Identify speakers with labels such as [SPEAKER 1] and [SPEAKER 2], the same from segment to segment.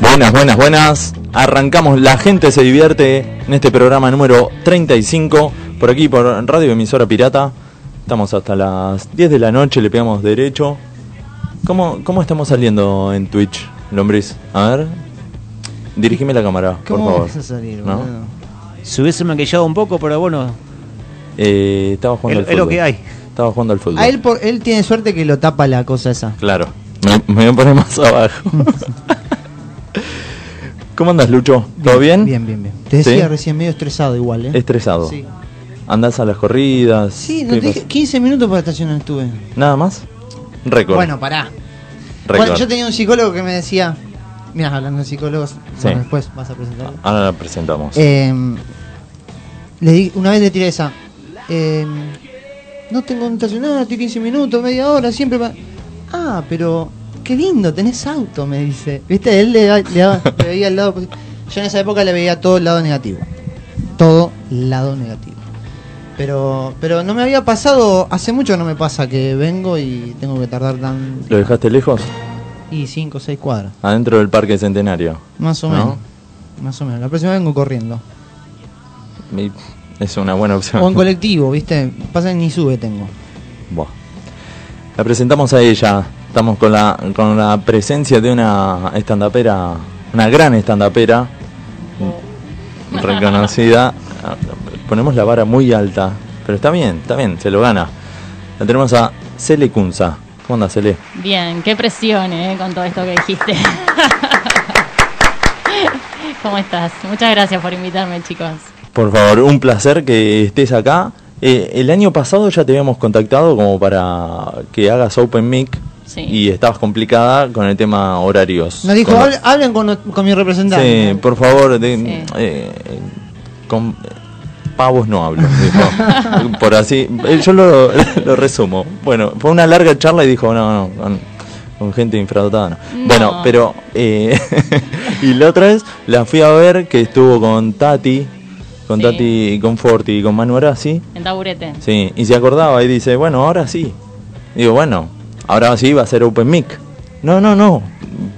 [SPEAKER 1] Buenas, buenas, buenas. Arrancamos La gente se divierte en este programa número 35 por aquí por Radio Emisora Pirata. Estamos hasta las 10 de la noche, le pegamos derecho. ¿Cómo, cómo estamos saliendo en Twitch, Lombriz? A ver. Dirigime la cámara,
[SPEAKER 2] ¿Cómo
[SPEAKER 1] por favor.
[SPEAKER 2] vas a salir,
[SPEAKER 1] ¿No?
[SPEAKER 2] boludo?
[SPEAKER 3] Se hubiese maquillado un poco, pero bueno,
[SPEAKER 1] Eh, estaba jugando
[SPEAKER 3] Es-
[SPEAKER 1] al
[SPEAKER 3] es lo
[SPEAKER 1] fútbol.
[SPEAKER 3] que hay.
[SPEAKER 1] Estaba jugando al fútbol.
[SPEAKER 2] A él, por- él tiene suerte que lo tapa la cosa esa.
[SPEAKER 1] Claro. Me, me voy a poner más abajo. ¿Cómo andas, Lucho? ¿Todo bien?
[SPEAKER 2] Bien, bien, bien. Te
[SPEAKER 1] ¿Sí?
[SPEAKER 2] decía recién medio estresado igual, ¿eh?
[SPEAKER 1] Estresado.
[SPEAKER 2] Sí.
[SPEAKER 1] ¿Andás a las corridas?
[SPEAKER 2] Sí, no
[SPEAKER 1] ¿Qué
[SPEAKER 2] te dije-
[SPEAKER 1] pasa?
[SPEAKER 2] 15 minutos para estacionar estuve.
[SPEAKER 1] ¿Nada más? Récord.
[SPEAKER 2] Bueno, pará.
[SPEAKER 1] Récord.
[SPEAKER 2] Bueno, yo tenía un psicólogo que me decía. Mirá, hablando de psicólogos, bueno, después vas a presentar.
[SPEAKER 1] Ahora la presentamos.
[SPEAKER 2] Eh, le di- una vez le tiré esa. eh, no tengo un estacionado, estoy 15 minutos, media hora, siempre. pa- Ah, pero qué lindo, tenés auto, me dice. ¿Viste? Él le, da- le daba- le veía el lado. positivo. Yo en esa época le veía todo el lado negativo. Todo lado negativo. Pero, pero no me había pasado, hace mucho no me pasa que vengo y tengo que tardar tan.
[SPEAKER 1] ¿Lo dejaste lejos?
[SPEAKER 2] y 5 o 6 cuadras.
[SPEAKER 1] Adentro del Parque Centenario.
[SPEAKER 2] Más o
[SPEAKER 1] ¿No?
[SPEAKER 2] menos. Más o menos. La próxima vengo corriendo.
[SPEAKER 1] Mi- Es una buena opción.
[SPEAKER 2] O en colectivo, ¿viste? Pasa que ni sube tengo.
[SPEAKER 1] Buah. La presentamos a ella. Estamos con la, con la presencia de una estandapera, una gran estandapera, reconocida. Ponemos la vara muy alta, pero está bien, está bien, se lo gana. La tenemos a Cele Kunza. ¿Cómo anda, Cele?
[SPEAKER 4] Bien, qué presión eh, con todo esto que dijiste. ¿Cómo estás? Muchas gracias por invitarme, chicos.
[SPEAKER 1] Por favor, un placer que estés acá. Eh, el año pasado ya te habíamos contactado como para que hagas Open Mic
[SPEAKER 4] Sí.
[SPEAKER 1] y estabas complicada con el tema horarios.
[SPEAKER 2] Nos dijo,
[SPEAKER 1] Con-
[SPEAKER 2] "Habl- hablen con, con mi representante.
[SPEAKER 1] Sí, por favor, de-
[SPEAKER 4] Sí.
[SPEAKER 1] eh, con pavos no hablo. dijo. por así, eh, yo lo, lo resumo. Bueno, fue una larga charla y dijo, no, no, con, con gente infradotada no.
[SPEAKER 4] No.
[SPEAKER 1] Bueno, pero... eh, y la otra vez la fui a ver que estuvo con Tati, con
[SPEAKER 4] Sí.
[SPEAKER 1] Tati y con Forti y con Manuarazzi.
[SPEAKER 4] En taburete.
[SPEAKER 1] Sí, y se acordaba y dice, bueno, ahora sí. Digo, bueno, ahora sí va a ser Open Mic. No, no, no,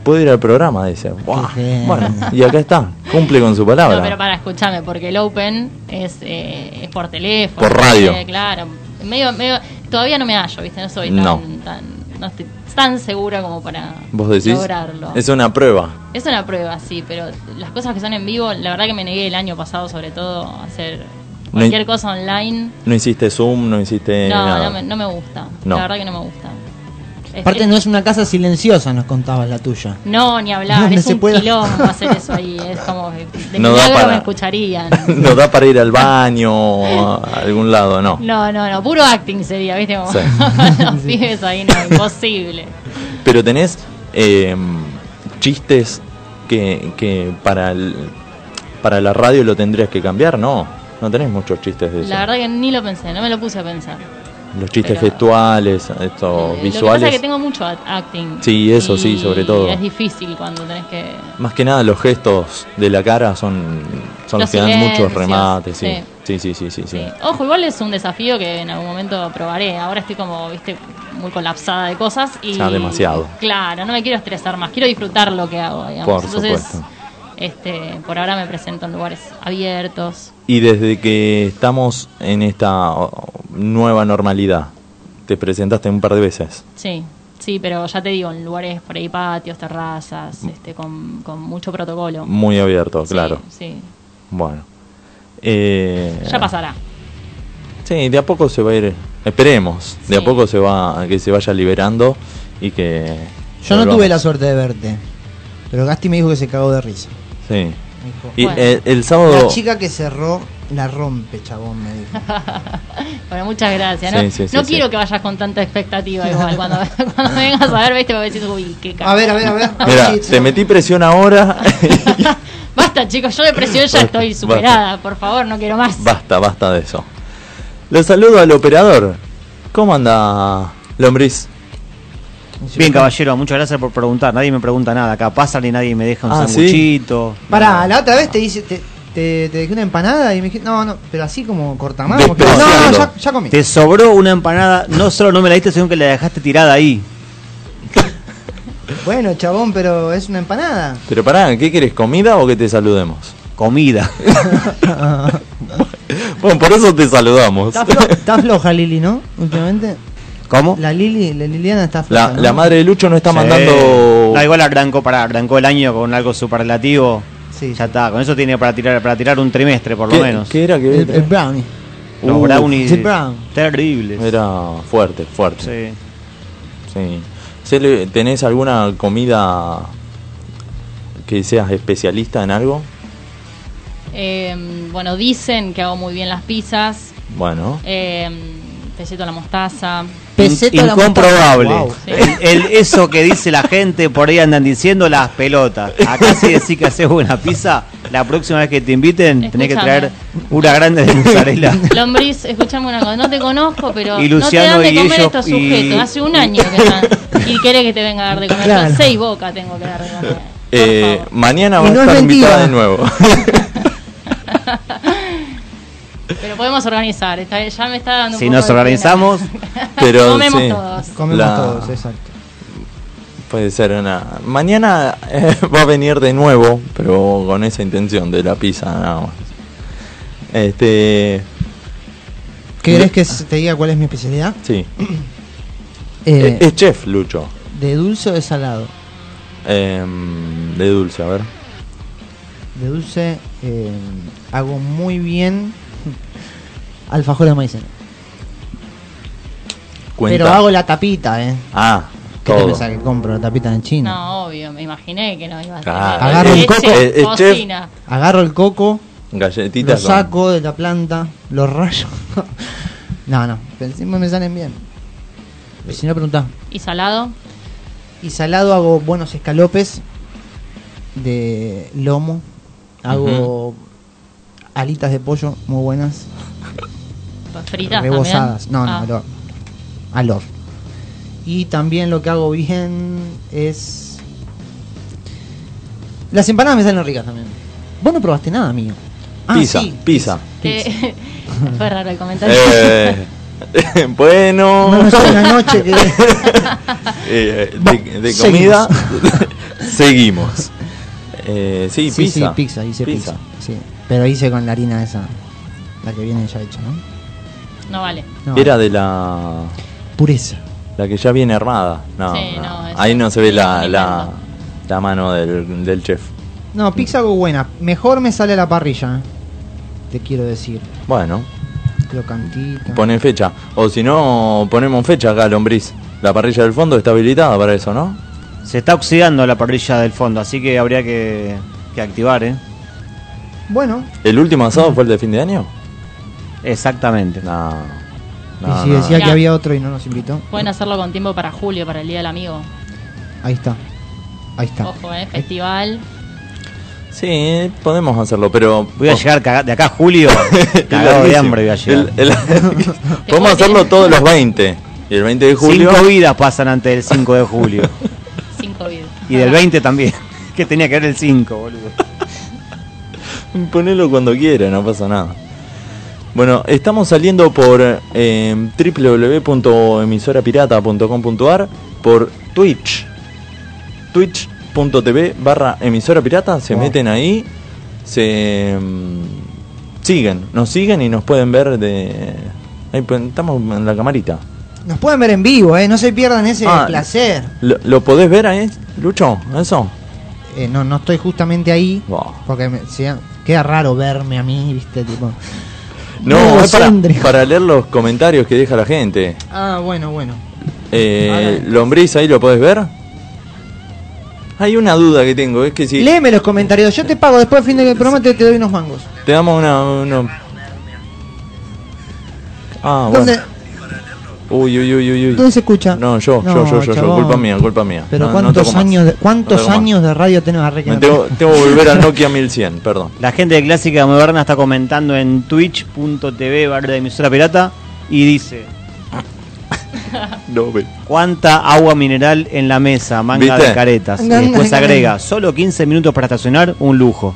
[SPEAKER 1] puedo ir al programa, dice. Buah,
[SPEAKER 2] Qué genio.
[SPEAKER 1] Bueno, y acá está, cumple con su palabra.
[SPEAKER 4] No, pero para escucharme, porque el Open es, eh, es por teléfono.
[SPEAKER 1] Por radio.
[SPEAKER 4] eh, claro. Medio, medio, todavía no me hallo, ¿viste? No soy tan,
[SPEAKER 1] No.
[SPEAKER 4] tan, no estoy tan segura como para
[SPEAKER 1] ¿Vos decís?
[SPEAKER 4] lograrlo.
[SPEAKER 1] Es una prueba.
[SPEAKER 4] Es una prueba, sí, pero las cosas que son en vivo, la verdad que me negué el año pasado, sobre todo, a hacer cualquier cosa online.
[SPEAKER 1] No hiciste Zoom, Eh, no hiciste
[SPEAKER 4] No,
[SPEAKER 1] nada.
[SPEAKER 4] no me, no me gusta.
[SPEAKER 1] No.
[SPEAKER 4] La verdad que no me gusta. Es-
[SPEAKER 2] Aparte
[SPEAKER 4] es-
[SPEAKER 2] no es una casa silenciosa, nos contabas la tuya.
[SPEAKER 4] no, ni hablar.
[SPEAKER 2] Donde
[SPEAKER 4] es
[SPEAKER 2] se
[SPEAKER 4] un
[SPEAKER 2] pueda.
[SPEAKER 4] quilombo hacer eso ahí. Es como. que De
[SPEAKER 1] No da
[SPEAKER 4] milagro
[SPEAKER 1] para-
[SPEAKER 4] me escucharían.
[SPEAKER 1] No da para ir al baño o a algún lado, no.
[SPEAKER 4] No, no, no. Puro acting sería, ¿viste? Como
[SPEAKER 1] Sí.
[SPEAKER 4] los pibes ahí, no. Imposible.
[SPEAKER 1] Pero tenés eh, chistes que, que para, el, para la radio lo tendrías que cambiar, ¿no? No tenés muchos chistes de eso.
[SPEAKER 4] La verdad que ni lo pensé. No me lo puse a pensar.
[SPEAKER 1] Los chistes
[SPEAKER 4] Pero-
[SPEAKER 1] gestuales, estos
[SPEAKER 4] Eh, Lo que pasa
[SPEAKER 1] visuales.
[SPEAKER 4] es que tengo mucho act- acting.
[SPEAKER 1] Sí, eso sí, sobre todo.
[SPEAKER 4] Y es difícil cuando tenés que.
[SPEAKER 1] Más que nada los gestos de la cara son, son los,
[SPEAKER 4] Los
[SPEAKER 1] que dan muchos
[SPEAKER 4] silencios,
[SPEAKER 1] remates, sí.
[SPEAKER 4] sí.
[SPEAKER 1] Sí, sí, sí, sí, sí.
[SPEAKER 4] Sí. Ojo, igual es un desafío que en algún momento probaré. Ahora estoy como, viste, muy colapsada de cosas y...
[SPEAKER 1] Ya, demasiado.
[SPEAKER 4] Claro, no me quiero estresar más, quiero disfrutar lo que hago, digamos.
[SPEAKER 1] Por
[SPEAKER 4] Entonces,
[SPEAKER 1] supuesto.
[SPEAKER 4] Este, por ahora me presento en lugares abiertos.
[SPEAKER 1] Y desde que estamos en esta oh, nueva normalidad, te presentaste un par de veces.
[SPEAKER 4] Sí, sí, pero ya te digo, en lugares por ahí, patios, terrazas, este, con, con mucho protocolo.
[SPEAKER 1] Mm. Muy abierto,
[SPEAKER 4] Sí,
[SPEAKER 1] claro.
[SPEAKER 4] Sí,
[SPEAKER 1] Bueno. Eh,
[SPEAKER 4] ya pasará.
[SPEAKER 1] Sí, de a poco se va a ir. Esperemos. De a
[SPEAKER 4] Sí.
[SPEAKER 1] poco se va que se vaya liberando y que.
[SPEAKER 2] Yo no tuve la
[SPEAKER 1] volvamos.
[SPEAKER 2] suerte de verte, pero Gasti me dijo que se cagó de risa.
[SPEAKER 1] Sí.
[SPEAKER 2] Me dijo,
[SPEAKER 1] Y
[SPEAKER 4] Bueno.
[SPEAKER 1] el, el sábado.
[SPEAKER 2] La chica que cerró la rompe, chabón, me dijo.
[SPEAKER 4] Bueno, muchas gracias. No,
[SPEAKER 1] Sí, sí, sí,
[SPEAKER 4] no
[SPEAKER 1] sí.
[SPEAKER 4] quiero que vayas con tanta expectativa igual. Cuando, cuando me vengas a ver, viste, me vas a decir, uy, qué cagada".
[SPEAKER 2] A ver, a ver, a ver. a ver
[SPEAKER 1] Mira,
[SPEAKER 2] si-
[SPEAKER 1] te metí presión ahora.
[SPEAKER 4] Basta, chicos, yo de presión ya estoy superada. Por favor, no quiero más.
[SPEAKER 1] basta, basta de eso. Los saludo al operador. ¿Cómo anda, Lombriz?
[SPEAKER 3] bien, caballero, muchas gracias por preguntar. Nadie me pregunta nada acá. Pasa ni nadie me deja un
[SPEAKER 1] Ah, ¿sí?
[SPEAKER 3] sanguchito.
[SPEAKER 2] Pará, la otra vez te hice, te, te, te dejé una empanada y me dijiste, no, no, pero así como cortamanos. No,
[SPEAKER 1] Despreciando.
[SPEAKER 2] no, ya, ya comí.
[SPEAKER 3] Te sobró una empanada. No solo no me la diste, sino que la dejaste tirada ahí.
[SPEAKER 2] Bueno, chabón, pero es una empanada.
[SPEAKER 1] Pero pará, ¿qué querés? ¿Comida o que te saludemos?
[SPEAKER 3] Comida.
[SPEAKER 1] Bueno, por eso te saludamos.
[SPEAKER 2] Está, flo- está floja Lili, ¿no? Últimamente.
[SPEAKER 3] ¿Cómo?
[SPEAKER 2] La Lili, la Liliana está floja.
[SPEAKER 1] La,
[SPEAKER 2] ¿no?
[SPEAKER 1] la madre de Lucho no está
[SPEAKER 3] Sí.
[SPEAKER 1] mandando.
[SPEAKER 3] No, igual arrancó, para, arrancó el año con algo superlativo.
[SPEAKER 2] Sí.
[SPEAKER 3] Ya está, con eso tiene para tirar, para tirar un trimestre por lo
[SPEAKER 1] ¿Qué-
[SPEAKER 3] menos.
[SPEAKER 1] ¿Qué era que
[SPEAKER 2] El, el brownie.
[SPEAKER 3] Los
[SPEAKER 1] Uh,
[SPEAKER 3] brownies
[SPEAKER 2] sí, brown.
[SPEAKER 3] terribles.
[SPEAKER 1] Era fuerte, fuerte.
[SPEAKER 3] Sí.
[SPEAKER 1] Sí. ¿Se le- ¿Tenés alguna comida que seas especialista en algo?
[SPEAKER 4] Eh, bueno, dicen que hago muy bien las pizzas.
[SPEAKER 1] Bueno.
[SPEAKER 4] Eh, pelleto a la mostaza.
[SPEAKER 3] In-
[SPEAKER 2] Peseta la mostaza.
[SPEAKER 3] incomprobable.
[SPEAKER 2] Wow.
[SPEAKER 3] El- el- eso que dice la gente por ahí andan diciendo las pelotas. Acá si decís que haces buena pizza, la próxima vez que te inviten tenés que
[SPEAKER 4] Escúchame.
[SPEAKER 3] traer una grande de mozzarella.
[SPEAKER 4] Lombriz, escuchame una cosa, no te conozco, pero
[SPEAKER 3] Y
[SPEAKER 4] no te
[SPEAKER 3] Luciano
[SPEAKER 4] dan de
[SPEAKER 3] y
[SPEAKER 4] comer
[SPEAKER 3] ellos,
[SPEAKER 4] estos
[SPEAKER 3] y-
[SPEAKER 4] sujetos. Hace un año que están. Y querés que te venga a dar de comer. Yo
[SPEAKER 2] Claro.
[SPEAKER 4] seis bocas tengo que dar de comer. Por
[SPEAKER 1] eh,
[SPEAKER 4] favor.
[SPEAKER 1] mañana va
[SPEAKER 2] Y no
[SPEAKER 1] a
[SPEAKER 2] es
[SPEAKER 1] estar
[SPEAKER 2] mentira.
[SPEAKER 1] invitada de nuevo.
[SPEAKER 4] Pero podemos organizar. está- ya me está dando un
[SPEAKER 3] Si
[SPEAKER 4] poco
[SPEAKER 3] nos
[SPEAKER 4] de pena.
[SPEAKER 3] organizamos,
[SPEAKER 1] Pero
[SPEAKER 4] Comemos
[SPEAKER 1] sí,
[SPEAKER 4] todos.
[SPEAKER 2] Comemos
[SPEAKER 1] La-
[SPEAKER 2] todos, exacto.
[SPEAKER 1] Puede ser una. Mañana eh, va a venir de nuevo, pero con esa intención de la pizza nada más. Este.
[SPEAKER 2] ¿Querés que s- te diga cuál es mi especialidad?
[SPEAKER 1] Sí.
[SPEAKER 2] Eh,
[SPEAKER 1] Es- es chef, Lucho.
[SPEAKER 2] ¿De dulce o de salado?
[SPEAKER 1] Em, de dulce, a ver.
[SPEAKER 2] De dulce eh, hago muy bien alfajores de maicena.
[SPEAKER 1] Cuenta.
[SPEAKER 2] Pero hago la tapita, ¿eh?
[SPEAKER 1] Ah,
[SPEAKER 2] ¿Qué te
[SPEAKER 1] todo.
[SPEAKER 2] pensás que compro la tapita en China?
[SPEAKER 4] No, obvio, me imaginé que no iba a tener.
[SPEAKER 1] Ah,
[SPEAKER 2] Agarro un
[SPEAKER 4] Leche,
[SPEAKER 2] coco.
[SPEAKER 1] Eh, eh, chef.
[SPEAKER 4] cocina.
[SPEAKER 2] Agarro el coco, lo
[SPEAKER 1] Galletitas. con-
[SPEAKER 2] saco de la planta, lo rayo. no, no,
[SPEAKER 1] Eh.
[SPEAKER 2] encima me salen bien. Y Si no preguntás.
[SPEAKER 4] ¿Y salado?
[SPEAKER 2] Y salado hago buenos escalopes de lomo. Hago alitas de pollo muy buenas.
[SPEAKER 4] ¿Fritas
[SPEAKER 2] rebozadas.
[SPEAKER 4] también?
[SPEAKER 2] No, no,
[SPEAKER 4] Ah,
[SPEAKER 2] al horno. Al horno. Y también lo que hago bien es. Las empanadas me salen ricas también. Vos no probaste nada mío. Ah,
[SPEAKER 1] Pizza, pizza.
[SPEAKER 4] que- eh, Fue raro el comentario.
[SPEAKER 1] Eh, bueno.
[SPEAKER 2] No, no sé, una noche que.
[SPEAKER 1] Eh,
[SPEAKER 2] Va,
[SPEAKER 1] de, de
[SPEAKER 2] seguimos.
[SPEAKER 1] comida. Seguimos. Eh, sí,
[SPEAKER 2] sí,
[SPEAKER 1] pizza.
[SPEAKER 2] sí, pizza, hice pizza. Sí. Pero hice con la harina esa. La que viene ya hecha, ¿no?
[SPEAKER 4] No vale.
[SPEAKER 2] No,
[SPEAKER 1] Era de la.
[SPEAKER 2] Pureza.
[SPEAKER 1] La que ya viene armada. No,
[SPEAKER 4] Sí,
[SPEAKER 1] no.
[SPEAKER 4] no, eso
[SPEAKER 1] ahí no se ve
[SPEAKER 4] es
[SPEAKER 1] la,
[SPEAKER 4] un
[SPEAKER 1] la,
[SPEAKER 4] invento.
[SPEAKER 1] la mano del, del chef.
[SPEAKER 2] No, pizza hago buena. Mejor me sale la parrilla. ¿eh? Te quiero decir.
[SPEAKER 1] Bueno,
[SPEAKER 2] Crocantita.
[SPEAKER 1] ponen fecha. O si no, ponemos fecha acá, lombriz. La parrilla del fondo está habilitada para eso, ¿no?
[SPEAKER 3] se está oxidando la parrilla del fondo, así que habría que, que activar, ¿eh?
[SPEAKER 2] Bueno,
[SPEAKER 1] ¿El último asado fue el de fin de año?
[SPEAKER 3] Exactamente.
[SPEAKER 1] No.
[SPEAKER 2] y
[SPEAKER 1] No,
[SPEAKER 2] si
[SPEAKER 1] no,
[SPEAKER 2] decía
[SPEAKER 1] no.
[SPEAKER 2] que había otro y no nos invitó.
[SPEAKER 4] Pueden hacerlo con tiempo para julio, para el Día del Amigo.
[SPEAKER 2] Ahí está. Ahí está.
[SPEAKER 4] Ojo, ¿eh? Festival.
[SPEAKER 1] Sí, podemos hacerlo, pero.
[SPEAKER 3] Voy a llegar caga- de acá a julio, cagado de
[SPEAKER 1] Larguísimo.
[SPEAKER 3] hambre voy a llegar.
[SPEAKER 1] El- el- podemos hacerlo todos los 20. Y el 20 de julio.
[SPEAKER 3] Cinco vidas pasan antes del 5 de julio.
[SPEAKER 4] Cinco vidas.
[SPEAKER 3] y del 20 también, que tenía que ver el 5, boludo.
[SPEAKER 1] Ponelo cuando quiera, no pasa nada. Bueno, estamos saliendo por eh, www.emisorapirata.com.ar por Twitch. Twitch.tv barra emisora pirata. Se
[SPEAKER 2] Wow.
[SPEAKER 1] meten ahí, se mm, siguen, nos siguen y nos pueden ver de... Ahí pon- estamos en la camarita.
[SPEAKER 2] Nos pueden ver en vivo, ¿eh? No se pierdan ese
[SPEAKER 1] Ah.
[SPEAKER 2] placer.
[SPEAKER 1] ¿Lo, lo podés ver ahí, Lucho? ¿Eso?
[SPEAKER 2] Eh, no, no estoy justamente ahí.
[SPEAKER 1] Wow.
[SPEAKER 2] Porque me- sea- queda raro verme a mí, ¿viste? Tipo.
[SPEAKER 1] No,
[SPEAKER 2] No,
[SPEAKER 1] es para,
[SPEAKER 2] Sandri.
[SPEAKER 1] para leer los comentarios que deja la gente.
[SPEAKER 2] Ah, bueno, bueno.
[SPEAKER 1] Eh,
[SPEAKER 2] Ahora.
[SPEAKER 1] lombriz, ahí lo podés ver. Hay una duda que tengo, es que si
[SPEAKER 2] Léeme los comentarios. Yo te pago después al fin del programa, te, te doy unos mangos.
[SPEAKER 1] te damos una... una- Ah,
[SPEAKER 2] ¿Dónde,
[SPEAKER 1] bueno. Uy, uy, uy, uy, uy.
[SPEAKER 2] dónde se escucha?
[SPEAKER 1] No, yo, yo, yo, yo, yo,
[SPEAKER 2] chabón.
[SPEAKER 1] culpa mía, culpa mía.
[SPEAKER 2] Pero
[SPEAKER 1] No, no
[SPEAKER 2] ¿cuántos
[SPEAKER 1] toco más.
[SPEAKER 2] años de,
[SPEAKER 1] No
[SPEAKER 2] cuántos
[SPEAKER 1] toco más.
[SPEAKER 2] años de radio tenemos Arre, que
[SPEAKER 1] Me
[SPEAKER 2] no-
[SPEAKER 1] tengo, tengo que volver al Nokia 1100, perdón.
[SPEAKER 3] La gente de Clásica Moderna está comentando en twitch.tv barra de emisora pirata y dice,
[SPEAKER 1] No, ve.
[SPEAKER 3] ¿cuánta agua mineral en la mesa? Manga
[SPEAKER 1] ¿Viste?
[SPEAKER 3] de caretas. Y
[SPEAKER 2] Gan-
[SPEAKER 3] después
[SPEAKER 2] gan-
[SPEAKER 3] agrega, solo 15 minutos para estacionar, un lujo.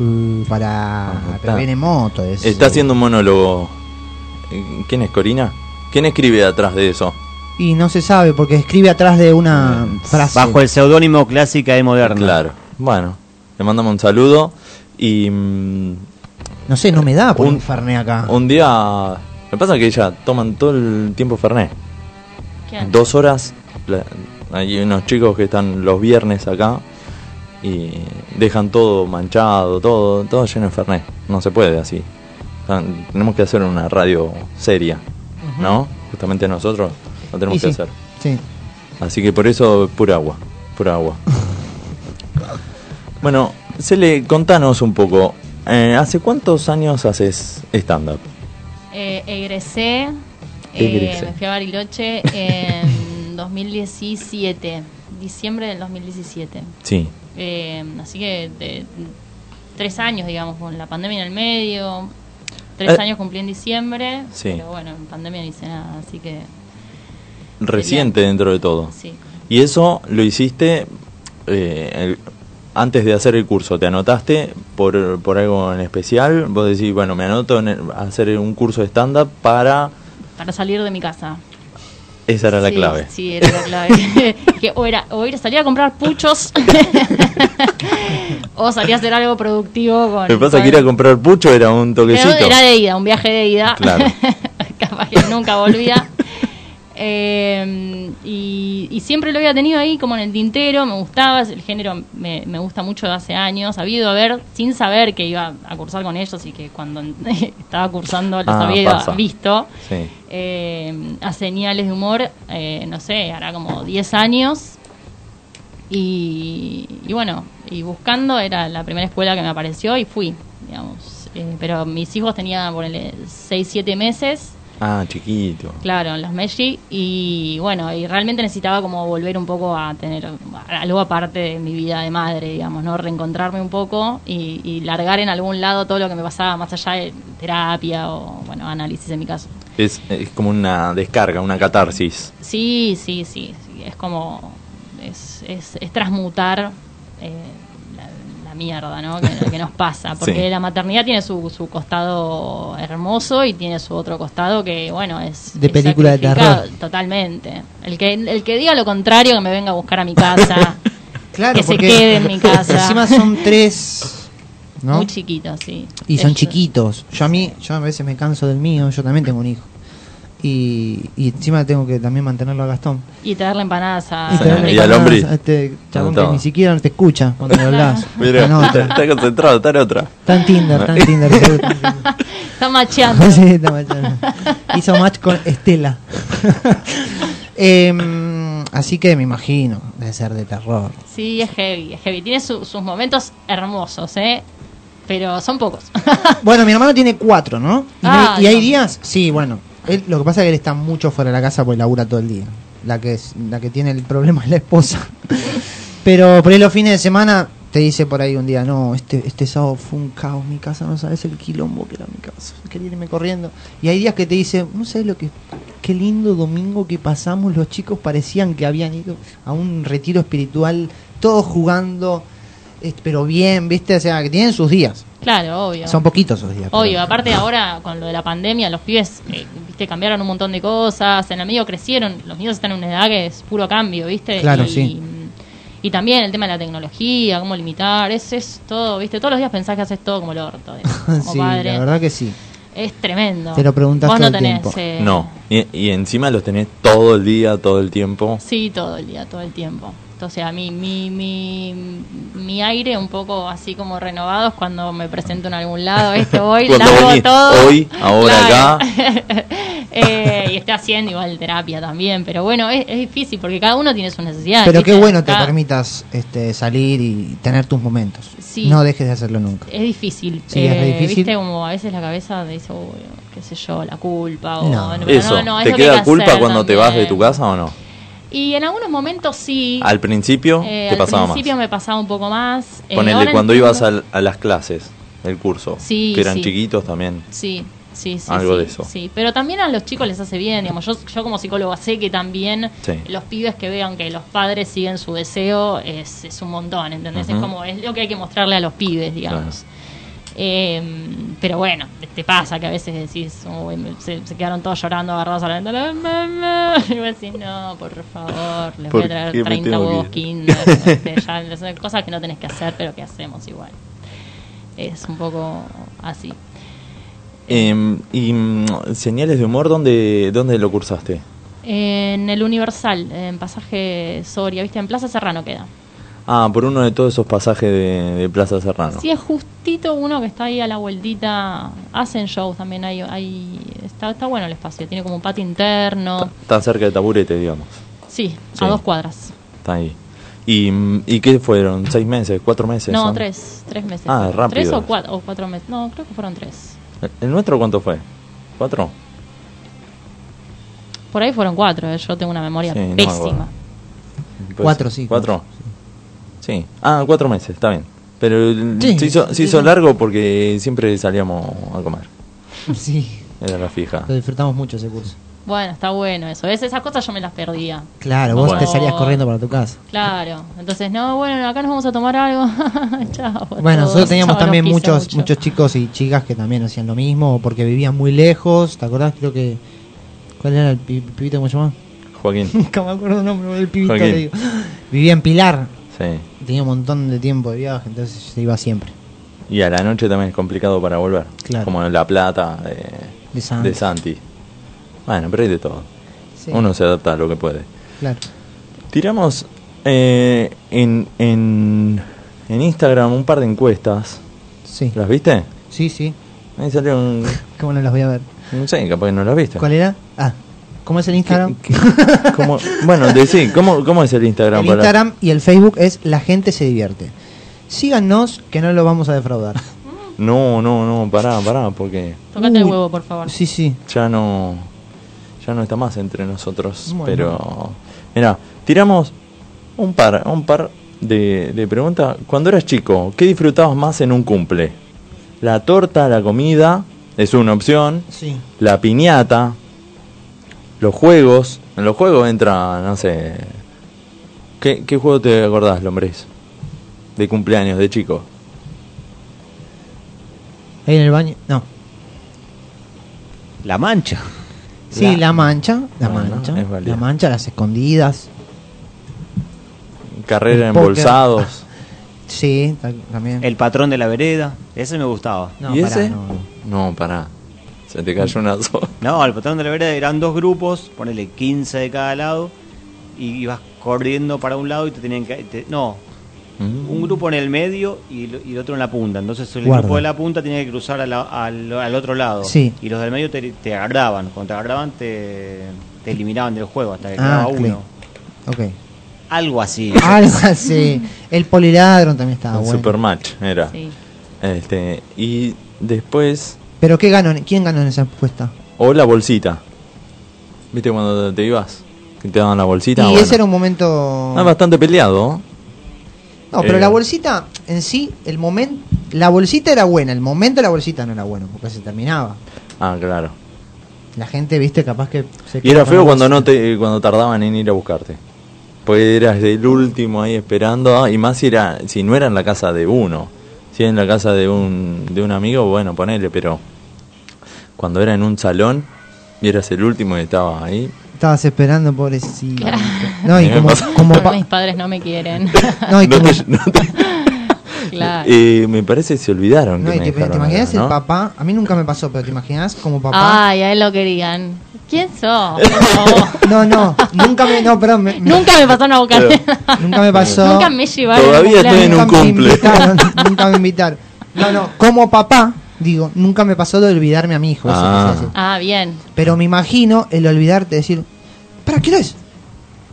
[SPEAKER 2] Uh, Pará,
[SPEAKER 1] Ah,
[SPEAKER 2] pero
[SPEAKER 1] está.
[SPEAKER 2] viene moto. Es,
[SPEAKER 1] Está haciendo un monólogo. Eh, ¿Quién es Corina? ¿Quién escribe atrás de eso?
[SPEAKER 2] Y no se sabe porque escribe atrás de una
[SPEAKER 1] Eh,
[SPEAKER 2] frase.
[SPEAKER 3] Bajo el seudónimo clásica y moderna.
[SPEAKER 1] Claro. Bueno, le mandamos un saludo y mm,
[SPEAKER 2] No sé, no me da por
[SPEAKER 1] Un-
[SPEAKER 2] un Fernet acá.
[SPEAKER 1] un día... Me pasa que ella toman todo el tiempo Fernet.
[SPEAKER 4] ¿Quién?
[SPEAKER 1] Dos horas. la- hay unos chicos que están los viernes acá y dejan todo manchado, todo, todo lleno de Fernet. No se puede así. O sea, tenemos que hacer una radio seria, ¿no? Justamente nosotros lo tenemos
[SPEAKER 2] Y
[SPEAKER 1] que
[SPEAKER 2] sí,
[SPEAKER 1] hacer.
[SPEAKER 2] sí.
[SPEAKER 1] Así que por eso, pura agua, pura agua. bueno, Cele, contanos un poco. eh, ¿Hace cuántos años haces stand-up?
[SPEAKER 4] Eh, egresé, eh,
[SPEAKER 1] Egresé.
[SPEAKER 4] me fui a Bariloche en 2017, diciembre del 2017.
[SPEAKER 1] Sí.
[SPEAKER 4] Eh, así que de- tres años, digamos, con la pandemia en el medio. Tres
[SPEAKER 1] Eh.
[SPEAKER 4] años cumplí en diciembre,
[SPEAKER 1] Sí.
[SPEAKER 4] pero bueno, en pandemia no hice nada, así que
[SPEAKER 1] Reciente dentro de todo.
[SPEAKER 4] sí.
[SPEAKER 1] Y eso lo hiciste eh, el- antes de hacer el curso. ¿Te anotaste por, por algo en especial? Vos decís, bueno, me anoto en el- a hacer un curso de stand-up para...
[SPEAKER 4] Para salir de mi casa.
[SPEAKER 1] Esa era la
[SPEAKER 4] Sí,
[SPEAKER 1] clave.
[SPEAKER 4] Sí, era la clave. que o, era, o ir a salir a comprar puchos o salir a hacer algo productivo con...
[SPEAKER 1] Me pasa
[SPEAKER 4] con-
[SPEAKER 1] que ir a comprar pucho era un
[SPEAKER 4] Pero
[SPEAKER 1] toquecito.
[SPEAKER 4] era de ida, un viaje de ida.
[SPEAKER 1] Claro.
[SPEAKER 4] Capaz que nunca volvía. Eh, y, y siempre lo había tenido ahí como en el tintero, me gustaba, el género me, me gusta mucho de hace años, había ido a ver sin saber que iba a cursar con ellos y que cuando estaba cursando los
[SPEAKER 1] Ah,
[SPEAKER 4] había ido-
[SPEAKER 1] pasa.
[SPEAKER 4] visto
[SPEAKER 1] Sí.
[SPEAKER 4] eh, a señales de humor, eh, no sé, hará como 10 años. Y, y bueno, y buscando era la primera escuela que me apareció y fui, digamos. Eh, pero mis hijos tenían, ponele, 6, 7 meses,
[SPEAKER 1] Ah, chiquito.
[SPEAKER 4] claro, en los Meiji. Y bueno, y realmente necesitaba como volver un poco a tener algo aparte de mi vida de madre, digamos, ¿no? Reencontrarme un poco y, y largar en algún lado todo lo que me pasaba, más allá de terapia o, bueno, análisis en mi caso.
[SPEAKER 1] Es, es como una descarga, una catarsis.
[SPEAKER 4] Sí, sí, sí. sí, Es como. Es, es, es transmutar eh, la, la mierda, ¿no? Que, que nos pasa. Porque
[SPEAKER 1] Sí.
[SPEAKER 4] la maternidad tiene su, su costado hermoso y tiene su otro costado que, bueno, es.
[SPEAKER 2] De
[SPEAKER 4] es
[SPEAKER 2] película de
[SPEAKER 4] sacrificado
[SPEAKER 2] terror.
[SPEAKER 4] Totalmente. El que, el que diga lo contrario, que me venga a buscar a mi casa.
[SPEAKER 2] Claro,
[SPEAKER 4] que se
[SPEAKER 2] porque
[SPEAKER 4] quede en mi casa.
[SPEAKER 2] Encima son tres. ¿no?
[SPEAKER 4] Muy chiquito, sí.
[SPEAKER 2] Y son
[SPEAKER 4] Es-
[SPEAKER 2] chiquitos. Yo a mí, yo a veces me canso del mío, yo también tengo un hijo. Y, y encima tengo que también mantenerlo a Gastón.
[SPEAKER 4] Y traerle empanadas a.
[SPEAKER 2] Y tenerle
[SPEAKER 1] y al
[SPEAKER 2] empanadas
[SPEAKER 1] hombre.
[SPEAKER 2] a Este chabón
[SPEAKER 1] Todo.
[SPEAKER 2] que ni siquiera te escucha cuando le hablas.
[SPEAKER 1] Mira,
[SPEAKER 2] Está en
[SPEAKER 1] está,
[SPEAKER 2] otra.
[SPEAKER 1] está concentrado, está en otra.
[SPEAKER 2] Está en Tinder, está en Tinder. seguro, está en Tinder.
[SPEAKER 4] Está macheando.
[SPEAKER 2] Sí, está machando. Hizo match con Estela. Em, así que me imagino, debe ser de terror.
[SPEAKER 4] Sí, es heavy, es heavy. Tiene su- sus momentos hermosos, ¿eh? Pero son pocos.
[SPEAKER 2] Bueno, mi hermano tiene cuatro, ¿no? Y, no hay-
[SPEAKER 4] Ah,
[SPEAKER 2] y hay
[SPEAKER 4] no.
[SPEAKER 2] días, sí, bueno. Él, lo que pasa es que él está mucho fuera de la casa porque labura todo el día. La que, es, la que tiene el problema es la esposa. Pero por ahí los fines de semana te dice por ahí un día, no, este, este sábado fue un caos mi casa, no sabes el quilombo que era mi casa, quería irme corriendo. Y hay días que te dice, no sabes lo que, qué lindo domingo que pasamos, los chicos parecían que habían ido a un retiro espiritual, todos jugando, eh, pero bien, viste, o sea, que tienen sus días.
[SPEAKER 4] Claro, obvio.
[SPEAKER 2] Son poquitos esos días. pero-
[SPEAKER 4] Obvio, aparte ahora con lo de la pandemia, los pibes, eh, viste, cambiaron un montón de cosas, en el medio crecieron, los míos están en una edad que es puro cambio, viste.
[SPEAKER 2] Claro,
[SPEAKER 4] Eh, y,
[SPEAKER 2] sí.
[SPEAKER 4] Y también el tema de la tecnología, cómo limitar, es, es todo, viste, todos los días pensás que haces todo como el orto, eh, como
[SPEAKER 2] sí,
[SPEAKER 4] padre.
[SPEAKER 2] la verdad que sí.
[SPEAKER 4] Es tremendo.
[SPEAKER 2] Te lo preguntás
[SPEAKER 4] Vos
[SPEAKER 2] todo
[SPEAKER 4] no
[SPEAKER 2] el
[SPEAKER 4] tenés,
[SPEAKER 2] tiempo.
[SPEAKER 4] eh,
[SPEAKER 1] No. Y, y encima los tenés todo el día, todo el tiempo.
[SPEAKER 4] Sí, todo el día, todo el tiempo. Entonces, a mí, mi, mi, mi aire un poco así como renovado es cuando me presento en algún lado, esto voy,
[SPEAKER 1] Cuando
[SPEAKER 4] largo
[SPEAKER 1] venís,
[SPEAKER 4] todo.
[SPEAKER 1] hoy, ahora,
[SPEAKER 4] acá. y estoy haciendo igual terapia también, pero bueno, es, es difícil porque cada uno tiene sus necesidades.
[SPEAKER 2] Pero qué
[SPEAKER 4] ¿viste?
[SPEAKER 2] bueno te
[SPEAKER 4] Cada-
[SPEAKER 2] permitas este, salir y tener tus momentos.
[SPEAKER 4] Sí. Eh,
[SPEAKER 2] No dejes de hacerlo nunca.
[SPEAKER 4] Es difícil.
[SPEAKER 2] Sí, es re
[SPEAKER 4] eh,
[SPEAKER 2] difícil.
[SPEAKER 4] Viste como a veces la cabeza te dice, uy, qué sé yo, la culpa. O,
[SPEAKER 2] No.
[SPEAKER 4] bueno, pero
[SPEAKER 1] Eso,
[SPEAKER 4] no, no,
[SPEAKER 1] ¿te
[SPEAKER 4] lo que hay
[SPEAKER 1] queda
[SPEAKER 4] que
[SPEAKER 1] culpa
[SPEAKER 4] hacer
[SPEAKER 1] cuando te vas de tu
[SPEAKER 4] también.
[SPEAKER 1] casa o no?
[SPEAKER 4] Y en algunos momentos sí.
[SPEAKER 1] Al principio,
[SPEAKER 4] Eh,
[SPEAKER 1] ¿te
[SPEAKER 4] al
[SPEAKER 1] pasaba
[SPEAKER 4] principio
[SPEAKER 1] más?
[SPEAKER 4] me pasaba un poco más. Eh,
[SPEAKER 1] Ponele
[SPEAKER 4] ahora
[SPEAKER 1] cuando
[SPEAKER 4] entiendo-
[SPEAKER 1] ibas al- a las clases, el curso,
[SPEAKER 4] Sí,
[SPEAKER 1] que eran
[SPEAKER 4] sí.
[SPEAKER 1] chiquitos también.
[SPEAKER 4] Sí, sí, sí.
[SPEAKER 1] Algo
[SPEAKER 4] sí,
[SPEAKER 1] de eso.
[SPEAKER 4] Sí, pero también a los chicos les hace bien, digamos. Yo, yo como psicóloga sé que también
[SPEAKER 1] Sí.
[SPEAKER 4] los pibes que vean que los padres siguen su deseo es, es un montón, ¿entendés?
[SPEAKER 1] Ujú.
[SPEAKER 4] Es como, es lo que hay que mostrarle a los pibes, digamos. Eh, pero bueno, te pasa que a veces decís, "Uy, me- se, se quedaron todos llorando agarrados a la ventana. "Mamá". Y vos decís, no, por favor, les voy
[SPEAKER 1] ¿Por
[SPEAKER 4] a
[SPEAKER 1] qué me
[SPEAKER 4] traer 30
[SPEAKER 1] tengo que
[SPEAKER 4] huevos
[SPEAKER 1] ir?"
[SPEAKER 4] kinder. este, ya, son cosas que no tenés que hacer, pero que hacemos igual. Es un poco así.
[SPEAKER 1] Eh, y mm, señales de humor, ¿dónde, dónde lo cursaste?
[SPEAKER 4] En el Universal, en pasaje Soria, ¿viste? En Plaza Serrano queda.
[SPEAKER 1] Ah, por uno de todos esos pasajes de, de Plaza Serrano.
[SPEAKER 4] Sí, es justito uno que está ahí a la vueltita. Hacen shows también. Hay, hay, está, está bueno el espacio. Tiene como un patio interno.
[SPEAKER 1] Está cerca de Taburete, digamos.
[SPEAKER 4] Sí,
[SPEAKER 1] Sí.
[SPEAKER 4] a dos cuadras.
[SPEAKER 1] Está ahí. ¿Y, mm, ¿y qué fueron? ¿Seis meses? ¿Cuatro meses?
[SPEAKER 4] no,
[SPEAKER 1] son?
[SPEAKER 4] tres. Tres meses.
[SPEAKER 1] Ah,
[SPEAKER 4] fueron.
[SPEAKER 1] rápido.
[SPEAKER 4] Tres o cuatro, o cuatro meses. No, creo que fueron tres.
[SPEAKER 1] ¿El- ¿El nuestro cuánto fue? ¿Cuatro?
[SPEAKER 4] Por ahí fueron cuatro. eh, Yo tengo una memoria
[SPEAKER 1] Sí, no me acuerdo.
[SPEAKER 4] pésima.
[SPEAKER 2] Cuatro, sí,
[SPEAKER 1] Pues, ¿Cuatro? Sí. Ah, cuatro meses, está bien. Pero el-
[SPEAKER 2] Sí,
[SPEAKER 1] se hizo, se
[SPEAKER 2] sí,
[SPEAKER 1] hizo
[SPEAKER 2] sí.
[SPEAKER 1] largo porque siempre salíamos a comer.
[SPEAKER 2] Sí,
[SPEAKER 1] Era la fija.
[SPEAKER 2] lo disfrutamos mucho ese curso.
[SPEAKER 4] bueno, está bueno eso. Es, esas cosas yo me las perdía.
[SPEAKER 2] Claro, vos
[SPEAKER 1] Bueno.
[SPEAKER 2] te salías corriendo para tu casa.
[SPEAKER 4] Claro, entonces no, bueno, acá nos vamos a tomar algo. Chao. a
[SPEAKER 2] Bueno,
[SPEAKER 4] todos.
[SPEAKER 2] nosotros teníamos
[SPEAKER 4] Chao, los
[SPEAKER 2] también
[SPEAKER 4] quise
[SPEAKER 2] muchos
[SPEAKER 4] mucho.
[SPEAKER 2] muchos chicos y chicas que también hacían lo mismo, o porque vivían muy lejos, ¿te acordás? Creo que... ¿Cuál era el pi- pibito cómo se llamaba?
[SPEAKER 1] Joaquín.
[SPEAKER 2] Nunca me acuerdo el nombre del pibito.
[SPEAKER 1] Joaquín.
[SPEAKER 2] le digo. Vivía en Pilar,
[SPEAKER 1] Sí.
[SPEAKER 2] tenía un montón de tiempo de viaje, entonces se iba siempre.
[SPEAKER 1] Y a la noche también es complicado para volver.
[SPEAKER 2] Claro.
[SPEAKER 1] Como en La Plata de,
[SPEAKER 2] De San.
[SPEAKER 1] de Santi. Bueno, pero hay de todo.
[SPEAKER 2] Sí,
[SPEAKER 1] Uno se adapta a lo que puede.
[SPEAKER 2] Claro.
[SPEAKER 1] Tiramos eh, en, en, en Instagram un par de encuestas.
[SPEAKER 2] Sí.
[SPEAKER 1] ¿Las viste?
[SPEAKER 2] Sí, sí.
[SPEAKER 1] Ahí salió un...
[SPEAKER 2] ¿Cómo no las voy a ver?
[SPEAKER 1] No sé, capaz que no las viste.
[SPEAKER 2] ¿Cuál era? Ah, ¿cómo es el Instagram?
[SPEAKER 1] ¿Cómo- bueno, decí, ¿cómo, ¿cómo es el Instagram?
[SPEAKER 2] El
[SPEAKER 1] para-
[SPEAKER 2] Instagram y el Facebook es La gente se divierte. Síganos que no lo vamos a defraudar.
[SPEAKER 1] No, no, no, pará, pará, porque
[SPEAKER 4] Tocate el
[SPEAKER 2] Uy.
[SPEAKER 4] huevo, por favor.
[SPEAKER 2] Sí, sí.
[SPEAKER 1] ya no ya no está más entre nosotros.
[SPEAKER 2] Bueno.
[SPEAKER 1] Pero, mira, tiramos un par, un par de, de preguntas. Cuando eras chico, ¿qué disfrutabas más en un cumple? La torta, la comida, es una opción.
[SPEAKER 2] Sí.
[SPEAKER 1] La piñata, los juegos. En los juegos entra, no sé... ¿Qué, qué juego te acordás, Lombriz? De cumpleaños, de chico.
[SPEAKER 2] Ahí en el baño. No.
[SPEAKER 3] La mancha.
[SPEAKER 2] Sí, la,
[SPEAKER 3] La-
[SPEAKER 2] mancha. La
[SPEAKER 1] Bueno,
[SPEAKER 2] mancha.
[SPEAKER 1] es válida.
[SPEAKER 2] La mancha, las escondidas.
[SPEAKER 1] Carrera
[SPEAKER 2] El
[SPEAKER 1] en
[SPEAKER 2] póker.
[SPEAKER 1] bolsados.
[SPEAKER 2] Sí, ta- también.
[SPEAKER 3] El patrón de la vereda. Ese me gustaba.
[SPEAKER 2] No,
[SPEAKER 1] ¿Y
[SPEAKER 2] pará,
[SPEAKER 1] ese?
[SPEAKER 2] no, no.
[SPEAKER 1] No, pará. Se te cayó una sola.
[SPEAKER 3] No, el patrón de la vereda eran dos grupos, ponele 15 de cada lado, y ibas corriendo para un lado y te tenían que... te- no, Mm. un grupo en el medio y, lo- y el otro en la punta. Entonces el
[SPEAKER 2] Guarda.
[SPEAKER 3] grupo de la punta tenía que cruzar a la- al, al otro lado.
[SPEAKER 2] Sí.
[SPEAKER 3] Y los del medio te, te agarraban. Cuando te agarraban te, te eliminaban del juego hasta que
[SPEAKER 2] Ah,
[SPEAKER 3] quedaba
[SPEAKER 2] ok.
[SPEAKER 3] uno.
[SPEAKER 2] Ok.
[SPEAKER 3] Algo así.
[SPEAKER 2] Algo así. El poliladron también
[SPEAKER 1] Un
[SPEAKER 2] estaba Ah, bueno.
[SPEAKER 1] supermatch, era.
[SPEAKER 4] Sí.
[SPEAKER 1] Este, y después,
[SPEAKER 2] Pero ¿qué ganó? ¿quién ganó en esa apuesta?
[SPEAKER 1] o la bolsita. ¿Viste cuando te ibas? Que te daban la bolsita.
[SPEAKER 2] y
[SPEAKER 1] Bueno.
[SPEAKER 2] ese era un momento...
[SPEAKER 1] Ah, bastante peleado.
[SPEAKER 2] No, pero
[SPEAKER 1] Eh.
[SPEAKER 2] la bolsita en sí, el momento, la bolsita era buena, el momento de la bolsita no era bueno, porque se terminaba.
[SPEAKER 1] Ah, claro.
[SPEAKER 2] La gente, viste, capaz que se
[SPEAKER 1] Y era feo cuando no te cuando tardaban en ir a buscarte. Porque eras el último ahí esperando, ah, y más si era si no era en la casa de uno, si era en la casa de un de un amigo, bueno, ponele, pero cuando era en un salón y eras el último y estabas ahí,
[SPEAKER 2] Estabas esperando, pobrecito. No, y
[SPEAKER 1] Me
[SPEAKER 2] como,
[SPEAKER 1] pasa.
[SPEAKER 2] como
[SPEAKER 4] Porque
[SPEAKER 2] pa-
[SPEAKER 4] mis padres no me quieren.
[SPEAKER 2] no, y
[SPEAKER 1] no
[SPEAKER 2] como-
[SPEAKER 1] te- no te-
[SPEAKER 4] claro.
[SPEAKER 1] eh, me parece que se olvidaron
[SPEAKER 2] no,
[SPEAKER 1] que
[SPEAKER 2] y
[SPEAKER 1] me
[SPEAKER 2] te, te
[SPEAKER 1] dejaron
[SPEAKER 2] imaginas
[SPEAKER 1] acá, ¿no?
[SPEAKER 2] el papá, a mí nunca me pasó, pero te imaginas
[SPEAKER 4] Ah.
[SPEAKER 2] como papá.
[SPEAKER 4] Ay, a él lo querían. ¿Quién sos? Por favor.
[SPEAKER 2] No, no, nunca me, no, perdón, me- me-
[SPEAKER 4] Nunca me pasó una bocanera.
[SPEAKER 2] nunca me pasó.
[SPEAKER 4] Nunca me llevaron.
[SPEAKER 1] Todavía
[SPEAKER 4] a un
[SPEAKER 1] estoy en
[SPEAKER 4] cumpleaños.
[SPEAKER 1] un
[SPEAKER 2] Nunca me
[SPEAKER 1] cumple.
[SPEAKER 2] invitaron, nunca me invitaron. No, no, como papá, digo, nunca me pasó de olvidarme a mi hijo. eso
[SPEAKER 1] Ah.
[SPEAKER 2] quise decir.
[SPEAKER 4] Ah, bien.
[SPEAKER 2] Pero me imagino el olvidarte, decir, ¿para qué hora es?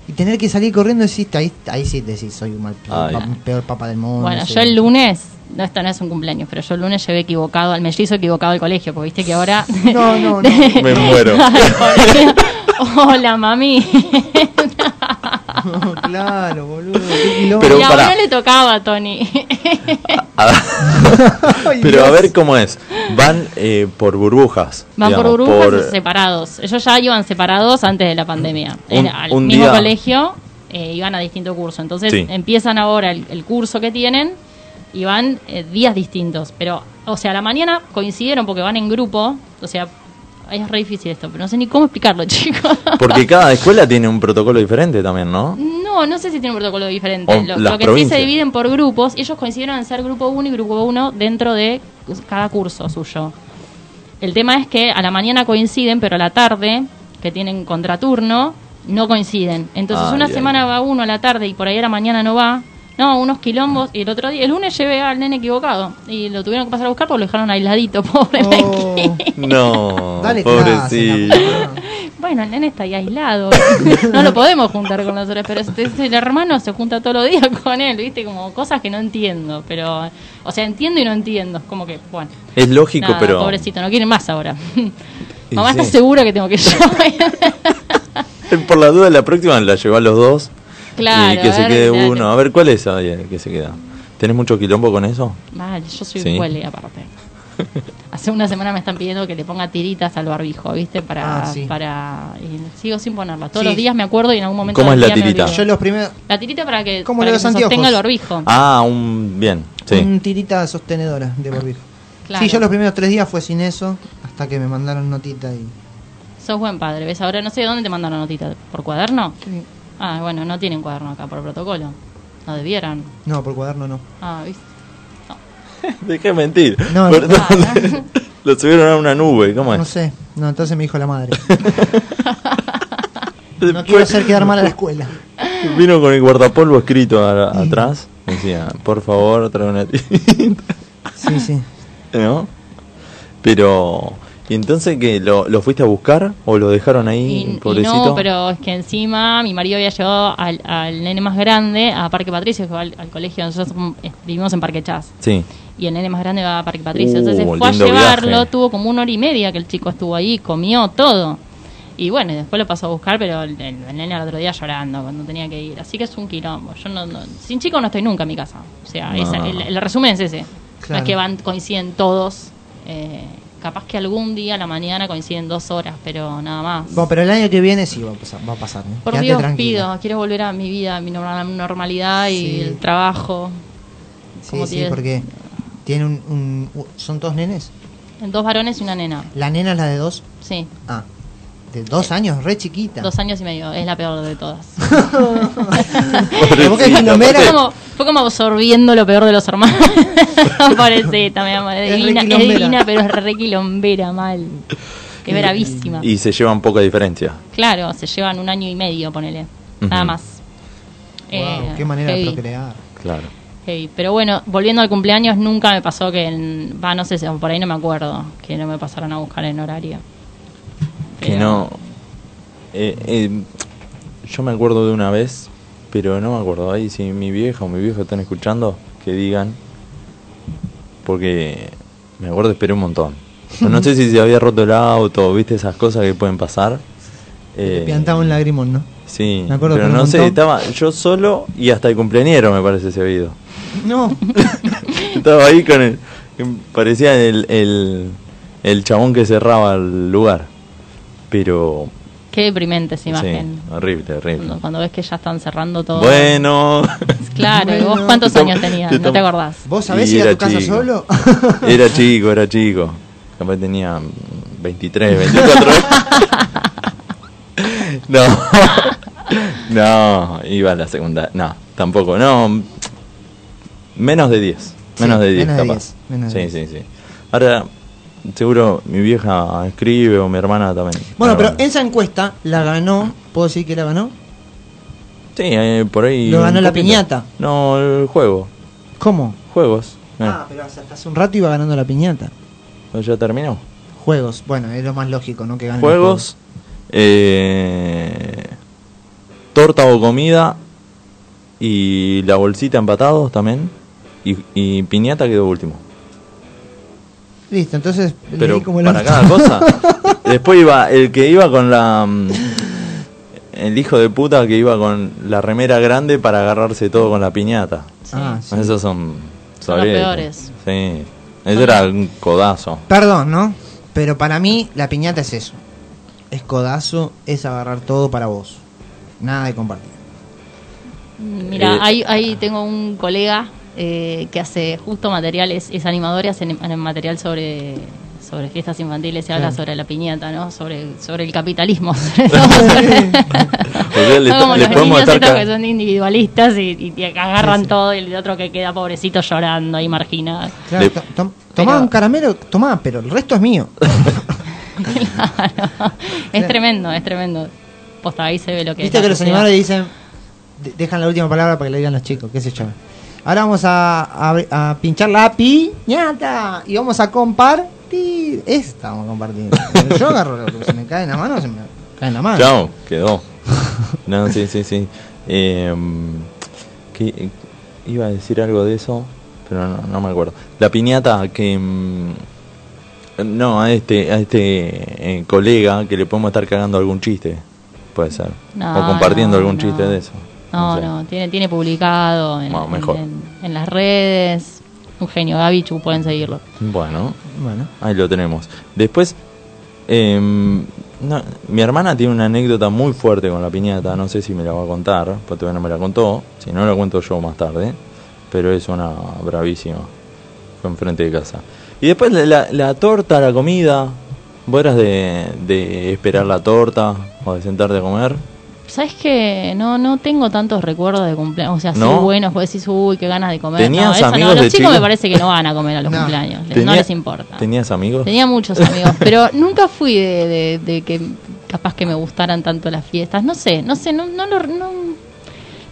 [SPEAKER 2] Y tener que salir corriendo, decís, ahí, ahí sí decís, soy un mal,
[SPEAKER 1] Ay.
[SPEAKER 2] pa- peor papá del mundo.
[SPEAKER 4] Bueno,
[SPEAKER 2] sí.
[SPEAKER 4] yo el lunes, no, esto no es un cumpleaños, pero yo el lunes llevé equivocado al mellizo equivocado al colegio, porque viste que ahora.
[SPEAKER 2] No, no, no.
[SPEAKER 1] Me muero.
[SPEAKER 4] Hola, mami.
[SPEAKER 2] No, claro, boludo. qué quilombo.
[SPEAKER 1] Pero
[SPEAKER 4] y a
[SPEAKER 1] pará.
[SPEAKER 4] uno le tocaba a Tony.
[SPEAKER 2] Ay,
[SPEAKER 1] Ah. Pero a
[SPEAKER 2] Dios.
[SPEAKER 1] ver cómo es. Van eh, por burbujas.
[SPEAKER 4] Van por
[SPEAKER 1] digamos,
[SPEAKER 4] burbujas
[SPEAKER 1] por-
[SPEAKER 4] o separados. Ellos ya iban separados antes de la pandemia.
[SPEAKER 1] Un-
[SPEAKER 4] Era al
[SPEAKER 1] un
[SPEAKER 4] mismo
[SPEAKER 1] día-
[SPEAKER 4] colegio eh, iban a distinto curso. Entonces
[SPEAKER 1] Sí.
[SPEAKER 4] empiezan ahora el, el curso que tienen y van eh, días distintos. Pero o sea, a la mañana coincidieron porque van en grupo, o sea, es re difícil esto, pero no sé ni cómo explicarlo, chicos.
[SPEAKER 1] Porque cada escuela tiene un protocolo diferente también, ¿no?
[SPEAKER 4] No, no sé si tiene un protocolo diferente.
[SPEAKER 1] O
[SPEAKER 4] Lo,
[SPEAKER 1] las
[SPEAKER 4] lo que sí
[SPEAKER 1] provincias.
[SPEAKER 4] se dividen por grupos, y ellos coincidieron en ser grupo 1 y grupo 1 dentro de cada curso suyo. El tema es que a la mañana coinciden, pero a la tarde, que tienen contraturno, no coinciden. Entonces
[SPEAKER 1] Ah,
[SPEAKER 4] una
[SPEAKER 1] bien.
[SPEAKER 4] semana va uno a la tarde y por ahí a la mañana no va. No, unos quilombos. Y el otro día, el lunes llevé al nene equivocado. Y lo tuvieron que pasar a buscar porque lo dejaron aisladito, pobre
[SPEAKER 2] Oh,
[SPEAKER 4] Menki.
[SPEAKER 1] No,
[SPEAKER 2] dale
[SPEAKER 1] pobrecito.
[SPEAKER 2] clase, la puta.
[SPEAKER 4] Bueno, el nene está ahí aislado. No lo podemos juntar con nosotros, pero este- este- el hermano se junta todos los días con él, ¿viste? Como cosas que no entiendo, pero. O sea, entiendo y no entiendo. Es como que, bueno.
[SPEAKER 1] Es lógico,
[SPEAKER 4] nada,
[SPEAKER 1] pero.
[SPEAKER 4] Pobrecito, no quieren más ahora.
[SPEAKER 1] Y
[SPEAKER 4] Mamá,
[SPEAKER 1] sí.
[SPEAKER 4] ¿estás segura que tengo que yo?
[SPEAKER 1] eh, Por la duda, la próxima la llevó a los dos.
[SPEAKER 4] Claro,
[SPEAKER 1] Y que se
[SPEAKER 4] a ver,
[SPEAKER 1] quede
[SPEAKER 4] dale.
[SPEAKER 1] uno. A ver, ¿cuál es el que se queda? ¿Tenés mucho quilombo con eso?
[SPEAKER 4] Mal, yo soy
[SPEAKER 1] Sí.
[SPEAKER 4] huele aparte. Hace una semana me están pidiendo que le ponga tiritas al barbijo, ¿viste? Para.
[SPEAKER 2] Ah, sí.
[SPEAKER 4] para y sigo sin ponerlas. Todos
[SPEAKER 2] Sí.
[SPEAKER 4] los días me acuerdo y en algún momento.
[SPEAKER 1] ¿Cómo
[SPEAKER 4] del
[SPEAKER 1] es la
[SPEAKER 4] día me
[SPEAKER 1] tirita?
[SPEAKER 4] olvido.
[SPEAKER 2] Yo los primeros.
[SPEAKER 4] La tirita para que,
[SPEAKER 2] Como
[SPEAKER 4] para
[SPEAKER 2] lo de
[SPEAKER 4] que se
[SPEAKER 2] los
[SPEAKER 4] sostenga el
[SPEAKER 2] anteojos.
[SPEAKER 4] barbijo.
[SPEAKER 1] Ah, un. Bien, sí.
[SPEAKER 2] Un tirita sostenedora de barbijo.
[SPEAKER 4] Claro.
[SPEAKER 2] Sí, yo los primeros tres días fue sin eso, hasta que me mandaron notita y.
[SPEAKER 4] Sos buen padre, ¿ves? Ahora no sé dónde te mandaron la notita. ¿Por cuaderno? Ah, bueno, no tienen cuaderno acá, por protocolo. No debieran.
[SPEAKER 2] No, por cuaderno no.
[SPEAKER 4] Ah, ¿viste?
[SPEAKER 1] Dejé de mentir.
[SPEAKER 2] No, no.
[SPEAKER 1] Perdón.
[SPEAKER 4] Ah,
[SPEAKER 1] Lo subieron a una nube. ¿Cómo
[SPEAKER 2] No
[SPEAKER 1] es?
[SPEAKER 2] sé. No, entonces me dijo la madre. No quiero hacer quedar mal a la escuela.
[SPEAKER 1] Vino con el guardapolvo escrito a- atrás. Decía, por favor, trae una tirita.
[SPEAKER 2] Sí, sí.
[SPEAKER 1] ¿No? Pero. ¿Y entonces que ¿Lo, lo fuiste a buscar? ¿O lo dejaron ahí,
[SPEAKER 4] Y, y
[SPEAKER 1] pobrecito?
[SPEAKER 4] no, pero es que encima mi marido había llevado al, al nene más grande a Parque Patricio, que va al, al colegio. Nosotros eh, vivimos en Parque Chas.
[SPEAKER 1] Sí.
[SPEAKER 4] Y el nene más grande va a Parque Patricio.
[SPEAKER 1] Uh,
[SPEAKER 4] Entonces fue a
[SPEAKER 1] lindo
[SPEAKER 4] llevarlo,
[SPEAKER 1] viaje.
[SPEAKER 4] tuvo como una hora y media que el chico estuvo ahí, comió todo. Y bueno, y después lo pasó a buscar, pero el, el- el nene al otro día llorando cuando tenía que ir. Así que es un quilombo. Yo no, no- sin chico no estoy nunca en mi casa. O sea,
[SPEAKER 1] No.
[SPEAKER 4] esa- el, el resumen es ese. No
[SPEAKER 2] Claro.
[SPEAKER 4] es que van, coinciden todos. Eh, capaz que algún día a la mañana coinciden dos horas, pero nada más.
[SPEAKER 2] Bueno, pero el año que viene sí va a pasar. Va a pasar ¿eh?
[SPEAKER 4] Por
[SPEAKER 2] Quédate
[SPEAKER 4] Dios
[SPEAKER 2] tranquila.
[SPEAKER 4] pido, quiero volver a mi vida, a mi normal- normalidad y
[SPEAKER 2] Sí.
[SPEAKER 4] el trabajo.
[SPEAKER 2] Sí,
[SPEAKER 4] ¿Cómo
[SPEAKER 2] sí,
[SPEAKER 4] tiene?
[SPEAKER 2] porque tiene un, un- u- ¿Son dos nenes?
[SPEAKER 4] Dos varones y una nena.
[SPEAKER 2] ¿La nena es la de dos?
[SPEAKER 4] Sí.
[SPEAKER 2] Ah, de dos años, re chiquita.
[SPEAKER 4] Dos años y medio, es la peor de todas.
[SPEAKER 2] La boca de
[SPEAKER 1] Pobrecito,
[SPEAKER 2] Quilombera.
[SPEAKER 4] Fue
[SPEAKER 1] aparte-
[SPEAKER 4] como, fue como absorbiendo lo peor de los hermanos. Pobrecita, mi amor, es
[SPEAKER 2] Es re
[SPEAKER 4] divina, es
[SPEAKER 2] quilombera.
[SPEAKER 4] divina, pero es re quilombera, mal. Es bravísima.
[SPEAKER 1] Y se llevan poca diferencia.
[SPEAKER 4] Claro, se llevan un año y medio, ponele. Nada
[SPEAKER 1] Ujú.
[SPEAKER 4] más.
[SPEAKER 2] Wow,
[SPEAKER 4] Eh,
[SPEAKER 2] qué manera
[SPEAKER 4] heavy,
[SPEAKER 2] de procrear.
[SPEAKER 1] Claro.
[SPEAKER 4] heavy. Pero bueno, volviendo al cumpleaños, nunca me pasó que, en- va, no sé, si- por ahí no me acuerdo, que no me pasaron a buscar en horario.
[SPEAKER 1] Que
[SPEAKER 4] Pero-
[SPEAKER 1] no. eh, eh, yo me acuerdo de una vez, pero no me acuerdo. Ahí si mi vieja o mi viejo están escuchando, que digan. Porque me acuerdo, esperé un montón. Pero no sé si se había roto el auto, viste esas cosas que pueden pasar.
[SPEAKER 2] Te
[SPEAKER 1] Eh,
[SPEAKER 2] piantaba un lagrimón, ¿no?
[SPEAKER 1] Sí,
[SPEAKER 2] Me acuerdo,
[SPEAKER 1] pero
[SPEAKER 2] pero un
[SPEAKER 1] no sé,
[SPEAKER 2] montón.
[SPEAKER 1] estaba yo solo y hasta el cumpleañero me parece se había ido.
[SPEAKER 2] No.
[SPEAKER 1] Estaba ahí con el. Parecía el, el, el chabón que cerraba el lugar. Pero.
[SPEAKER 4] Qué deprimente esa
[SPEAKER 1] sí,
[SPEAKER 4] imagen.
[SPEAKER 1] horrible, horrible.
[SPEAKER 4] Cuando, cuando ves que ya están cerrando todo.
[SPEAKER 1] Bueno.
[SPEAKER 4] Claro, ¿y ¿vos
[SPEAKER 2] Bueno.
[SPEAKER 4] cuántos
[SPEAKER 1] Te tomo-
[SPEAKER 4] años tenías?
[SPEAKER 1] te
[SPEAKER 4] No te
[SPEAKER 1] tomo-
[SPEAKER 4] acordás.
[SPEAKER 2] ¿Vos sabés
[SPEAKER 1] Y
[SPEAKER 2] ir a
[SPEAKER 1] era
[SPEAKER 2] tu casa
[SPEAKER 1] chico.
[SPEAKER 2] solo?
[SPEAKER 1] Era chico, era chico. Capaz tenía 23, 24. no. No, iba a la segunda. No, tampoco. No. Menos de 10. Menos
[SPEAKER 2] Sí,
[SPEAKER 1] de 10,
[SPEAKER 2] menos de
[SPEAKER 1] capaz.
[SPEAKER 2] 10, menos
[SPEAKER 1] sí,
[SPEAKER 2] de
[SPEAKER 1] sí, sí. Ahora, seguro mi vieja escribe o mi hermana también.
[SPEAKER 2] Bueno,
[SPEAKER 1] Ah,
[SPEAKER 2] pero esa encuesta la ganó, ¿puedo decir que la ganó?
[SPEAKER 1] Sí, eh, por ahí.
[SPEAKER 2] Lo
[SPEAKER 1] un
[SPEAKER 2] ganó la
[SPEAKER 1] poquito.
[SPEAKER 2] piñata.
[SPEAKER 1] No, el juego.
[SPEAKER 2] ¿Cómo?
[SPEAKER 1] Juegos. Eh,
[SPEAKER 2] Ah, pero hasta hace un rato iba ganando la piñata.
[SPEAKER 1] ¿Ya terminó?
[SPEAKER 2] Juegos, bueno, es lo más lógico, Ah, ¿no? Que gane
[SPEAKER 1] juegos, eh, torta o comida y la bolsita empatados también y, y piñata quedó último.
[SPEAKER 2] los juegos. Listo, entonces leí
[SPEAKER 1] Pero
[SPEAKER 2] como el
[SPEAKER 1] para
[SPEAKER 2] orto.
[SPEAKER 1] cada cosa. Después iba el que iba con la mm, el hijo de puta que iba con la remera grande para agarrarse todo con la piñata.
[SPEAKER 2] Ah, sí.
[SPEAKER 1] Esos son
[SPEAKER 4] Son los
[SPEAKER 1] sorete.
[SPEAKER 4] peores.
[SPEAKER 1] Sí. Eso era un codazo.
[SPEAKER 2] Perdón, ¿no? Pero para mí la piñata es eso. Es codazo, es agarrar todo para vos. Nada de compartir.
[SPEAKER 4] Mira,
[SPEAKER 1] Eh,
[SPEAKER 4] ahí, ahí tengo un colega eh, que hace justo materiales, es animadora, hace anim- material sobre sobre fiestas infantiles, se habla
[SPEAKER 2] Claro.
[SPEAKER 4] sobre la piñata, ¿no? Sobre, sobre el capitalismo. sobre todo.
[SPEAKER 1] Olvidá, le-
[SPEAKER 4] Son como
[SPEAKER 1] le
[SPEAKER 4] los
[SPEAKER 1] podemos
[SPEAKER 4] niños
[SPEAKER 1] estar
[SPEAKER 4] estos
[SPEAKER 1] ca-
[SPEAKER 4] que son individualistas y, y te agarran
[SPEAKER 2] Sí, sí.
[SPEAKER 4] todo y el otro que queda pobrecito llorando ahí marginado.
[SPEAKER 2] Claro,
[SPEAKER 1] Le-
[SPEAKER 2] to- tom- tomá
[SPEAKER 4] Pero-
[SPEAKER 2] un caramelo, tomá, pero el resto es mío.
[SPEAKER 4] Claro. Es
[SPEAKER 2] Claro.
[SPEAKER 4] tremendo, es tremendo. Posta, ahí se ve lo que
[SPEAKER 2] Viste
[SPEAKER 4] es
[SPEAKER 2] que
[SPEAKER 4] la
[SPEAKER 2] los
[SPEAKER 4] sociedad.
[SPEAKER 2] animadores dicen, de- dejan la última palabra para que le digan los chicos, qué sé yo. Ahora vamos a, a- a pinchar la piñata y vamos a compartir. Esta vamos a compartir. Yo agarro lo que se me cae en la mano, se me cae en la mano.
[SPEAKER 1] Chao, quedó. No, sí, sí, sí. Eh, ¿qué- iba a decir algo de eso, pero no, no me acuerdo. La piñata que... mm, No, a este, a este eh, colega que le podemos estar cagando algún chiste, puede ser.
[SPEAKER 4] No,
[SPEAKER 1] o compartiendo
[SPEAKER 4] no,
[SPEAKER 1] algún
[SPEAKER 4] no.
[SPEAKER 1] chiste de eso.
[SPEAKER 4] No,
[SPEAKER 1] sé.
[SPEAKER 4] no, tiene, tiene publicado en,
[SPEAKER 1] Bueno, mejor.
[SPEAKER 4] en- en- en las redes. Eugenio Gavichu, pueden seguirlo.
[SPEAKER 1] Bueno,
[SPEAKER 2] Bueno,
[SPEAKER 1] ahí lo tenemos. Después, em, no, mi hermana tiene una anécdota muy fuerte con la piñata, no sé si me la va a contar, porque todavía no me la contó, si no la cuento yo más tarde, pero es una bravísima, fue enfrente de casa. Y después la, la- la torta, la comida, vos eras de, de esperar la torta o de sentarte a comer.
[SPEAKER 4] ¿Sabes que no, no tengo tantos recuerdos de cumpleaños? O sea,
[SPEAKER 1] ¿No?
[SPEAKER 4] sí, buenos, pues decís, uy, qué ganas de comer.
[SPEAKER 1] ¿Tenías
[SPEAKER 4] no, eso
[SPEAKER 1] amigos
[SPEAKER 4] no. Los
[SPEAKER 1] de
[SPEAKER 4] chicos
[SPEAKER 1] chico?
[SPEAKER 4] me parece que no van a comer a los
[SPEAKER 2] No.
[SPEAKER 4] cumpleaños. les- no
[SPEAKER 1] Tenía-
[SPEAKER 4] les importa.
[SPEAKER 1] ¿Tenías amigos?
[SPEAKER 4] Tenía muchos amigos, pero nunca fui de, de- de que capaz que me gustaran tanto las fiestas. No sé, no sé, no, no lo. no-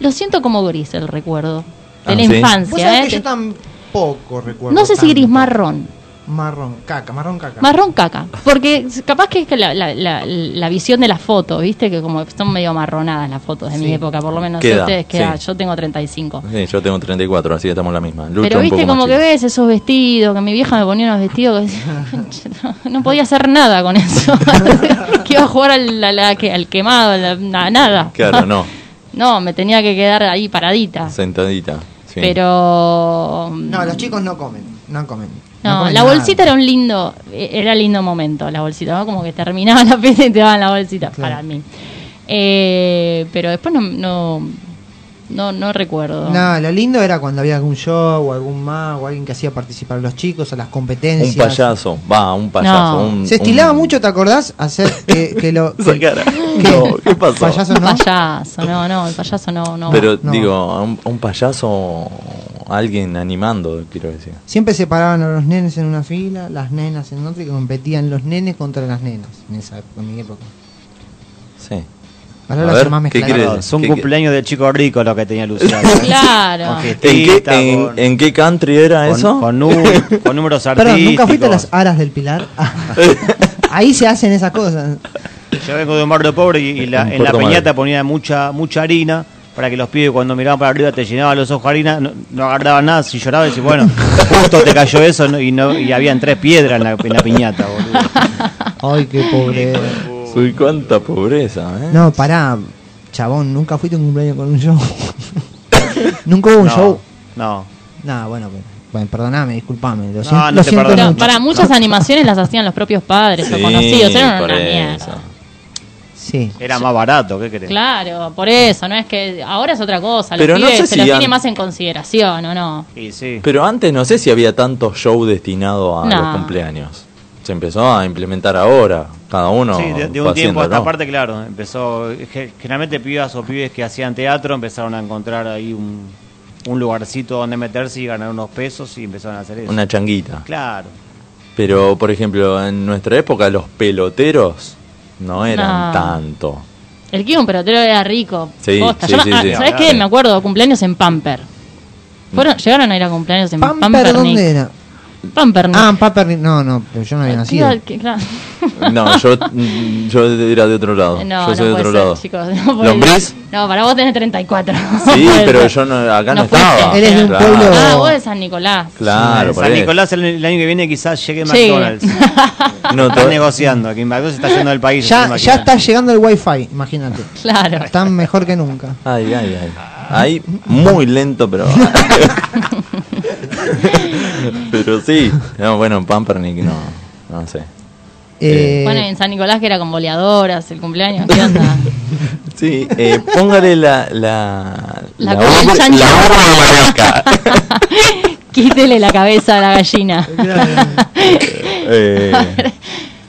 [SPEAKER 4] lo siento como gris el recuerdo de
[SPEAKER 1] Ah,
[SPEAKER 4] la
[SPEAKER 1] ¿sí?
[SPEAKER 2] vos
[SPEAKER 4] infancia.
[SPEAKER 2] sabés
[SPEAKER 4] ¿eh?
[SPEAKER 2] que yo tampoco recuerdo.
[SPEAKER 4] No sé si
[SPEAKER 2] tanto.
[SPEAKER 4] gris marrón.
[SPEAKER 2] Marrón, caca, marrón, caca.
[SPEAKER 4] Marrón caca. Porque capaz que es que la, la- la- la visión de la foto, ¿viste? Que como son medio marronadas las fotos de mi
[SPEAKER 2] Sí.
[SPEAKER 4] época, por lo menos
[SPEAKER 1] Queda,
[SPEAKER 4] ustedes que ah,
[SPEAKER 1] sí.
[SPEAKER 4] yo tengo 35.
[SPEAKER 1] Sí, yo tengo 34, así que estamos en la misma. Lucho
[SPEAKER 4] Pero
[SPEAKER 1] un
[SPEAKER 4] viste
[SPEAKER 1] poco más
[SPEAKER 4] como que
[SPEAKER 1] chico.
[SPEAKER 4] ves esos vestidos, que mi vieja me ponía unos vestidos que decía, no, no podía hacer nada con eso. que iba a jugar al, al- al quemado, al- na- nada.
[SPEAKER 1] Claro, no,
[SPEAKER 4] No, me tenía que quedar ahí paradita.
[SPEAKER 1] sentadita. sí.
[SPEAKER 4] Pero... mm,
[SPEAKER 2] No, los chicos no comen, no comen.
[SPEAKER 4] No,
[SPEAKER 2] comen
[SPEAKER 4] la
[SPEAKER 2] nada.
[SPEAKER 4] bolsita era un lindo, eh, era lindo momento, la bolsita, ¿no? Como que terminaba la fiesta y te daban la bolsita,
[SPEAKER 2] Claro.
[SPEAKER 4] para mí. Eh, pero después no, no, no, no recuerdo.
[SPEAKER 2] No, lo lindo era cuando había algún show o algún mago, alguien que hacía participar a los chicos, a las competencias.
[SPEAKER 1] Un payaso, va, un payaso.
[SPEAKER 4] No.
[SPEAKER 1] un-
[SPEAKER 2] Se estilaba
[SPEAKER 1] un-
[SPEAKER 2] mucho, ¿te acordás? Hacer que, que lo. que-
[SPEAKER 1] Esa cara.
[SPEAKER 2] que-
[SPEAKER 1] No, ¿qué pasó?
[SPEAKER 2] Payaso
[SPEAKER 4] El
[SPEAKER 2] no.
[SPEAKER 4] payaso, no, no, el payaso no, no.
[SPEAKER 1] Pero
[SPEAKER 2] no.
[SPEAKER 1] digo, a un, a un payaso, a alguien animando, quiero decir.
[SPEAKER 2] Siempre separaban a los nenes en una fila, las nenas en otra y competían los nenes contra las nenas en esa época, en mi época.
[SPEAKER 1] Sí.
[SPEAKER 2] Ahora
[SPEAKER 1] A
[SPEAKER 2] lo
[SPEAKER 1] ver,
[SPEAKER 2] hacen más
[SPEAKER 1] ¿qué
[SPEAKER 2] mezclado.
[SPEAKER 1] quiere
[SPEAKER 3] Claro, son
[SPEAKER 1] ¿Qué-
[SPEAKER 3] cumpleaños de chico rico lo que tenía Luciano.
[SPEAKER 4] Claro.
[SPEAKER 3] Con
[SPEAKER 4] ¿En
[SPEAKER 1] ¿En qué,
[SPEAKER 3] gestita,
[SPEAKER 1] en-
[SPEAKER 3] con-
[SPEAKER 1] en qué country era
[SPEAKER 3] con-
[SPEAKER 1] eso?
[SPEAKER 3] Con, nu- con números artísticos.
[SPEAKER 2] Perdón, ¿nunca fuiste a las aras del pilar? Ahí se hacen esas cosas.
[SPEAKER 3] Yo vengo de un barrio pobre y, y la-
[SPEAKER 1] En
[SPEAKER 3] en la
[SPEAKER 1] Puerto
[SPEAKER 3] peñata
[SPEAKER 1] Madryn.
[SPEAKER 3] ponía mucha mucha harina para que los pibes cuando miraban para arriba te llenaban los ojos harina, no, no agarraban nada, si llorabas decís, bueno, justo te cayó eso no- y no y habían tres piedras en la, en la piñata, boludo.
[SPEAKER 2] Ay, qué pobre.
[SPEAKER 1] Uy, cuánta pobreza, ¿eh?
[SPEAKER 2] No, pará, chabón, nunca fuiste a un cumpleaños con un show. nunca hubo un
[SPEAKER 3] no,
[SPEAKER 2] show.
[SPEAKER 3] No.
[SPEAKER 2] Nah, bueno, pues, bueno, perdoname, disculpame. Lo,
[SPEAKER 3] No,
[SPEAKER 2] siento-
[SPEAKER 3] no
[SPEAKER 2] lo
[SPEAKER 3] te
[SPEAKER 2] siento
[SPEAKER 3] perdono.
[SPEAKER 4] Pero
[SPEAKER 2] mucho.
[SPEAKER 4] para muchas animaciones las hacían los propios padres o
[SPEAKER 1] Sí,
[SPEAKER 4] conocidos, eh, eran
[SPEAKER 1] por
[SPEAKER 4] una
[SPEAKER 1] eso.
[SPEAKER 4] mierda.
[SPEAKER 2] Sí.
[SPEAKER 3] Era más barato, ¿qué querés?
[SPEAKER 4] Claro, por eso, no es que ahora es otra cosa, los
[SPEAKER 1] Pero no
[SPEAKER 4] pibes
[SPEAKER 1] sé
[SPEAKER 4] se
[SPEAKER 1] si
[SPEAKER 4] los
[SPEAKER 1] an-
[SPEAKER 4] tiene más en consideración o no.
[SPEAKER 3] Y sí.
[SPEAKER 1] Pero antes no sé si había tanto show destinado a
[SPEAKER 4] No.
[SPEAKER 1] los cumpleaños. Se empezó a implementar ahora. Cada uno.
[SPEAKER 3] Sí, de, de
[SPEAKER 1] fue
[SPEAKER 3] un tiempo
[SPEAKER 1] haciendo,
[SPEAKER 3] a esta
[SPEAKER 1] ¿no?
[SPEAKER 3] parte, claro, empezó, ge- generalmente pibas o pibes que hacían teatro empezaron a encontrar ahí un, un lugarcito donde meterse y ganar unos pesos y empezaron a hacer eso.
[SPEAKER 1] Una changuita.
[SPEAKER 3] Claro.
[SPEAKER 1] Pero, por ejemplo, en nuestra época los peloteros no eran
[SPEAKER 4] No.
[SPEAKER 1] tanto.
[SPEAKER 4] El que iba a un pelotero era rico.
[SPEAKER 1] Sí,
[SPEAKER 4] Posta.
[SPEAKER 1] sí,
[SPEAKER 4] Yo me-
[SPEAKER 1] sí,
[SPEAKER 4] ah,
[SPEAKER 1] sí.
[SPEAKER 4] ¿Sabés
[SPEAKER 1] Ah, Mm.
[SPEAKER 4] qué?
[SPEAKER 1] sí.
[SPEAKER 4] Me acuerdo, cumpleaños en Pamper. Fueron, llegaron a ir a cumpleaños en Pampernick.
[SPEAKER 2] ¿Pamper dónde era?
[SPEAKER 4] Pampernick.
[SPEAKER 2] Ah, Pampernick. No, no, pero yo no había nacido.
[SPEAKER 4] Claro, que- claro.
[SPEAKER 1] No, yo, mm, yo era de otro lado.
[SPEAKER 4] No,
[SPEAKER 1] yo soy
[SPEAKER 4] no
[SPEAKER 1] de
[SPEAKER 4] puede
[SPEAKER 1] otro
[SPEAKER 4] ser,
[SPEAKER 1] lado.
[SPEAKER 4] chicos. No, puede
[SPEAKER 1] ¿Lombriz?
[SPEAKER 4] ser. no, para vos tenés 34.
[SPEAKER 1] Sí,
[SPEAKER 4] Puede
[SPEAKER 1] pero
[SPEAKER 4] ser.
[SPEAKER 1] yo no, acá no,
[SPEAKER 4] No fuiste.
[SPEAKER 1] estaba.
[SPEAKER 2] Él es de un
[SPEAKER 1] claro,
[SPEAKER 2] pueblo-
[SPEAKER 4] Ah, vos de San Nicolás.
[SPEAKER 1] Claro, por
[SPEAKER 3] San
[SPEAKER 1] eso.
[SPEAKER 3] Nicolás el, el año que viene quizás llegue
[SPEAKER 4] Llegue.
[SPEAKER 3] McDonald's.
[SPEAKER 1] No,
[SPEAKER 3] Están
[SPEAKER 1] to-
[SPEAKER 3] negociando, que McDonald's se está yendo del país. así
[SPEAKER 2] Ya,
[SPEAKER 3] que
[SPEAKER 2] ya
[SPEAKER 3] imagínate.
[SPEAKER 2] está llegando el wifi, imagínate.
[SPEAKER 4] Claro.
[SPEAKER 2] Están mejor que nunca.
[SPEAKER 1] Ay, ay, ay. Ahí muy lento, pero. pero sí. No, bueno, Pampernick no. No sé.
[SPEAKER 2] Eh,
[SPEAKER 4] Bueno, y en San Nicolás que era con boleadoras, el cumpleaños, ¿qué onda?
[SPEAKER 1] Sí, eh, póngale la. La, la,
[SPEAKER 4] La cosa
[SPEAKER 1] uva-
[SPEAKER 4] del
[SPEAKER 1] la
[SPEAKER 4] chancho.
[SPEAKER 1] uva de Mallorca.
[SPEAKER 4] Quítele la cabeza a la gallina.
[SPEAKER 1] Eh,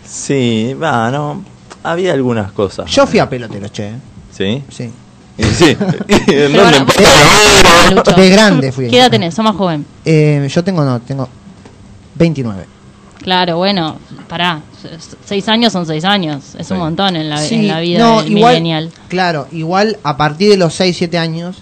[SPEAKER 1] sí, va, no. Había algunas cosas.
[SPEAKER 2] Yo fui a pelotero, che. eh.
[SPEAKER 1] ¿Sí?
[SPEAKER 2] Sí.
[SPEAKER 1] Y Sí. ¿Y en dónde
[SPEAKER 4] Pero bueno,
[SPEAKER 1] empe-
[SPEAKER 4] Lucho.
[SPEAKER 2] De grande fui.
[SPEAKER 4] ¿Qué edad tenés? Sos más joven.
[SPEAKER 2] Eh, yo tengo, no, tengo 29.
[SPEAKER 4] Claro, bueno, pará. Se- Seis años son seis años. Es un
[SPEAKER 1] Sí.
[SPEAKER 4] montón en la,
[SPEAKER 2] Sí,
[SPEAKER 4] en la vida
[SPEAKER 2] no,
[SPEAKER 4] del
[SPEAKER 2] igual,
[SPEAKER 4] millennial.
[SPEAKER 2] Claro, igual a partir de los 6, 7 años,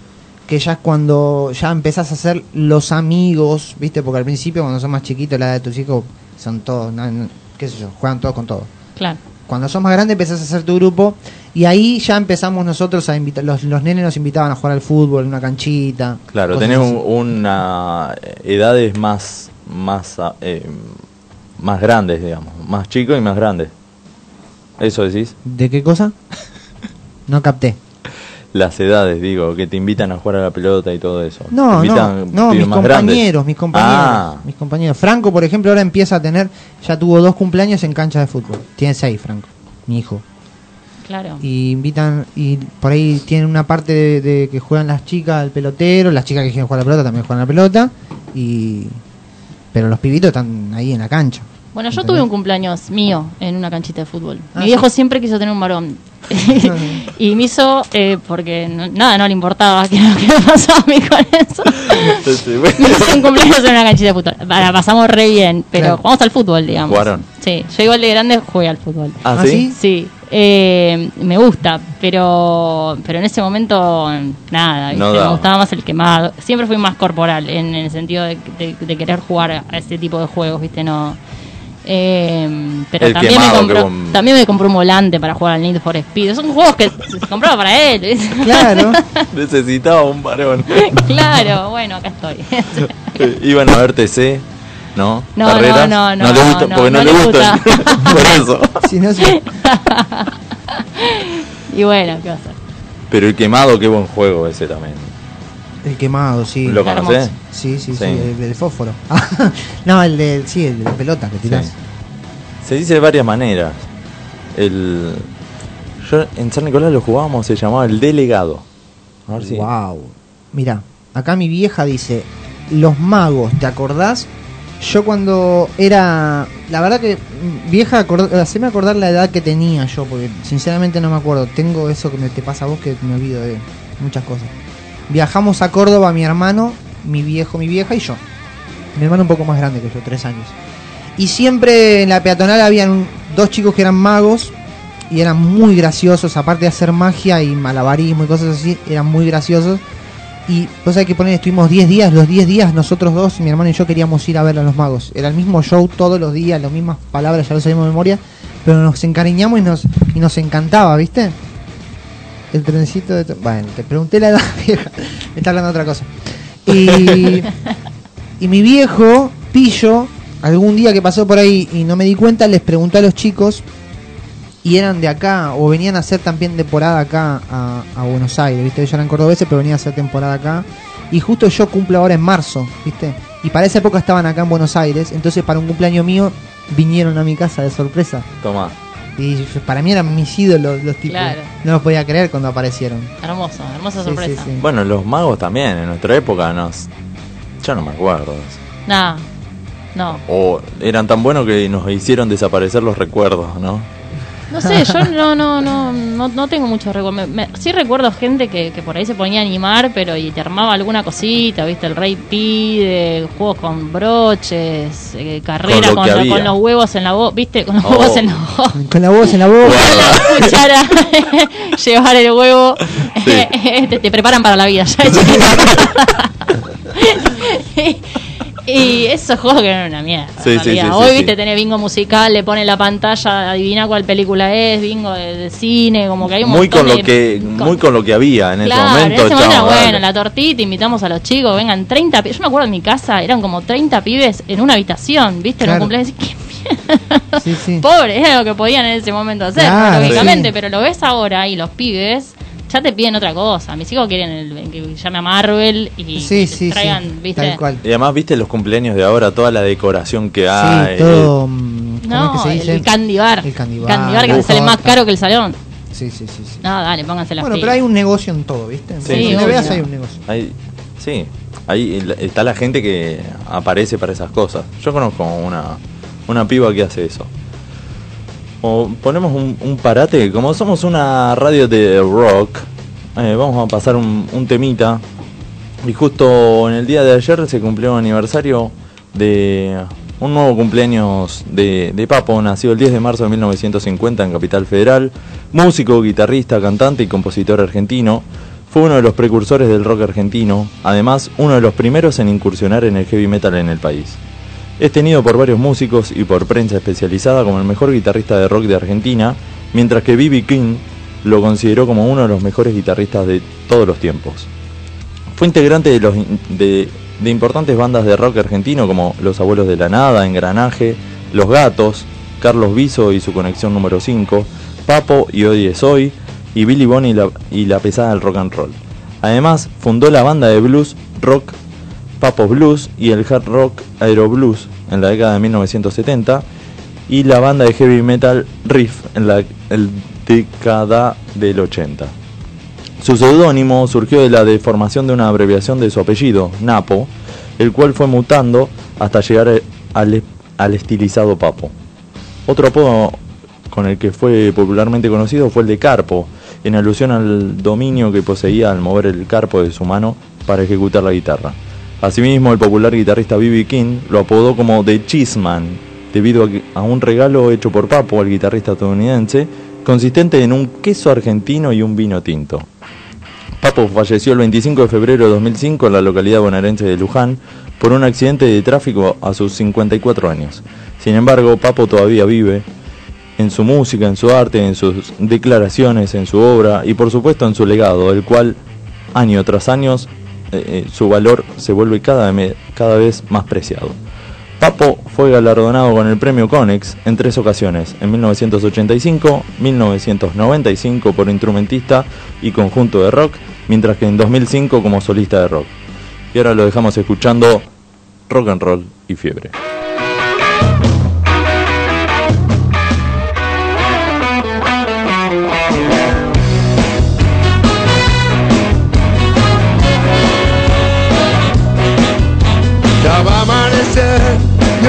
[SPEAKER 2] que ya es cuando ya empezás a hacer los amigos, ¿viste? Porque al principio, cuando son más chiquitos, la edad de tus hijos son todos, no, no, qué sé yo, juegan todos con todos.
[SPEAKER 4] Claro.
[SPEAKER 2] Cuando sos más grande empezás a hacer tu grupo y ahí ya empezamos nosotros a invitar, los, los nenes nos invitaban a jugar al fútbol en una canchita.
[SPEAKER 1] Claro,
[SPEAKER 2] cosas
[SPEAKER 1] tenés
[SPEAKER 2] así.
[SPEAKER 1] un- una edades más más ah, eh, más grandes, digamos, más chicos y más grandes. Eso decís,
[SPEAKER 2] ¿De qué cosa? No capté.
[SPEAKER 1] las edades, digo, que te invitan a jugar a la pelota y todo eso.
[SPEAKER 2] No,
[SPEAKER 1] Te
[SPEAKER 2] no,
[SPEAKER 1] invitan
[SPEAKER 2] no,
[SPEAKER 1] pibes
[SPEAKER 2] mis
[SPEAKER 1] más grandes.
[SPEAKER 2] compañeros, mis compañeros,
[SPEAKER 1] Ah,
[SPEAKER 2] mis compañeros. Franco, por ejemplo, ahora empieza a tener, ya tuvo dos cumpleaños en cancha de fútbol. Tiene seis, Franco, mi hijo.
[SPEAKER 4] Claro.
[SPEAKER 2] Y invitan, y por ahí tienen una parte de, de que juegan las chicas al pelotero, las chicas que quieren jugar a la pelota también juegan a la pelota, y pero los pibitos están ahí en la cancha.
[SPEAKER 4] Bueno, yo
[SPEAKER 2] ¿Entendés?
[SPEAKER 4] tuve un cumpleaños mío en una canchita de fútbol.
[SPEAKER 2] Ah,
[SPEAKER 4] Mi
[SPEAKER 2] sí. Ah,
[SPEAKER 4] viejo siempre quiso tener un varón. y me hizo, eh, porque no- nada, no le importaba que lo que me pasaba a mí con eso.
[SPEAKER 1] entonces,
[SPEAKER 4] Me
[SPEAKER 1] bueno.
[SPEAKER 4] hizo un cumpleaños en una canchita de fútbol. La pasamos re bien, pero
[SPEAKER 2] Claro.
[SPEAKER 4] jugamos al fútbol, digamos.
[SPEAKER 1] Jugaron.
[SPEAKER 4] Sí, yo igual de grande jugué al fútbol.
[SPEAKER 1] ¿Ah,
[SPEAKER 2] ¿Ah,
[SPEAKER 1] sí?
[SPEAKER 2] sí?
[SPEAKER 4] Sí, eh, me gusta, pero pero en ese momento nada,
[SPEAKER 1] No
[SPEAKER 4] ¿viste? me
[SPEAKER 1] daba.
[SPEAKER 4] gustaba más el quemado. Siempre fui más corporal en, el sentido de, de- de querer jugar a este tipo de juegos, ¿viste? No. eh, pero
[SPEAKER 1] El
[SPEAKER 4] también me,
[SPEAKER 1] quemado,
[SPEAKER 4] compró,
[SPEAKER 1] que vos-
[SPEAKER 4] también me compró un volante para jugar al Need for Speed. Son juegos que se se compraba para él. ¿viste?
[SPEAKER 2] Claro.
[SPEAKER 1] Necesitaba un varón.
[SPEAKER 4] claro, bueno, acá estoy.
[SPEAKER 1] Eh, Iban a ver TC, ¿no?
[SPEAKER 4] No,
[SPEAKER 1] Carreras.
[SPEAKER 4] no, no,
[SPEAKER 1] le
[SPEAKER 4] no,
[SPEAKER 1] gusta,
[SPEAKER 4] no,
[SPEAKER 1] porque no,
[SPEAKER 4] no
[SPEAKER 1] le
[SPEAKER 4] le
[SPEAKER 1] gustan.
[SPEAKER 4] gusta.
[SPEAKER 1] Por eso.
[SPEAKER 2] si no, se-
[SPEAKER 4] y bueno, ¿qué va a hacer?
[SPEAKER 1] Pero el quemado, qué buen juego ese también.
[SPEAKER 2] el quemado, sí.
[SPEAKER 1] ¿Lo conocés?
[SPEAKER 4] Hermoso.
[SPEAKER 2] Sí, sí, sí,
[SPEAKER 1] Sí.
[SPEAKER 2] el del fósforo. no, el de, sí, el de la pelota que tirás.
[SPEAKER 1] Sí. Se dice de varias maneras. El... Yo en San Nicolás lo jugábamos, se llamaba el delegado. A ver si...
[SPEAKER 2] Wow. Mira, acá mi vieja dice, los magos, ¿te acordás? Yo cuando era, la verdad que mm, vieja, acor- haceme acordar la edad que tenía yo, porque sinceramente no me acuerdo. Tengo eso que me te pasa a vos que me olvido de muchas cosas. Viajamos a Córdoba, mi hermano, mi viejo, mi vieja y yo. Mi hermano un poco más grande que yo, tres años. Y siempre en la peatonal habían dos chicos que eran magos y eran muy graciosos, aparte de hacer magia y malabarismo y cosas así, eran muy graciosos. Y cosa que poner, estuvimos 10 días, los 10 días nosotros dos, mi hermano y yo queríamos ir a ver a los magos. Era el mismo show todos los días, las mismas palabras, ya lo sabemos de memoria, pero nos encariñamos y nos, y nos encantaba, ¿viste? El trencito de... to- Bueno, te pregunté la edad vieja, me está hablando de otra cosa. Y, y mi viejo, Pillo, algún día que pasó por ahí y no me di cuenta, les preguntó a los chicos y eran de acá o venían a hacer también temporada acá a, a Buenos Aires, ¿viste? Ellos eran cordobeses, pero venían a hacer temporada acá. Y justo yo cumplo ahora en marzo, ¿viste? Y para esa época estaban acá en Buenos Aires, entonces para un cumpleaños mío vinieron a mi casa de sorpresa.
[SPEAKER 1] Tomá.
[SPEAKER 2] Y para mí eran mis ídolos los tipos. ¿eh?
[SPEAKER 4] Claro.
[SPEAKER 2] No los podía creer cuando aparecieron.
[SPEAKER 4] Hermoso, hermosa
[SPEAKER 2] Sí,
[SPEAKER 4] sorpresa.
[SPEAKER 2] sí, sí.
[SPEAKER 1] Bueno, los magos también, en nuestra época nos... Ya no me acuerdo.
[SPEAKER 4] Nada, no.
[SPEAKER 1] O eran tan buenos que nos hicieron desaparecer los recuerdos, ¿no?
[SPEAKER 4] No sé, yo no, no, no, no, no tengo muchos recuerdos. Me- me- sí recuerdo gente que, que por ahí se ponía a animar, pero y te armaba alguna cosita, viste, el rey pide, juegos con broches, eh, carrera
[SPEAKER 1] Con lo
[SPEAKER 4] con,
[SPEAKER 1] que
[SPEAKER 4] lo-
[SPEAKER 1] había.
[SPEAKER 4] con los huevos en la boca, viste, con los
[SPEAKER 1] Oh.
[SPEAKER 4] huevos en la boca.
[SPEAKER 2] Con la voz en la boca.
[SPEAKER 4] La cuchara, llevar el huevo, Este,
[SPEAKER 1] Sí.
[SPEAKER 4] te, te preparan para la vida ya de chiquito. Y esos juegos que eran una mierda.
[SPEAKER 1] Sí,
[SPEAKER 4] en
[SPEAKER 1] sí,
[SPEAKER 4] realidad.
[SPEAKER 1] sí, sí,
[SPEAKER 4] Ah, Hoy,
[SPEAKER 1] sí.
[SPEAKER 4] viste, tenés bingo musical, le ponen la pantalla, adivina cuál película es, bingo de, de cine, como que hay un
[SPEAKER 1] Muy
[SPEAKER 4] montón
[SPEAKER 1] con lo
[SPEAKER 4] de-
[SPEAKER 1] que
[SPEAKER 4] con-
[SPEAKER 1] muy con lo que había en
[SPEAKER 4] Claro,
[SPEAKER 1] ese momento.
[SPEAKER 4] en ese momento era
[SPEAKER 1] chao,
[SPEAKER 4] bueno,
[SPEAKER 1] dale.
[SPEAKER 4] la tortita, invitamos a los chicos, vengan 30 pibes. Yo me acuerdo en mi casa, eran como 30 pibes en una habitación, viste, en un
[SPEAKER 2] Claro.
[SPEAKER 4] cumpleaños. ¿Qué mierda?
[SPEAKER 2] Sí, sí.
[SPEAKER 4] Pobre, es lo que podían en ese momento hacer,
[SPEAKER 2] Claro,
[SPEAKER 4] lógicamente,
[SPEAKER 2] sí.
[SPEAKER 4] pero lo ves ahora y los pibes ya te piden otra cosa. Mis hijos quieren el, que llame a Marvel y
[SPEAKER 2] Sí,
[SPEAKER 4] que
[SPEAKER 2] sí,
[SPEAKER 4] traigan,
[SPEAKER 2] sí.
[SPEAKER 4] ¿viste?
[SPEAKER 2] Tal cual.
[SPEAKER 1] Y además, viste los cumpleaños de ahora, toda la decoración que hay.
[SPEAKER 2] sí, todo. mm, ¿cómo
[SPEAKER 4] No,
[SPEAKER 2] es que se dice?
[SPEAKER 4] el candy bar.
[SPEAKER 2] El candy bar.
[SPEAKER 4] que te sale más
[SPEAKER 2] torta.
[SPEAKER 4] caro que el salón.
[SPEAKER 2] Sí, sí, sí. sí.
[SPEAKER 4] No, dale, pónganse las
[SPEAKER 2] bueno, pero
[SPEAKER 4] pilas.
[SPEAKER 2] hay un negocio en todo, ¿viste? En
[SPEAKER 1] Sí,
[SPEAKER 2] donde
[SPEAKER 1] obvio.
[SPEAKER 2] veas hay un negocio.
[SPEAKER 1] Ahí, sí, ahí la- está la gente que aparece para esas cosas. Yo conozco una, una piba que hace eso. O ponemos un, un parate, como somos una radio de rock, eh, vamos a pasar un, un temita. Y justo en el día de ayer se cumplió un aniversario de un nuevo cumpleaños de, de Papo, nacido el 10 de marzo de 1950 en Capital Federal, músico, guitarrista, cantante y compositor argentino. Fue uno de los precursores del rock argentino, además uno de los primeros en incursionar en el heavy metal en el país. Es tenido por varios músicos y por prensa especializada como el mejor guitarrista de rock de Argentina, mientras que B.B. King lo consideró como uno de los mejores guitarristas de todos los tiempos. Fue integrante de, los in- de- de importantes bandas de rock argentino como Los Abuelos de la Nada, Engranaje, Los Gatos, Carlos Biso y su conexión número 5, Papo y Hoy es Hoy, y Billy Bonnie y la, y la pesada del rock and roll. Además, fundó la banda de blues rock Papo Blues y el hard rock Aero Blues en la década de 1970 y la banda de heavy metal Riff en la el década del 80. Su seudónimo surgió de la deformación de una abreviación de su apellido, Napo, el cual fue mutando hasta llegar al, al estilizado Papo. Otro apodo con el que fue popularmente conocido fue el de Carpo, en alusión al dominio que poseía al mover el carpo de su mano para ejecutar la guitarra. Asimismo, el popular guitarrista B.B. King lo apodó como The Cheeseman, debido a que- a un regalo hecho por Papo al guitarrista estadounidense, consistente en un queso argentino y un vino tinto. Papo falleció el 25 de febrero de 2005 en la localidad bonaerense de Luján por un accidente de tráfico a sus 54 años. Sin embargo, Papo todavía vive en su música, en su arte, en sus declaraciones, en su obra y por supuesto en su legado, el cual año tras año eh, eh, su valor se vuelve cada, me- cada vez más preciado. Papo fue galardonado con el premio Conex en tres ocasiones, en 1985, 1995 por instrumentista y conjunto de rock, mientras que en 2005 como solista de rock. Y ahora lo dejamos escuchando rock and roll y fiebre.
[SPEAKER 5] Ya va a amanecer y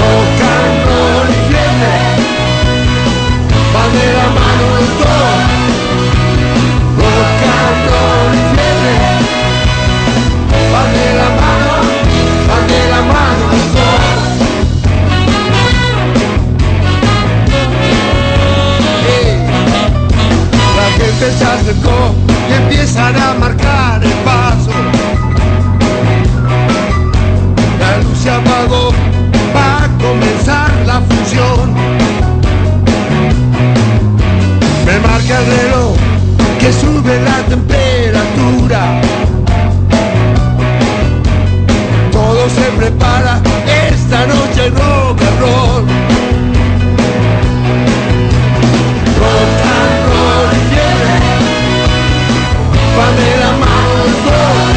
[SPEAKER 5] rock and roll y fiebre van de la mano los dos rock and roll y fiebre van de la mano van de la mano los dos Hey. la gente se acercó y empiezan a marcar el paso la luz se apagó, va a comenzar la fusión. Me marca el reloj que sube la temperatura. Todo se prepara, esta noche hay rock and roll. Rock and roll y fiebre, van de la mano los dos.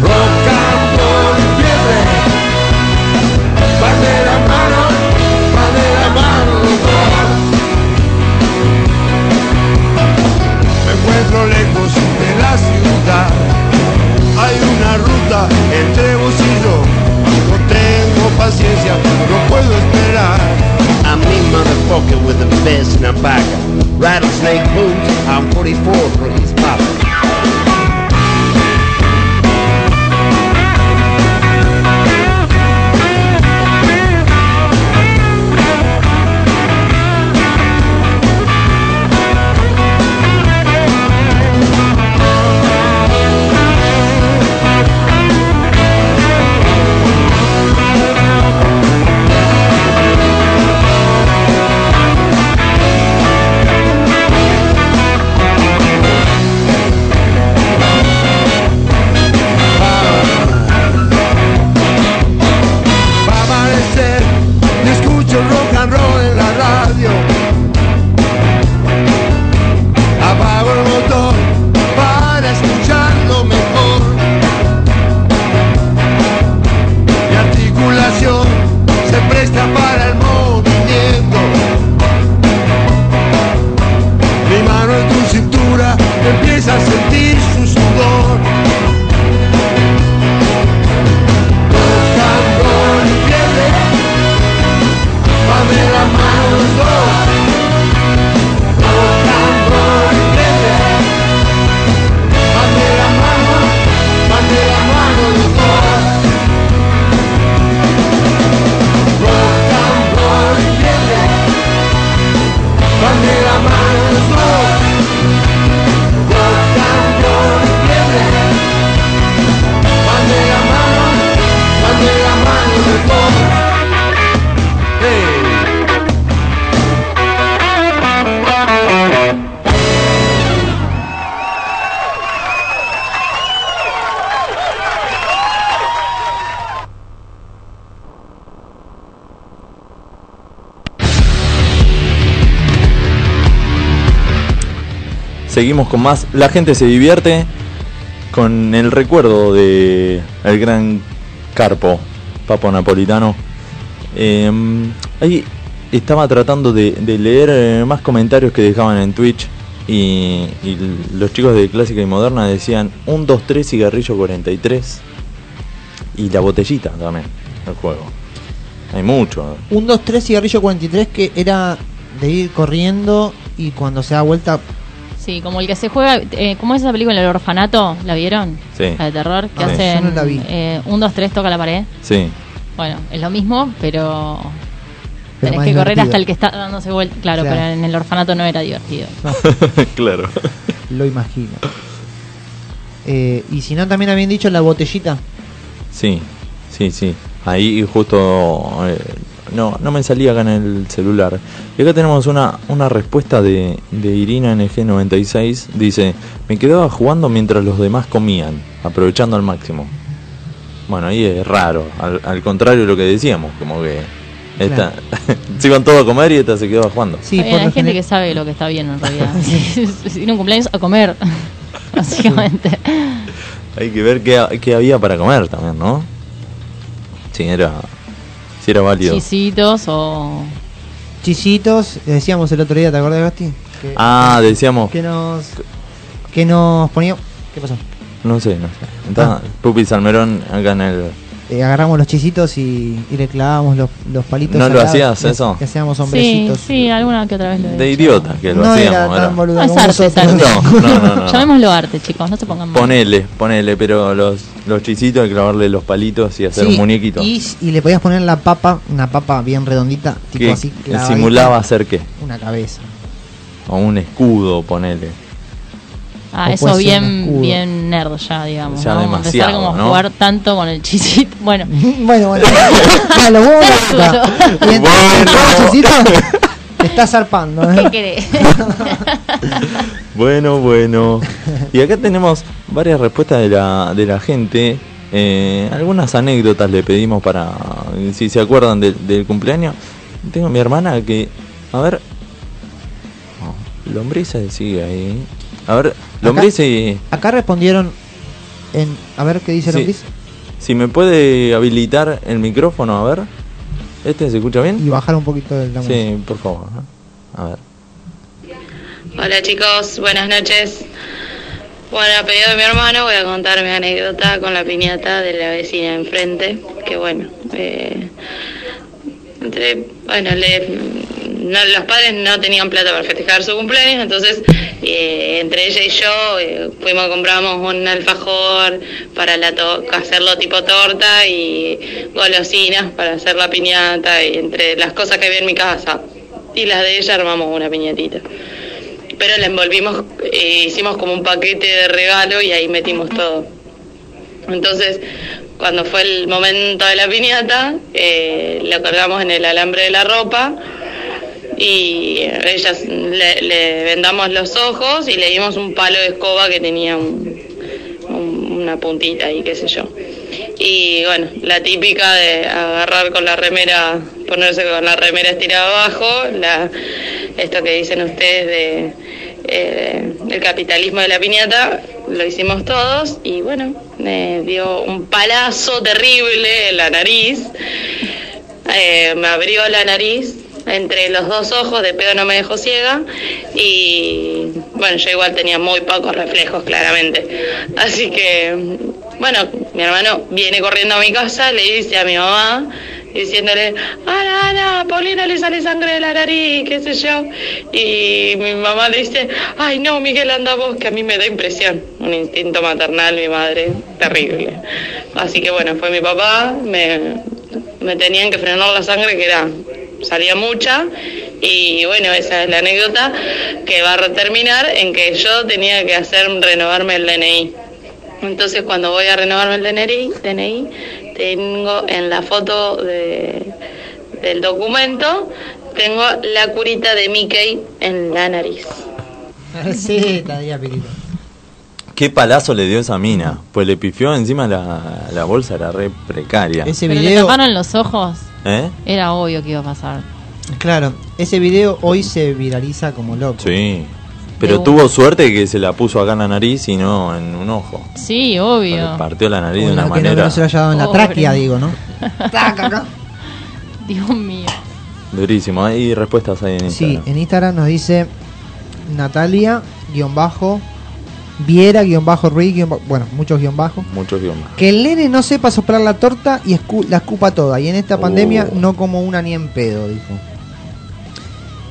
[SPEAKER 5] Rock and roll y fiebre Van de la mano, van de la mano los dos Me encuentro lejos de la ciudad Hay una ruta entre vos y yo No tengo paciencia, no puedo esperar
[SPEAKER 6] I mean motherfucker with the best in a bagger. Rattlesnake boots, I'm 44 for his papa.
[SPEAKER 1] Seguimos con más. La gente se divierte con el recuerdo de el gran Carpo, Papo Napolitano. Eh, ahí estaba tratando de, de leer eh, más comentarios que dejaban en Twitch. Y, y los chicos de Clásica y Moderna decían 1, 2, 3, cigarrillo 43. Y la botellita también, el juego. Hay mucho.
[SPEAKER 2] Un 2, 3, cigarrillo 43 que era de ir corriendo y cuando se da vuelta.
[SPEAKER 4] Sí, como el que se juega, eh, ¿cómo es esa película? El orfanato, ¿la vieron?
[SPEAKER 1] Sí.
[SPEAKER 4] La de terror, que
[SPEAKER 1] Ah, yo
[SPEAKER 4] hacen
[SPEAKER 2] no la vi.
[SPEAKER 4] eh, un, dos, tres, toca la pared.
[SPEAKER 1] Sí.
[SPEAKER 4] Bueno, es lo mismo, pero,
[SPEAKER 2] Pero
[SPEAKER 4] tenés
[SPEAKER 2] más
[SPEAKER 4] que correr
[SPEAKER 2] divertido.
[SPEAKER 4] hasta el que está dándose vuelta. Claro,
[SPEAKER 2] Claro.
[SPEAKER 4] pero en el orfanato no era divertido. Eh,
[SPEAKER 1] claro.
[SPEAKER 2] Lo imagino. Eh, y si no, también habían dicho la botellita.
[SPEAKER 1] Sí, sí, sí. Ahí justo... eh, no, no me salía acá en el celular. Y acá tenemos una, una respuesta de, de Irina NG96. Dice, me quedaba jugando mientras los demás comían, aprovechando al máximo. Bueno, ahí es raro. Al, al contrario de lo que decíamos, como que... Esta, se iban todos a comer y esta se quedaba jugando.
[SPEAKER 2] Sí,
[SPEAKER 4] Está bien,
[SPEAKER 2] por
[SPEAKER 4] hay
[SPEAKER 2] lo
[SPEAKER 4] gente
[SPEAKER 2] general-
[SPEAKER 4] que sabe lo que está bien en realidad. Si un cumpleaños a comer, básicamente.
[SPEAKER 1] Hay que ver qué, qué había para comer también, ¿no? Si era, si era válido.
[SPEAKER 4] Chisitos o.
[SPEAKER 2] Chisitos, eh, decíamos el otro día, ¿te acordás, Gasti? Que,
[SPEAKER 1] Ah, decíamos,
[SPEAKER 2] que nos. Que nos ponía. ¿Qué pasó?
[SPEAKER 1] no sé, no sé.
[SPEAKER 2] Ah.
[SPEAKER 1] Entonces, Pupi Salmerón acá en el...
[SPEAKER 2] Eh, agarramos los chisitos y, y le clavábamos los, los palitos.
[SPEAKER 1] ¿No
[SPEAKER 2] al
[SPEAKER 1] lo
[SPEAKER 2] lado,
[SPEAKER 1] hacías
[SPEAKER 2] y ha-
[SPEAKER 1] eso?
[SPEAKER 2] Que hacíamos
[SPEAKER 4] Sí,
[SPEAKER 2] hombrecitos.
[SPEAKER 4] sí, alguna que otra vez lo he
[SPEAKER 1] De
[SPEAKER 4] hecho.
[SPEAKER 1] idiota que lo
[SPEAKER 2] no era
[SPEAKER 1] hacíamos,
[SPEAKER 2] tan
[SPEAKER 1] ¿verdad?
[SPEAKER 2] boludo
[SPEAKER 4] No, es
[SPEAKER 2] como
[SPEAKER 4] arte, es
[SPEAKER 2] nosotros.
[SPEAKER 4] arte.
[SPEAKER 1] No, no, no, no.
[SPEAKER 4] Llamémoslo arte, chicos, no se pongan mal.
[SPEAKER 1] Ponele, ponele, pero los, los chisitos hay que clavarle los palitos y hacer
[SPEAKER 2] Sí,
[SPEAKER 1] un muñequito.
[SPEAKER 2] Y, y le podías poner la papa, una papa bien redondita, tipo
[SPEAKER 1] que
[SPEAKER 2] así.
[SPEAKER 1] que
[SPEAKER 2] clavadita,
[SPEAKER 1] simulaba hacer qué?
[SPEAKER 2] Una cabeza.
[SPEAKER 1] O un escudo, ponele.
[SPEAKER 4] Ah,
[SPEAKER 2] O
[SPEAKER 4] eso
[SPEAKER 2] puede ser un
[SPEAKER 4] bien,
[SPEAKER 2] escudo.
[SPEAKER 4] bien nerd ya, digamos.
[SPEAKER 1] Ya
[SPEAKER 4] ¿no?
[SPEAKER 1] demasiado,
[SPEAKER 4] Empezar como a
[SPEAKER 1] ¿no?
[SPEAKER 4] jugar tanto con el chisito. Bueno,
[SPEAKER 2] bueno, bueno. A lo bobo.
[SPEAKER 4] Claro.
[SPEAKER 2] Y entonces,
[SPEAKER 1] Bueno.
[SPEAKER 2] entonces, si no, te está zarpando,
[SPEAKER 4] ¿qué
[SPEAKER 2] ¿eh?
[SPEAKER 4] querés?
[SPEAKER 1] Bueno, bueno. Y acá tenemos varias respuestas de la, de la gente. Eh, algunas anécdotas le pedimos para. Si se acuerdan del, del cumpleaños. Tengo a mi hermana que. A ver. Oh, lombrices sigue ahí. A ver, lombrices.
[SPEAKER 2] Acá respondieron en. A ver qué dice
[SPEAKER 1] Sí.
[SPEAKER 2] Lombriz.
[SPEAKER 1] Si me puede habilitar el micrófono, a ver. ¿Este se escucha
[SPEAKER 2] Y
[SPEAKER 1] bien?
[SPEAKER 2] bajar un poquito de la música.
[SPEAKER 1] Sí, por favor. A ver.
[SPEAKER 7] Hola chicos, buenas noches. Bueno, a pedido de mi hermano voy a contar mi anécdota con la piñata de la vecina enfrente, que bueno, eh, entre, bueno, le- no, los padres no tenían plata para festejar su cumpleaños, entonces eh, entre ella y yo eh, fuimos, compramos un alfajor para la to- hacerlo tipo torta y golosinas para hacer la piñata y entre las cosas que había en mi casa y las de ella armamos una piñatita pero la envolvimos, eh, hicimos como un paquete de regalo y ahí metimos todo. Entonces, cuando fue el momento de la piñata, eh, la colgamos en el alambre de la ropa y ellas le, le vendamos los ojos y le dimos un palo de escoba que tenía un- un- una puntita y qué sé yo. Y bueno, la típica de agarrar con la remera, ponerse con la remera estirada abajo, la, esto que dicen ustedes de eh, el capitalismo de la piñata, lo hicimos todos y bueno, me dio un palazo terrible en la nariz. Eh, me abrió la nariz entre los dos ojos, de pedo no me dejó ciega y bueno, yo igual tenía muy pocos reflejos claramente. Así que, bueno, mi hermano viene corriendo a mi casa, le dice a mi mamá, diciéndole, Ana, Ana, a Paulina le sale sangre de la nariz, qué sé yo. Y mi mamá le dice, ay no, Miguel, anda vos, que a mí me da impresión. Un instinto maternal, mi madre, terrible. Así que bueno, fue mi papá, me, me tenían que frenar la sangre que era salía mucha y bueno esa es la anécdota que va a terminar en que yo tenía que hacer renovarme el DNI entonces cuando voy a renovarme el DNI, DNI tengo en la foto de- del documento tengo la curita de Mickey en la nariz
[SPEAKER 2] Sí, todavía, Pirito.
[SPEAKER 1] ¿Qué palazo le dio esa mina? Pues le pifió encima la, la bolsa, era re precaria.
[SPEAKER 2] Ese
[SPEAKER 4] Pero le
[SPEAKER 2] video.
[SPEAKER 4] taparon los ojos.
[SPEAKER 1] ¿Eh?
[SPEAKER 4] Era obvio que iba a pasar.
[SPEAKER 2] Claro, ese video hoy se viraliza como loco.
[SPEAKER 1] Sí. Pero
[SPEAKER 4] de
[SPEAKER 1] tuvo suerte que se la puso acá en la nariz y no en un ojo.
[SPEAKER 4] Sí,
[SPEAKER 1] Le
[SPEAKER 4] obvio.
[SPEAKER 1] partió la nariz de una
[SPEAKER 2] Bueno, que no-
[SPEAKER 1] manera.
[SPEAKER 2] que no se lo haya dado en la
[SPEAKER 4] Oh, Pobre.
[SPEAKER 2] tráquea, digo, ¿no?
[SPEAKER 4] Dios mío.
[SPEAKER 1] Durísimo. Hay respuestas ahí en
[SPEAKER 2] Sí,
[SPEAKER 1] Instagram.
[SPEAKER 2] en Instagram nos dice Natalia, guión bajo, Viera, guión bajo, Ruiz, guión bajo, bueno, muchos guión bajo.
[SPEAKER 1] Muchos idiomas.
[SPEAKER 2] Que el nene no sepa soplar la torta y escu- la escupa toda. Y en esta
[SPEAKER 1] Oh.
[SPEAKER 2] pandemia no como una ni en pedo, dijo.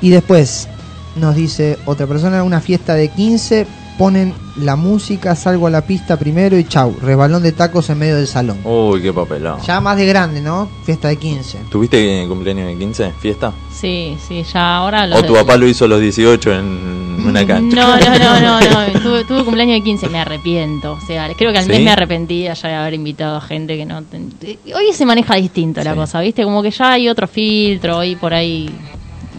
[SPEAKER 2] Y después nos dice otra persona, una fiesta de 15, ponen la música, salgo a la pista primero y chau, rebalón de tacos en medio del salón.
[SPEAKER 1] Uy, qué papelón.
[SPEAKER 2] Ya más de grande, ¿no? Fiesta de 15.
[SPEAKER 1] ¿Tuviste eh, cumpleaños de 15? ¿Fiesta?
[SPEAKER 4] Sí, sí, ya ahora los
[SPEAKER 1] ¿O tu
[SPEAKER 4] de-
[SPEAKER 1] papá lo hizo a los 18 en una cancha?
[SPEAKER 4] No, no, no, no, no. Tuve, tuve cumpleaños de 15, me arrepiento. O sea, creo que al
[SPEAKER 1] ¿Sí?
[SPEAKER 4] mes me arrepentía ya de haber invitado a gente que no. ten- Hoy se maneja distinto la
[SPEAKER 1] Sí.
[SPEAKER 4] cosa, ¿viste? Como que ya hay otro filtro, hoy por ahí.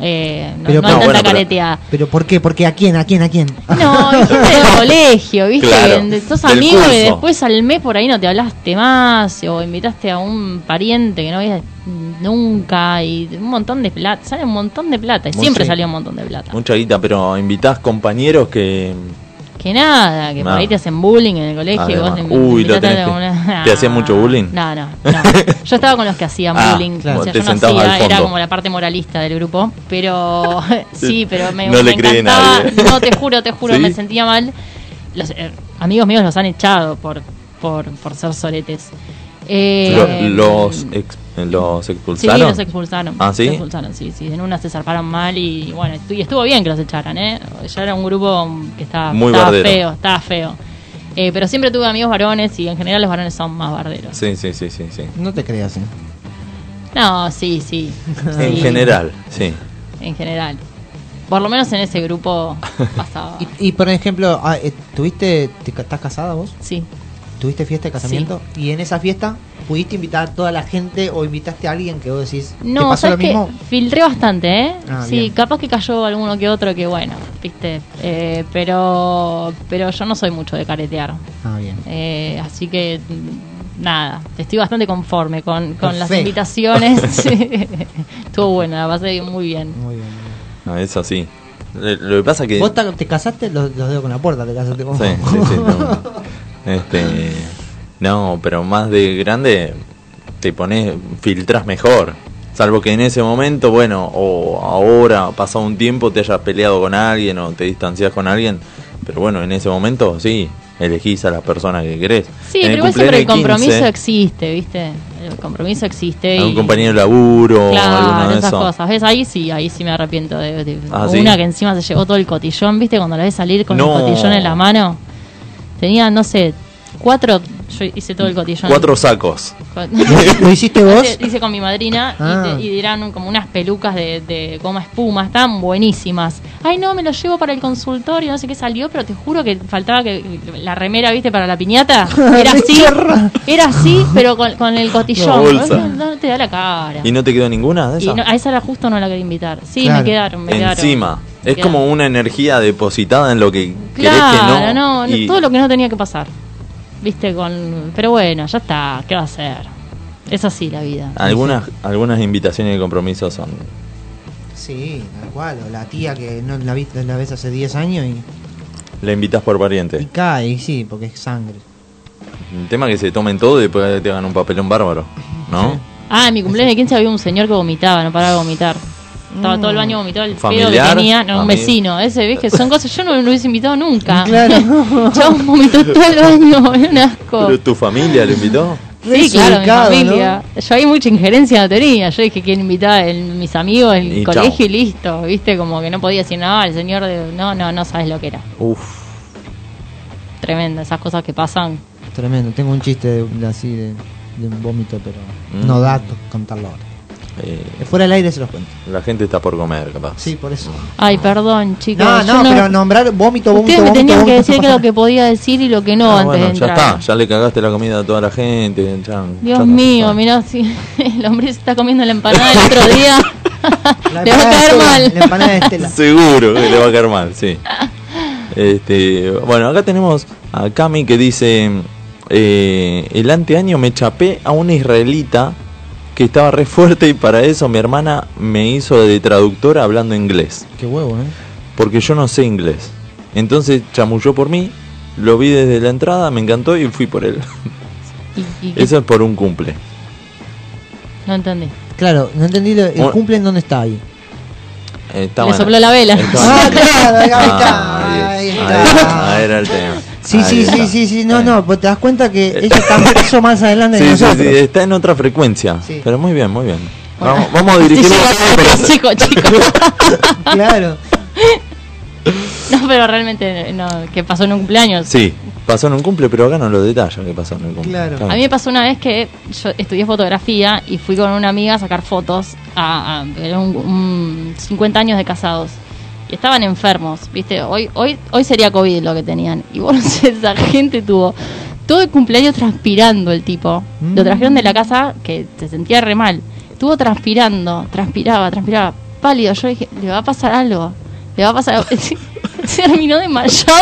[SPEAKER 4] eh, no,
[SPEAKER 2] Pero
[SPEAKER 4] no hay
[SPEAKER 1] no,
[SPEAKER 4] tanta
[SPEAKER 1] bueno, pero-
[SPEAKER 4] careteada.
[SPEAKER 2] ¿Pero por qué? ¿Por qué? ¿A quién? ¿A quién? ¿A quién?
[SPEAKER 4] No, dijiste del colegio, ¿viste?
[SPEAKER 1] Claro,
[SPEAKER 4] De Sos
[SPEAKER 1] del
[SPEAKER 4] amigos
[SPEAKER 1] curso.
[SPEAKER 4] y después al mes por ahí no te hablaste más o invitaste a un pariente que no veías nunca y un montón de plata, sale un montón de plata y
[SPEAKER 1] Muy
[SPEAKER 4] siempre
[SPEAKER 1] sí.
[SPEAKER 4] salía un montón de plata.
[SPEAKER 1] Mucha guita, pero invitás compañeros que.
[SPEAKER 4] Que nada, que
[SPEAKER 1] Nada.
[SPEAKER 4] por ahí te hacen bullying en el colegio y vos
[SPEAKER 1] Además.
[SPEAKER 4] te
[SPEAKER 1] Uy,
[SPEAKER 4] invitaste
[SPEAKER 1] lo tenés
[SPEAKER 4] a
[SPEAKER 1] que-
[SPEAKER 4] una-
[SPEAKER 1] ¿te hacían mucho bullying?
[SPEAKER 4] No, no, no. Yo estaba con los que hacían
[SPEAKER 1] Ah,
[SPEAKER 4] bullying,
[SPEAKER 1] claro.
[SPEAKER 4] o sea,
[SPEAKER 1] Te
[SPEAKER 4] yo no
[SPEAKER 1] sentabas
[SPEAKER 4] hacía,
[SPEAKER 1] al fondo.
[SPEAKER 4] era como la parte moralista del grupo, pero sí, pero me,
[SPEAKER 1] No le
[SPEAKER 4] me
[SPEAKER 1] cree
[SPEAKER 4] encantaba,
[SPEAKER 1] nadie.
[SPEAKER 4] no te juro, te juro,
[SPEAKER 1] ¿Sí?
[SPEAKER 4] me sentía mal. Los eh, amigos míos los han echado por por, por ser soletes. Eh,
[SPEAKER 1] Lo- los, ex- los
[SPEAKER 4] Sí,
[SPEAKER 1] expulsaron.
[SPEAKER 4] los expulsaron.
[SPEAKER 1] Ah, ¿sí?
[SPEAKER 4] Los expulsaron, sí, sí. En una se zarparon mal y bueno, estu- y estuvo bien que los echaran, ¿eh? Ya era un grupo que estaba,
[SPEAKER 1] Muy
[SPEAKER 4] estaba
[SPEAKER 1] bardero.
[SPEAKER 4] feo, estaba feo. Eh, pero siempre tuve amigos varones y en general los varones son más barderos.
[SPEAKER 1] Sí, sí, sí, sí, sí.
[SPEAKER 2] No te creas, ¿eh?
[SPEAKER 4] No, sí, sí.
[SPEAKER 1] En
[SPEAKER 4] Sí,
[SPEAKER 1] general, sí.
[SPEAKER 4] En general. Por lo menos en ese grupo pasaba.
[SPEAKER 2] Y, y, por ejemplo, ah, eh, ¿tuviste, te ca- ¿estás casada vos?
[SPEAKER 4] Sí.
[SPEAKER 2] ¿Tuviste fiesta de casamiento? Y en esa fiesta, ¿pudiste invitar a toda la gente o invitaste a alguien que vos decís, ¿te
[SPEAKER 4] No,
[SPEAKER 2] pasó lo
[SPEAKER 4] sabes que
[SPEAKER 2] mismo?
[SPEAKER 4] filtré bastante, ¿eh?
[SPEAKER 2] Ah,
[SPEAKER 4] sí,
[SPEAKER 2] bien.
[SPEAKER 4] capaz que cayó alguno que otro que bueno, viste. Eh, pero, pero yo no soy mucho de caretear.
[SPEAKER 2] Ah, bien.
[SPEAKER 4] Eh, así que mm, nada, estoy bastante conforme con, con las
[SPEAKER 2] Perfecto.
[SPEAKER 4] invitaciones. Sí. Estuvo buena, la pasé muy bien.
[SPEAKER 2] Muy bien. muy bien.
[SPEAKER 1] No, es así. Le- Lo que pasa que.
[SPEAKER 2] Vos ta- te casaste, los, los dedos con la puerta, te casaste con
[SPEAKER 1] Sí, sí, sí, no. Este, no, pero más de grande te pones, filtras mejor. Salvo que en ese momento, bueno, o ahora, pasado un tiempo, te hayas peleado con alguien o te distancias con alguien. Pero bueno, en ese momento sí, elegís a las personas que querés.
[SPEAKER 4] Sí,
[SPEAKER 1] En
[SPEAKER 4] pero igual
[SPEAKER 1] cumpleaños
[SPEAKER 4] siempre el
[SPEAKER 1] de 15,
[SPEAKER 4] compromiso existe, ¿viste? El compromiso existe.
[SPEAKER 1] algún
[SPEAKER 4] y-
[SPEAKER 1] compañero de laburo o alguna
[SPEAKER 4] Claro,
[SPEAKER 1] de
[SPEAKER 4] esas
[SPEAKER 1] esas
[SPEAKER 4] cosas. ¿Ves? Ahí sí, ahí sí me arrepiento de, de-
[SPEAKER 1] Ah,
[SPEAKER 4] o
[SPEAKER 1] ¿sí?
[SPEAKER 4] una que encima se llevó todo el cotillón, ¿viste? Cuando la ves salir con
[SPEAKER 1] No.
[SPEAKER 4] el cotillón en la mano. Tenía, no sé, cuatro. Yo hice todo el cotillón.
[SPEAKER 1] Cuatro sacos.
[SPEAKER 4] Con-
[SPEAKER 2] ¿Lo, lo hiciste vos?
[SPEAKER 4] Hice, hice con mi madrina y
[SPEAKER 2] Ah.
[SPEAKER 4] te- y, dirán como unas pelucas de, de goma espuma, estaban buenísimas. Ay, no, me lo llevo para el consultorio, no sé qué salió, pero te juro que faltaba que la remera, viste, para la piñata. Era así, era así, pero con, con el
[SPEAKER 1] Una
[SPEAKER 4] cotillón.
[SPEAKER 1] bolsa.
[SPEAKER 4] No, no te da la cara.
[SPEAKER 1] ¿Y no te quedó ninguna de
[SPEAKER 4] Y
[SPEAKER 1] esas?
[SPEAKER 4] no- a esa la justo no la quería invitar. Sí,
[SPEAKER 2] Claro.
[SPEAKER 4] me quedaron, me quedaron.
[SPEAKER 1] Encima.
[SPEAKER 4] Me
[SPEAKER 1] Es
[SPEAKER 4] quedaron.
[SPEAKER 1] como una energía depositada en lo que querés
[SPEAKER 4] Claro,
[SPEAKER 1] que
[SPEAKER 4] no,
[SPEAKER 1] no.
[SPEAKER 4] no,
[SPEAKER 1] y-
[SPEAKER 4] todo lo que no tenía que pasar. Viste, con. Pero bueno, ya está, ¿qué va a hacer? Es así la vida.
[SPEAKER 1] Algunas, algunas invitaciones de compromiso son.
[SPEAKER 2] Sí, tal cual. O la tía que no la, viste, la ves hace 10 años y,
[SPEAKER 1] La invitas por
[SPEAKER 2] y
[SPEAKER 1] pariente.
[SPEAKER 2] cae, y sí, porque es sangre.
[SPEAKER 1] El tema es que se tomen todo y después te hagan un papelón bárbaro. ¿No?
[SPEAKER 4] Ah, en mi cumpleaños de 15 había un señor que vomitaba, no paraba de vomitar. Estaba todo el baño vomitado, el pedo que
[SPEAKER 1] Familiar,
[SPEAKER 4] tenía, no, un
[SPEAKER 1] amigo.
[SPEAKER 4] vecino. Ese, ¿ves? Que son cosas, yo no lo hubiese invitado nunca.
[SPEAKER 2] Claro.
[SPEAKER 4] Chabón vomitó todo el baño, era un asco.
[SPEAKER 1] Pero tu familia lo invitó.
[SPEAKER 4] Sí, claro, mi
[SPEAKER 2] Desubicado,
[SPEAKER 4] familia. Yo ahí mucha injerencia no tenía. Yo dije quién invitaba el- mis amigos, el
[SPEAKER 1] Y
[SPEAKER 4] colegio
[SPEAKER 1] chau.
[SPEAKER 4] y listo. Viste, como que no podía decir nada, el señor de. No, no, no sabes lo que era.
[SPEAKER 1] Uf.
[SPEAKER 4] Tremendo, esas cosas que pasan.
[SPEAKER 2] Tremendo, tengo un chiste de- de así de, de un vómito, pero
[SPEAKER 1] Mm.
[SPEAKER 2] no da to- contarlo ahora.
[SPEAKER 1] eh,
[SPEAKER 2] Eh, Fuera del aire se los cuento.
[SPEAKER 1] la gente está por comer, capaz.
[SPEAKER 2] Sí, por eso.
[SPEAKER 4] Ay, perdón, chicos.
[SPEAKER 2] No,
[SPEAKER 4] yo
[SPEAKER 2] no, pero nombrar vómito, vómito,
[SPEAKER 4] Ustedes me
[SPEAKER 2] vómito.
[SPEAKER 4] tenían que
[SPEAKER 2] vómito,
[SPEAKER 4] decir
[SPEAKER 2] no
[SPEAKER 4] que
[SPEAKER 2] pasa
[SPEAKER 4] lo que podía decir y lo que no
[SPEAKER 1] Ah,
[SPEAKER 4] antes
[SPEAKER 1] bueno,
[SPEAKER 4] de
[SPEAKER 1] ya
[SPEAKER 4] entrar.
[SPEAKER 1] está. Ya le cagaste la comida a toda la gente. ya- ya
[SPEAKER 4] Dios
[SPEAKER 1] está.
[SPEAKER 4] mío, mirá, si el hombre se está comiendo la empanada el otro día,
[SPEAKER 2] La
[SPEAKER 4] le va a
[SPEAKER 2] empanada de
[SPEAKER 4] caer
[SPEAKER 2] Estela,
[SPEAKER 4] mal.
[SPEAKER 2] La empanada de Estela.
[SPEAKER 1] Seguro que le va a caer mal, sí. Este, bueno, acá tenemos a Cami que dice: eh, El anteaño me chapé a una israelita que estaba re fuerte y para eso mi hermana me hizo de traductora hablando inglés.
[SPEAKER 2] Qué huevo, ¿eh?
[SPEAKER 1] Porque yo no sé inglés. Entonces chamulló por mí, lo vi desde la entrada, me encantó y fui por él.
[SPEAKER 4] Y, y-
[SPEAKER 1] Eso es por un cumple.
[SPEAKER 4] No entendí.
[SPEAKER 2] Claro, no entendí lo- el
[SPEAKER 1] Bueno.
[SPEAKER 2] cumple en dónde está ahí.
[SPEAKER 1] Eh, está
[SPEAKER 4] Le
[SPEAKER 1] bueno.
[SPEAKER 4] sopló la vela.
[SPEAKER 1] Estaba-
[SPEAKER 2] Ah, claro, ahí
[SPEAKER 1] Ah,
[SPEAKER 2] está,
[SPEAKER 1] ahí
[SPEAKER 2] ahí
[SPEAKER 1] está.
[SPEAKER 2] está.
[SPEAKER 1] Ahí era el tema.
[SPEAKER 2] Sí,
[SPEAKER 1] Ahí
[SPEAKER 2] sí,
[SPEAKER 1] está.
[SPEAKER 2] sí, sí, sí, no,
[SPEAKER 1] Ahí. Eh.
[SPEAKER 2] no, vos te das cuenta que ellos están mucho más adelante
[SPEAKER 1] Sí,
[SPEAKER 2] que
[SPEAKER 1] sí, sí,
[SPEAKER 2] nosotros.
[SPEAKER 1] está en otra frecuencia.
[SPEAKER 8] Sí.
[SPEAKER 1] Pero muy bien, muy bien. Vamos, vamos a dirigirlo.
[SPEAKER 4] Chicos, chicos.
[SPEAKER 2] Claro.
[SPEAKER 4] No, pero realmente, no, que pasó en un cumpleaños.
[SPEAKER 1] Sí, pasó en un cumple, pero acá no lo detalla que pasó en el cumple.
[SPEAKER 8] Claro.
[SPEAKER 4] A mí me pasó una vez que yo estudié fotografía y fui con una amiga a sacar fotos a, a- era un, un 50 años de casados. Y estaban enfermos, ¿viste? Hoy, hoy, hoy sería COVID lo que tenían. Y vos no sé, esa gente tuvo todo el cumpleaños transpirando el tipo. Lo trajeron de la casa que se sentía re mal. Estuvo transpirando, transpiraba, transpiraba. Pálido, yo dije, le va a pasar algo. Le va a pasar algo. Se terminó desmayado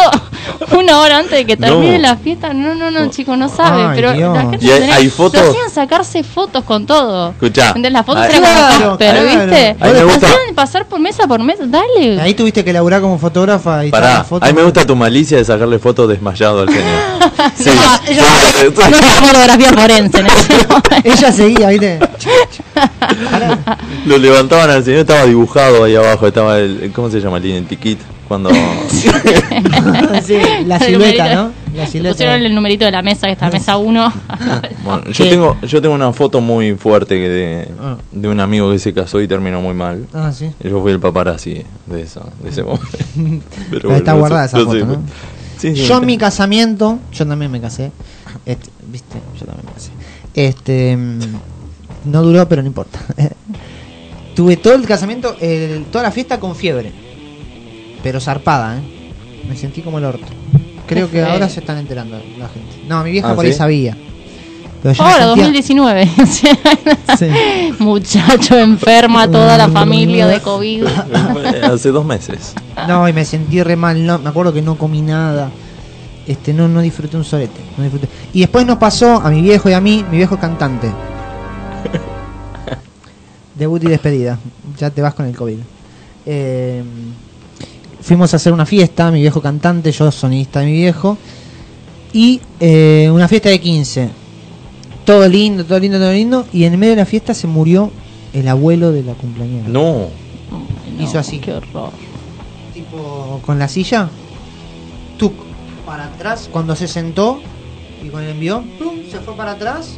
[SPEAKER 4] una hora antes de que termine
[SPEAKER 1] No.
[SPEAKER 4] la fiesta. No, no, no, chicos, no sabe,
[SPEAKER 2] Ay,
[SPEAKER 4] pero
[SPEAKER 2] Dios.
[SPEAKER 4] la gente
[SPEAKER 1] Y hay-
[SPEAKER 4] tenía-
[SPEAKER 1] hay fotos.
[SPEAKER 4] lo hacían sacarse fotos con todo.
[SPEAKER 1] Escuchá. Ah, eh,
[SPEAKER 4] ¿Entendés? Las fotos
[SPEAKER 1] Ahí-
[SPEAKER 4] eran como
[SPEAKER 8] Claro,
[SPEAKER 4] Casper,
[SPEAKER 8] claro.
[SPEAKER 4] ¿viste?
[SPEAKER 1] Ahí me
[SPEAKER 4] Lo
[SPEAKER 1] gusta.
[SPEAKER 4] hacían pasar por mesa por mesa, dale.
[SPEAKER 2] Ahí tuviste que laburar como fotógrafa y
[SPEAKER 1] Pará,
[SPEAKER 2] tal, foto.
[SPEAKER 1] a mí me gusta tu malicia de sacarle fotos desmayado al señor. Sí.
[SPEAKER 4] No es fotografía forense, ¿no?
[SPEAKER 2] Ella seguía, ¿viste?
[SPEAKER 1] Lo levantaban al señor, estaba dibujado ahí abajo, estaba el, ¿cómo se llama? El identikit, cuando...
[SPEAKER 2] Sí, la
[SPEAKER 4] El
[SPEAKER 2] silueta,
[SPEAKER 4] numerito-
[SPEAKER 2] ¿no? La
[SPEAKER 4] Le
[SPEAKER 2] silueta. Ah.
[SPEAKER 4] pusieron el numerito de la mesa, que está mesa 1.
[SPEAKER 1] Bueno, yo tengo, yo tengo una foto muy fuerte que de, de un amigo que se casó y terminó muy mal.
[SPEAKER 2] Ah, sí.
[SPEAKER 1] Yo fui el paparazzi de eso, de ese momento. Pero
[SPEAKER 2] Ahí está
[SPEAKER 1] no
[SPEAKER 2] guardada
[SPEAKER 1] sé-
[SPEAKER 2] esa foto, ¿no?
[SPEAKER 1] Sí, sí,
[SPEAKER 2] Yo en mi casamiento, yo también me casé. Este, ¿Viste? Yo también me casé. Este. mm, No duró, pero no importa. Tuve todo el casamiento, el- toda la fiesta con fiebre. Pero zarpada, ¿eh? Me sentí como el orto. Creo que
[SPEAKER 4] feo.
[SPEAKER 2] ahora se están enterando la gente. No, mi vieja
[SPEAKER 1] ¿Ah,
[SPEAKER 2] por ahí
[SPEAKER 1] sí?
[SPEAKER 2] sabía. Pero yo me
[SPEAKER 4] Ahora,
[SPEAKER 2] sentía-
[SPEAKER 4] 2019. O sea,
[SPEAKER 2] Sí.
[SPEAKER 4] Muchacho enferma, toda la familia de COVID.
[SPEAKER 1] Fue Eh, Hace dos meses.
[SPEAKER 2] No, y me sentí re mal, no, me acuerdo que no comí nada. Este, no, no disfruté un solete. no disfruté. Y después nos pasó a mi viejo y a mí, mi viejo es cantante. Debut y despedida. Ya te vas con el COVID. Eh, fuimos a hacer una fiesta, mi viejo cantante, yo sonista de mi viejo. Y eh, una fiesta de 15. Todo lindo, todo lindo, todo lindo. Y en medio de la fiesta se murió el abuelo de la cumpleañera.
[SPEAKER 1] No.
[SPEAKER 4] No,
[SPEAKER 2] Hizo así.
[SPEAKER 4] Qué horror.
[SPEAKER 2] tipo con la silla, tuc, para atrás, cuando se sentó y con el envión, plum, se fue para atrás,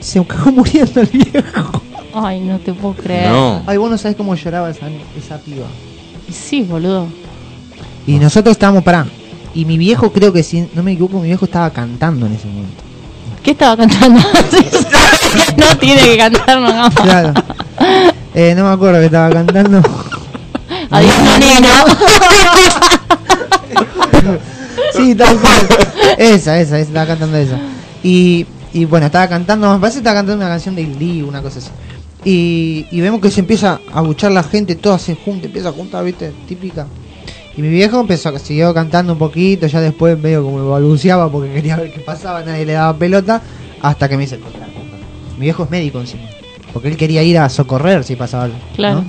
[SPEAKER 2] se cagó muriendo el viejo.
[SPEAKER 4] Ay, no te puedo creer.
[SPEAKER 1] No.
[SPEAKER 2] Ay, vos no sabés cómo lloraba esa, esa piba.
[SPEAKER 4] Y sí, boludo.
[SPEAKER 2] Y nosotros estábamos para. Y mi viejo, creo que si no me equivoco, mi viejo estaba cantando en ese momento.
[SPEAKER 4] ¿Qué estaba cantando antes? no tiene que cantar, no, no.
[SPEAKER 2] Claro. Eh, no me acuerdo que estaba cantando.
[SPEAKER 4] Adiós, nena.
[SPEAKER 2] Sí, tal cual. Esa, esa, esa, estaba cantando esa. Y, y bueno, estaba cantando, me parece que estaba cantando una canción de Lee, una cosa así. Y, y vemos que se empieza a buchar la gente, toda se junta, empieza a juntar, viste, típica. Y mi viejo empezó, siguió cantando un poquito, ya después medio como balbuceaba porque quería ver qué pasaba, nadie le daba pelota, hasta que me hice el contrato. Mi viejo es médico encima, porque él quería ir a socorrer si pasaba algo. ¿no?
[SPEAKER 4] Claro.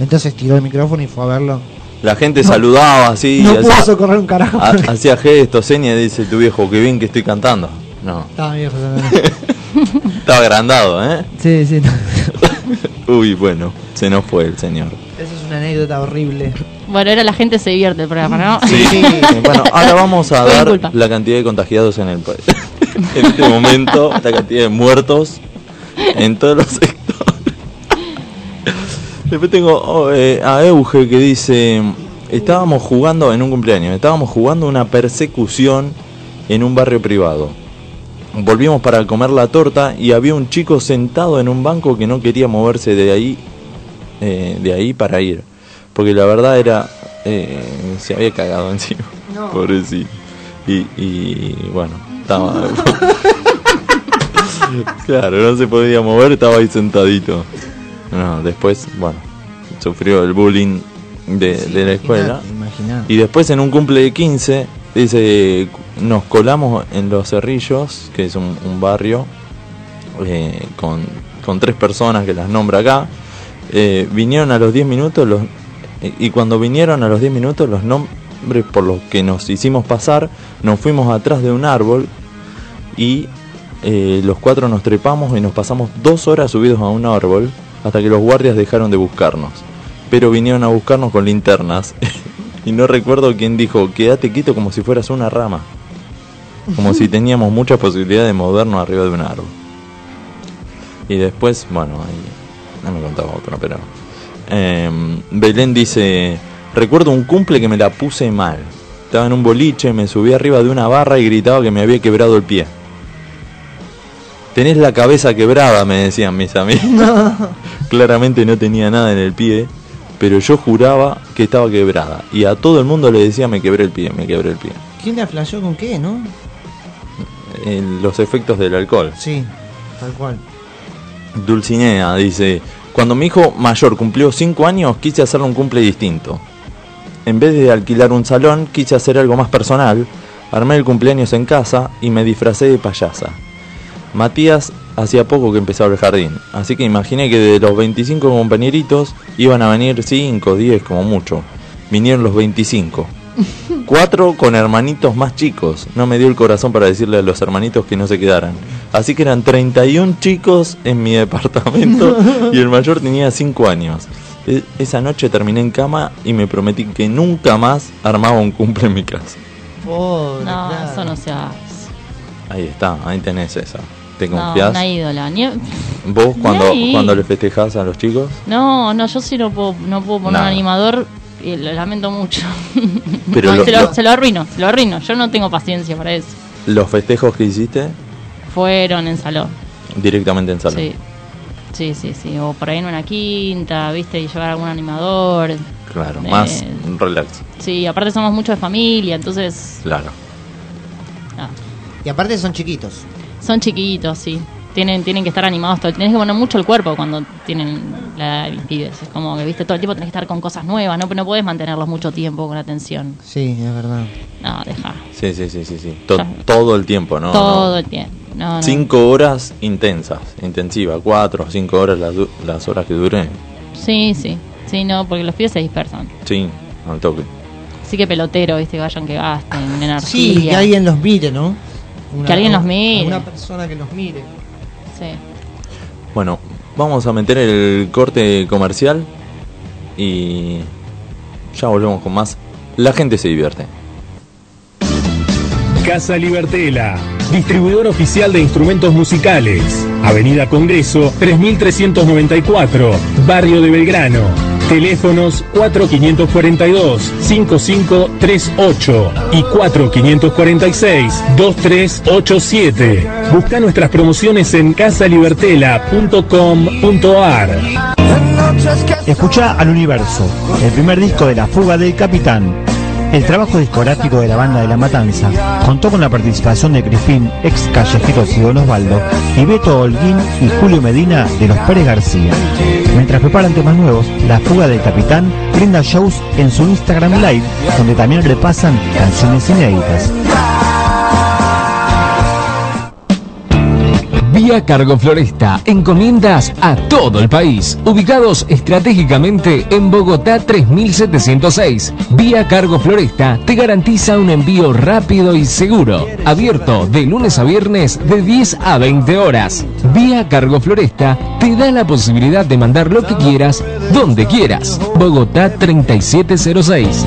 [SPEAKER 2] Entonces tiró el micrófono y fue a verlo.
[SPEAKER 1] La gente saludaba así,
[SPEAKER 2] no pudo
[SPEAKER 1] hacía,
[SPEAKER 2] socorrer un carajo.
[SPEAKER 1] ha- hacía gestos, señas, y dice tu viejo, que bien que estoy cantando. No,
[SPEAKER 9] Ah,
[SPEAKER 2] Estaba mi viejo también.
[SPEAKER 1] estaba agrandado, ¿eh?
[SPEAKER 2] Sí, sí. no.
[SPEAKER 1] Uy, bueno, se nos fue el señor.
[SPEAKER 2] Esa es una anécdota horrible.
[SPEAKER 4] Bueno, era la gente se divierte el programa, ¿no?
[SPEAKER 1] Sí. Eh, Bueno, ahora vamos a
[SPEAKER 4] Fue mi
[SPEAKER 1] dar
[SPEAKER 4] culpa.
[SPEAKER 1] la cantidad de contagiados en el país. en este momento, la cantidad de muertos en todos los sectores. Después tengo oh, eh, a Euge que dice, estábamos jugando en un cumpleaños, estábamos jugando una persecución en un barrio privado. Volvimos para comer la torta y había un chico sentado en un banco que no quería moverse de ahí, eh, de ahí para ir. Porque la verdad era, eh, se había cagado encima. Pobrecito. Y, y bueno, estaba... claro, no se podía mover, estaba ahí sentadito. No, después, bueno, sufrió el bullying de, de la escuela.
[SPEAKER 2] Imagina.
[SPEAKER 1] Y después en un cumple de 15, dice, nos colamos en Los Cerrillos, que es un, un barrio, eh, con, con tres personas que las nombra acá. Eh, vinieron a los 10 minutos los, y cuando vinieron a los 10 minutos los, nom- hombres por los que nos hicimos pasar, nos fuimos atrás de un árbol y eh, los cuatro nos trepamos y nos pasamos dos horas subidos a un árbol hasta que los guardias dejaron de buscarnos. Pero vinieron a buscarnos con linternas. y no recuerdo quién dijo, quédate quieto como si fueras una rama. Como si teníamos mucha posibilidad de movernos arriba de un árbol. Y después, bueno, ahí, no me contaba otro, pero... eh, Belén dice, recuerdo un cumple que me la puse mal. Estaba en un boliche, me subí arriba de una barra y gritaba que me había quebrado el pie. Tenés la cabeza quebrada, me decían mis amigos. Claramente no tenía nada en el pie, pero yo juraba que estaba quebrada. Y a todo el mundo le decía, me quebré el pie, me quebré el pie.
[SPEAKER 9] ¿Quién la flasheó con qué, no?
[SPEAKER 1] En los efectos del alcohol.
[SPEAKER 9] Sí, tal cual.
[SPEAKER 1] Dulcinea dice, cuando mi hijo mayor cumplió 5 años quise hacerle un cumple distinto. En vez de alquilar un salón, quise hacer algo más personal, armé el cumpleaños en casa y me disfracé de payasa. Matías hacía poco que empezaba el jardín, así que imaginé que de los 25 compañeritos iban a venir 5, 10 como mucho. Vinieron los 25. Cuatro con hermanitos más chicos. No me dio el corazón para decirle a los hermanitos que no se quedaran. Así que eran 31 chicos en mi departamento y el mayor tenía 5 años. E- Esa noche terminé en cama y me prometí que nunca más armaba un cumple en mi casa.
[SPEAKER 9] Pobre,
[SPEAKER 4] No,
[SPEAKER 9] claro.
[SPEAKER 4] eso no se hace.
[SPEAKER 1] Ahí está, ahí tenés esa. ¿Te
[SPEAKER 4] No,
[SPEAKER 1] confías?
[SPEAKER 4] una ídola. Ni-
[SPEAKER 1] ¿Vos cuando,
[SPEAKER 4] Ni ahí.
[SPEAKER 1] cuando le festejás a los chicos?
[SPEAKER 4] No, no, yo sí no puedo, no puedo poner
[SPEAKER 1] Nada.
[SPEAKER 4] un animador. y lo lamento mucho.
[SPEAKER 1] Pero
[SPEAKER 4] No,
[SPEAKER 1] lo-
[SPEAKER 4] se, lo,
[SPEAKER 1] lo-
[SPEAKER 4] se lo arruino, se lo arruino. Yo no tengo paciencia para eso.
[SPEAKER 1] ¿Los festejos que hiciste?
[SPEAKER 4] Fueron en salón.
[SPEAKER 1] Directamente en salón.
[SPEAKER 4] Sí. sí, sí, sí. O por ahí en una quinta, ¿viste? Y llevar algún animador.
[SPEAKER 1] Claro,
[SPEAKER 4] Eh.
[SPEAKER 1] más relax.
[SPEAKER 4] Sí, aparte somos muchos de familia, entonces
[SPEAKER 1] Claro.
[SPEAKER 4] nada.
[SPEAKER 9] Y aparte son chiquitos.
[SPEAKER 4] son chiquitos, sí. Tienen, tienen que estar animados todo el Tenés que poner mucho el cuerpo cuando tienen la edad de mis pibes. Es como que, viste, todo el tiempo tenés que estar con cosas nuevas. No, no podés mantenerlos mucho tiempo con atención.
[SPEAKER 9] Sí, es verdad.
[SPEAKER 4] No, deja.
[SPEAKER 1] Sí, sí, sí, sí. sí. To-
[SPEAKER 4] Ya.
[SPEAKER 1] Todo el tiempo, ¿no?
[SPEAKER 4] todo
[SPEAKER 1] No.
[SPEAKER 4] el tiempo. No, no.
[SPEAKER 1] Cinco horas intensas, intensivas, cuatro o cinco horas las, du- las horas que duren.
[SPEAKER 4] Sí, sí. Sí, no, porque los pibes se dispersan.
[SPEAKER 1] Sí, al toque.
[SPEAKER 4] Así que pelotero, viste, que vayan que gasten energía.
[SPEAKER 9] Sí, que alguien los mire, ¿no? Una-
[SPEAKER 4] alguien los
[SPEAKER 9] una-
[SPEAKER 4] mire.
[SPEAKER 9] Una persona que los mire.
[SPEAKER 4] Sí.
[SPEAKER 1] Bueno, vamos a meter el corte comercial y ya volvemos con más. La gente se divierte.
[SPEAKER 10] Casa Libertela, distribuidor oficial de instrumentos musicales. Avenida Congreso, 3394, Barrio de Belgrano. Teléfonos 4542-5538 y 4546-2387. Busca nuestras promociones en casalibertela.com.ar.
[SPEAKER 11] Escucha al universo, el primer disco de La Fuga del Capitán. El trabajo discográfico de la banda de La Matanza contó con la participación de Crispín, ex Callejeros y Don Osvaldo, y Beto Holguín y Julio Medina de los Pérez García. Mientras preparan temas nuevos, La Fuga del Capitán brinda shows en su Instagram Live, donde también repasan canciones inéditas.
[SPEAKER 12] Vía Cargo Floresta, encomiendas a todo el país, ubicados estratégicamente en Bogotá 3706. Vía Cargo Floresta te garantiza un envío rápido y seguro, abierto de lunes a viernes de 10 a 20 horas. Vía Cargo Floresta te da la posibilidad de mandar lo que quieras, donde quieras. Bogotá 3706.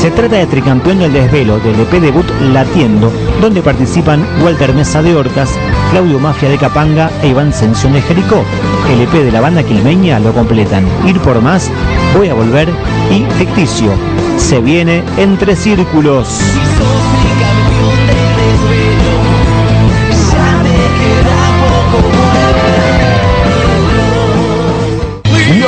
[SPEAKER 13] Se trata de Tricampeón del Desvelo, del EP debut Latiendo, donde participan Walter Mesa de Hortas, Claudio Mafia de Capanga e Iván Sensión de Jericó. El EP de la banda quilmeña lo completan Ir por Más, Voy a Volver y Ficticio. Se viene Entre Círculos.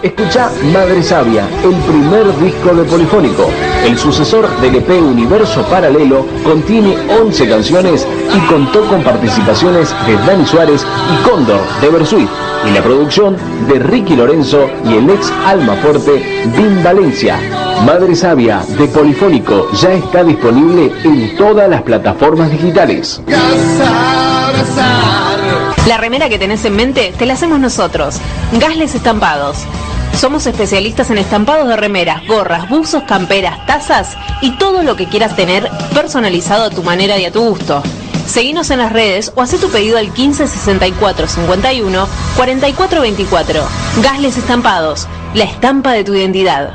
[SPEAKER 12] Escucha Madre Sabia, el primer disco de Polifónico. El sucesor del EP Universo Paralelo contiene 11 canciones y contó con participaciones de Dani Suárez y Cóndor de Bersuit y la producción de Ricky Lorenzo y el ex almafuerte Dean Valencia. Madre Sabia de Polifónico ya está disponible en todas las plataformas digitales.
[SPEAKER 14] La remera que tenés en mente te la hacemos nosotros, Gasles Estampados. Somos especialistas en estampados de remeras, gorras, buzos, camperas, tazas y todo lo que quieras tener personalizado a tu manera y a tu gusto. Seguinos en las redes o haz tu pedido al 15 64 51 44 24. Gasles Estampados, la estampa de tu identidad.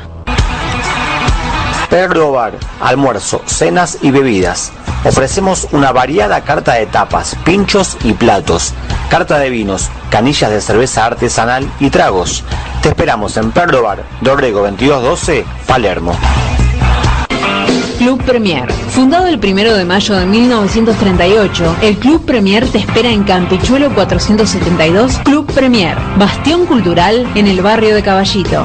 [SPEAKER 3] Perro Bar, almuerzo, cenas y bebidas. Ofrecemos una variada carta de tapas, pinchos y platos, carta de vinos, canillas de cerveza artesanal y tragos. Te esperamos en Perro Bar, Dorrego 2212, Palermo.
[SPEAKER 14] Club Premier. Fundado el 1 de mayo de 1938, el Club Premier te espera en Campichuelo 472 Club Premier, bastión cultural en el barrio de Caballito.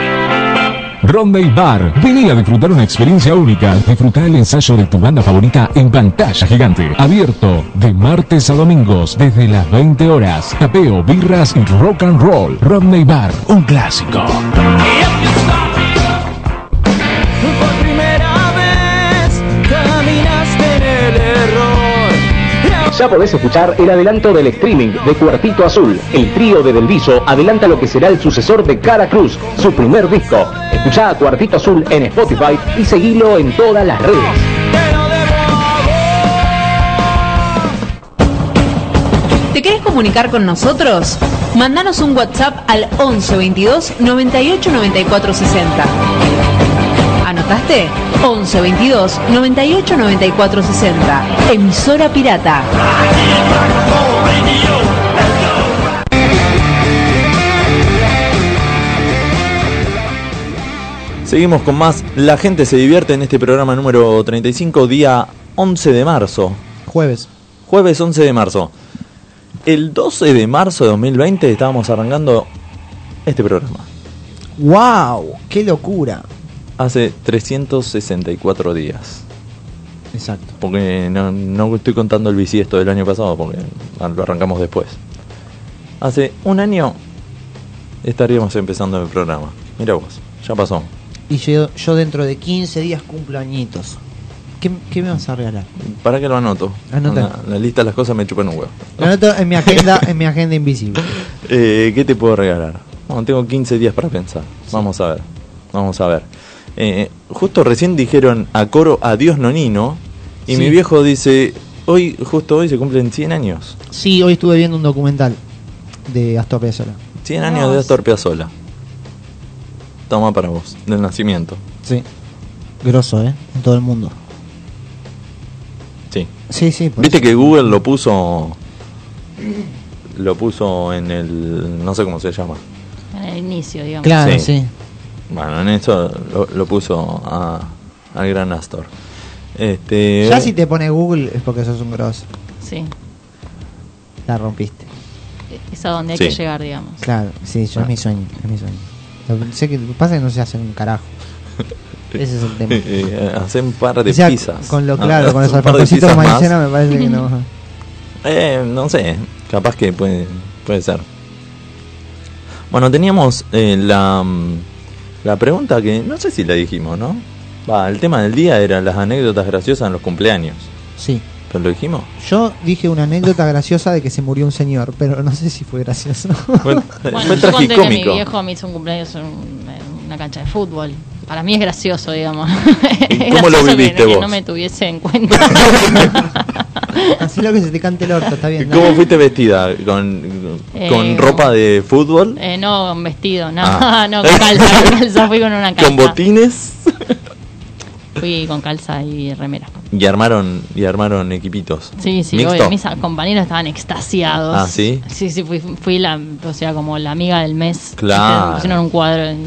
[SPEAKER 15] Ronda y Bar. Vení a disfrutar una experiencia única. Disfruta el ensayo de tu banda favorita en pantalla gigante. Abierto de martes a domingos desde las 20 horas. Tapeo, birras y rock and roll. Ronda y Bar, un clásico.
[SPEAKER 12] Ya podés escuchar el adelanto del streaming de Cuartito Azul. El trío de Delviso adelanta lo que será el sucesor de Cara Cruz, su primer disco. Escuchá a Cuartito Azul en Spotify y seguilo en todas las redes.
[SPEAKER 14] ¿Te querés comunicar con nosotros? Mandanos un WhatsApp al 11 22 98 94 60. ¿Anotaste? 11 22 98 94 60. Emisora Pirata.
[SPEAKER 1] Seguimos con más. La gente se divierte en este programa número 35, día 11 de marzo.
[SPEAKER 2] Jueves.
[SPEAKER 1] Jueves 11 de marzo. El 12 de marzo de 2020 estábamos arrancando este programa.
[SPEAKER 2] ¡Wow! ¡Qué locura!
[SPEAKER 1] Hace 364 días.
[SPEAKER 2] Exacto.
[SPEAKER 1] Porque no, no estoy contando el bisiesto del año pasado, porque lo arrancamos después. Hace un año estaríamos empezando el programa. Mira vos, ya pasó.
[SPEAKER 2] Y yo, yo dentro de 15 días cumplo añitos. ¿Qué, qué me vas a regalar?
[SPEAKER 1] ¿Para qué lo anoto?
[SPEAKER 2] Anota.
[SPEAKER 1] La, la lista de las cosas me chupan un huevo.
[SPEAKER 2] Lo anoto en mi agenda, en mi agenda invisible.
[SPEAKER 1] Eh, ¿Qué te puedo regalar? Bueno, tengo 15 días para pensar. Vamos a ver. Vamos a ver. Eh, justo recién dijeron a coro adiós nonino. Y
[SPEAKER 2] Sí.
[SPEAKER 1] mi viejo dice, hoy, justo hoy se cumplen 100 años.
[SPEAKER 2] Sí, hoy estuve viendo un documental de Astor Piazzolla.
[SPEAKER 1] 100 años de Astor Piazzolla. Toma para vos, del nacimiento.
[SPEAKER 2] Sí. Grosso, ¿eh? En todo el mundo.
[SPEAKER 1] Sí.
[SPEAKER 2] Sí, sí. por
[SPEAKER 1] Viste
[SPEAKER 2] eso.
[SPEAKER 1] que Google lo puso lo puso en el. No sé cómo se llama.
[SPEAKER 4] En el inicio, digamos.
[SPEAKER 2] Claro, sí.
[SPEAKER 1] Bueno, en eso lo, lo puso a, al gran Astor. Este,
[SPEAKER 2] Ya si te pone Google es porque sos un grosso.
[SPEAKER 4] Sí.
[SPEAKER 2] La rompiste.
[SPEAKER 4] Es a donde hay
[SPEAKER 2] Sí.
[SPEAKER 4] que llegar, digamos.
[SPEAKER 2] Claro, sí,
[SPEAKER 1] Ah.
[SPEAKER 2] yo es mi sueño, es mi sueño. Lo- Sé que pasa que no se hace un carajo. Ese es el tema.
[SPEAKER 1] eh, hacer un par de
[SPEAKER 2] O sea,
[SPEAKER 1] pizzas.
[SPEAKER 2] Con lo
[SPEAKER 1] Ah,
[SPEAKER 2] claro, con los
[SPEAKER 1] un par de
[SPEAKER 2] alfajorcitos de
[SPEAKER 1] pizzas más.
[SPEAKER 2] maicena me parece que no.
[SPEAKER 1] Eh, no sé, capaz que puede, puede ser. Bueno, teníamos eh, la, mm, la pregunta que no sé si la dijimos, ¿no? Va, el tema del día era las anécdotas graciosas en los cumpleaños.
[SPEAKER 2] Sí.
[SPEAKER 1] ¿Pero lo dijimos?
[SPEAKER 2] Yo dije una anécdota graciosa de que se murió un señor, pero no sé si fue gracioso.
[SPEAKER 1] Fue,
[SPEAKER 4] Bueno, yo conté que mi viejo me hizo un cumpleaños en en una cancha de fútbol. Para mí es gracioso, digamos. Es
[SPEAKER 1] cómo lo
[SPEAKER 4] gracioso que-
[SPEAKER 1] viviste
[SPEAKER 4] que
[SPEAKER 1] vos?
[SPEAKER 4] no me tuviese en cuenta.
[SPEAKER 2] Así lo que se te cante el orto, está bien. ¿no?
[SPEAKER 1] ¿Cómo fuiste vestida? ¿Con, con
[SPEAKER 4] Eh,
[SPEAKER 1] ropa de fútbol?
[SPEAKER 4] Eh, no, con vestido, no,
[SPEAKER 1] Ah.
[SPEAKER 4] no, con calza, con calza, fui con una calza.
[SPEAKER 1] ¿Con botines?
[SPEAKER 4] Fui con calza y remera.
[SPEAKER 1] Y armaron, y armaron equipitos.
[SPEAKER 4] Sí, sí,
[SPEAKER 1] Mixto.
[SPEAKER 4] obvio, mis compañeros estaban extasiados.
[SPEAKER 1] Ah, ¿sí?
[SPEAKER 4] Sí, sí, fui, fui la, o sea, como la amiga del mes.
[SPEAKER 1] Claro.
[SPEAKER 4] Me Pusieron un cuadro. en-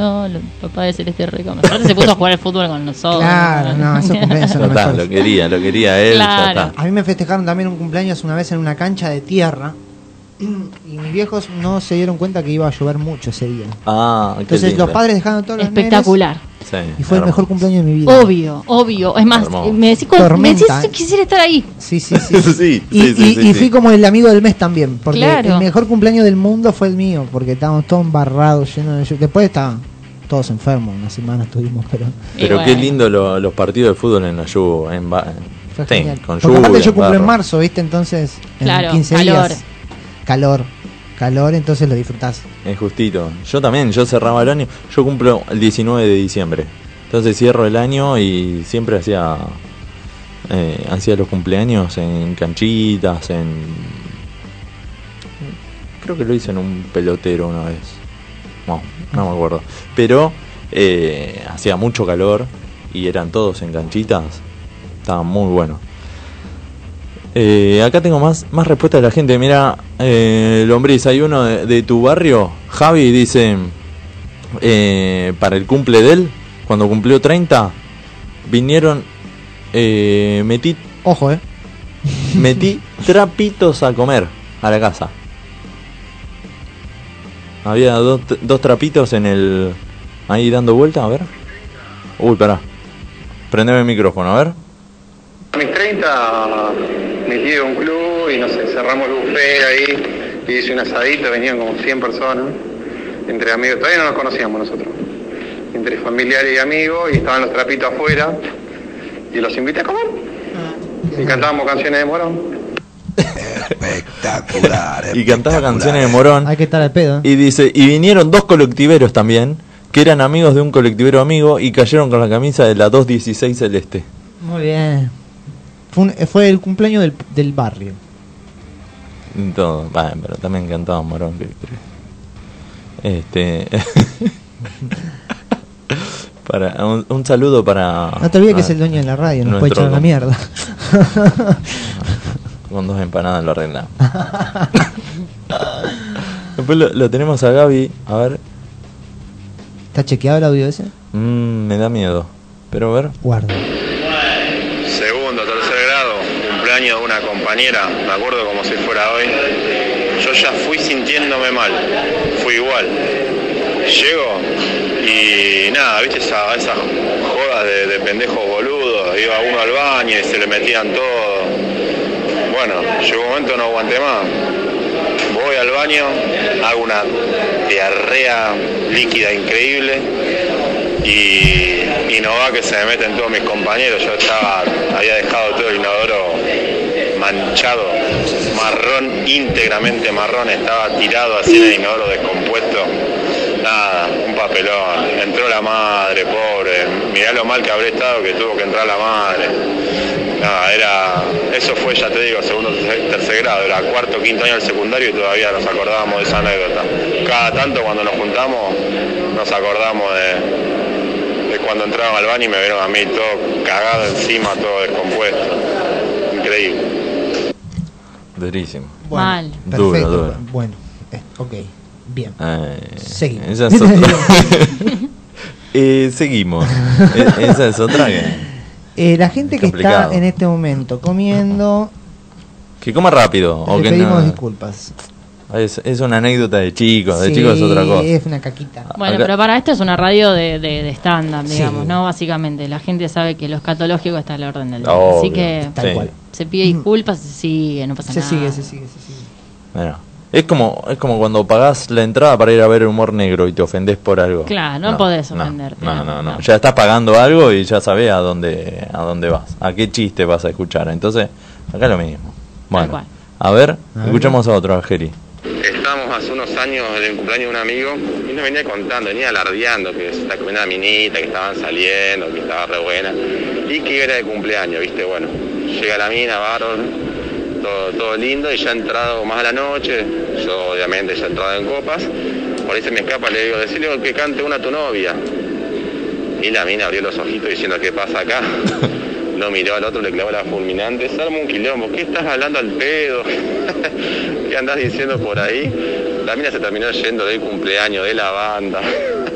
[SPEAKER 4] oh, el papá de Celeste Rico. Aparte se puso a jugar al fútbol con nosotros.
[SPEAKER 2] Claro, no, esos cumpleaños son
[SPEAKER 1] Ya
[SPEAKER 2] los
[SPEAKER 1] está,
[SPEAKER 2] mejores.
[SPEAKER 1] lo quería, lo quería él. ya
[SPEAKER 4] Claro.
[SPEAKER 2] A mí me festejaron también un cumpleaños una vez en una cancha de tierra. Y mis viejos no se dieron cuenta que iba a llover mucho ese día.
[SPEAKER 1] está. Ah, qué
[SPEAKER 2] Entonces
[SPEAKER 1] lindo.
[SPEAKER 2] los padres dejaron todos los nenes.
[SPEAKER 4] Espectacular.
[SPEAKER 1] Sí,
[SPEAKER 2] Y fue el
[SPEAKER 1] hermoso.
[SPEAKER 2] mejor cumpleaños de mi vida.
[SPEAKER 4] Obvio, obvio. Es más,
[SPEAKER 2] Hermoso.
[SPEAKER 4] eh, me decís, cuál- me decís
[SPEAKER 2] Tormenta,
[SPEAKER 4] que
[SPEAKER 2] eh.
[SPEAKER 4] quisiera estar ahí.
[SPEAKER 2] Sí, sí, sí.
[SPEAKER 1] sí,
[SPEAKER 2] Y,
[SPEAKER 1] sí, sí,
[SPEAKER 2] y- y
[SPEAKER 1] sí.
[SPEAKER 2] fui como el amigo del mes también, porque
[SPEAKER 4] Claro.
[SPEAKER 2] el mejor cumpleaños del mundo fue el mío, porque estábamos todos embarrados, llenos de... llu- Después estaban todos enfermos, una semana estuvimos, pero...
[SPEAKER 1] Pero qué lindo lo- los partidos de fútbol en la lluvia. En ba-
[SPEAKER 2] Fue
[SPEAKER 1] sí,
[SPEAKER 2] genial.
[SPEAKER 1] con
[SPEAKER 2] Porque
[SPEAKER 1] lluvia.
[SPEAKER 2] aparte yo cumplo en
[SPEAKER 1] barro.
[SPEAKER 2] marzo, ¿viste? Entonces, en
[SPEAKER 4] Claro,
[SPEAKER 2] 15
[SPEAKER 4] calor.
[SPEAKER 2] días. Calor. Calor, entonces lo disfrutás.
[SPEAKER 1] Es justito. Yo también, yo cerraba el año. Yo cumplo el 19 de diciembre. Entonces cierro el año y siempre hacía eh, hacía los cumpleaños en canchitas, en... Creo que lo hice en un pelotero una vez. No, no me acuerdo. Pero eh, hacía mucho calor y eran todos en canchitas. Estaba muy bueno. Eh, acá tengo más, más respuestas de la gente. Mira, eh, Lombriz, hay uno de, de tu barrio, Javi, dice, eh, para el cumple de él, cuando cumplió 30, vinieron, eh, metí,
[SPEAKER 2] Ojo, eh.
[SPEAKER 1] metí trapitos a comer a la casa. Había dos, dos trapitos en el... Ahí dando vuelta, a ver. Uy, pará. Prendeme el micrófono, a ver.
[SPEAKER 16] A mis 30 me tiré a un club y no sé, cerramos el buffet ahí y hice un asadito, venían como 100 personas, entre amigos, todavía no nos conocíamos nosotros, entre familiares y amigos y estaban los trapitos afuera y los invité a comer
[SPEAKER 9] Ah,
[SPEAKER 16] y cantábamos canciones de Morón.
[SPEAKER 1] Y cantaba canciones de Morón.
[SPEAKER 2] Hay que estar al pedo.
[SPEAKER 1] Y dice, y vinieron dos colectiveros también, que eran amigos de un colectivero amigo y cayeron con la camisa de la 216 celeste.
[SPEAKER 2] Muy bien. Fue, un- fue el cumpleaños del, del barrio.
[SPEAKER 1] Y todo. Bueno, pero también cantaban Morón. que- que- Este. para, un, un saludo para.
[SPEAKER 2] No te olvides que
[SPEAKER 1] a-
[SPEAKER 2] es el dueño de la radio, nos puede
[SPEAKER 1] nuestro
[SPEAKER 2] echar a la
[SPEAKER 1] com-
[SPEAKER 2] mierda.
[SPEAKER 1] Con dos empanadas lo arreglamos. Después lo, lo tenemos a Gaby. A ver,
[SPEAKER 2] ¿Está chequeado el audio ese?
[SPEAKER 1] mm, me da miedo. Pero a ver.
[SPEAKER 2] Guarda.
[SPEAKER 16] Segundo, tercer grado, cumpleaños de una compañera, me acuerdo como si fuera hoy. Yo ya fui sintiéndome mal, fui igual. Llego y nada, viste esa- esas jodas de, de pendejos boludos, iba uno al baño y se le metían todo. Bueno, llegó un momento no aguanté más. Voy al baño, hago una diarrea líquida increíble y, y no va que se me meten todos mis compañeros. Yo estaba, había dejado todo el inodoro manchado, marrón, íntegramente marrón, estaba tirado así en el inodoro descompuesto. Nada, un papelón. Entró la madre, pobre. Mirá lo mal que habré estado que tuvo que entrar la madre. Nada, era. Eso fue, ya te digo, segundo, tercer tercer grado, era cuarto, quinto año del secundario y todavía nos acordábamos de esa anécdota. Cada tanto cuando nos juntamos, nos acordamos de, de cuando entraron al baño y me vieron a mí todo cagado encima, todo descompuesto. Increíble.
[SPEAKER 1] Durísimo.
[SPEAKER 17] Bueno, Mal.
[SPEAKER 1] Duro,
[SPEAKER 17] perfecto,
[SPEAKER 1] duro.
[SPEAKER 17] Bueno, eh, ok, bien.
[SPEAKER 1] Eh,
[SPEAKER 17] Seguimos.
[SPEAKER 1] esa es otra. Eh, seguimos. E- esa es otra que,
[SPEAKER 2] Eh, la gente
[SPEAKER 1] Es
[SPEAKER 2] que
[SPEAKER 1] complicado.
[SPEAKER 2] está en este momento comiendo,
[SPEAKER 1] que coma rápido. o
[SPEAKER 2] le
[SPEAKER 1] que
[SPEAKER 2] pedimos
[SPEAKER 1] no-
[SPEAKER 2] disculpas.
[SPEAKER 1] es, es una anécdota de chicos, de
[SPEAKER 2] Sí,
[SPEAKER 1] chicos es otra cosa.
[SPEAKER 2] es una caquita.
[SPEAKER 4] Bueno,
[SPEAKER 1] Acá-
[SPEAKER 4] pero para esto es una radio de, de, de stand-up,
[SPEAKER 1] Sí.
[SPEAKER 4] digamos, ¿no? Básicamente, la gente sabe que lo escatológico está a la orden del día.
[SPEAKER 1] Obvio,
[SPEAKER 4] Así que
[SPEAKER 1] Tal sí. cual.
[SPEAKER 4] se pide disculpas, se sigue, no pasa
[SPEAKER 2] Se
[SPEAKER 4] nada.
[SPEAKER 2] sigue, se sigue, se sigue.
[SPEAKER 1] Bueno, es como es como cuando pagás la entrada para ir a ver humor negro y te ofendés por algo.
[SPEAKER 4] Claro, no, podés ofenderte.
[SPEAKER 1] No, no, no. Ya estás pagando algo y ya sabés a dónde, a dónde vas, a qué chiste vas a escuchar. Entonces, acá lo mismo. Bueno,
[SPEAKER 18] cual.
[SPEAKER 1] a ver,
[SPEAKER 18] ver.
[SPEAKER 1] escuchamos a otro, Angeli.
[SPEAKER 18] Estábamos hace unos años en el cumpleaños de un amigo y nos venía contando, venía alardeando que se estaba comiendo una minita, que estaban saliendo, que estaba re buena y que era de cumpleaños, ¿viste? Bueno, llega la mina, bárbaro, todo, todo lindo y ya ha entrado más a la noche, yo obviamente ya he entrado en copas, por ahí se me escapa, le digo, decirle que cante una a tu novia. Y la mina abrió los ojitos diciendo, ¿qué pasa acá? Lo miró al otro, le clavó la fulminante, se armó un quilombo, ¿qué estás hablando al pedo? ¿Qué andás diciendo por ahí? La mina se terminó yendo del cumpleaños de la banda.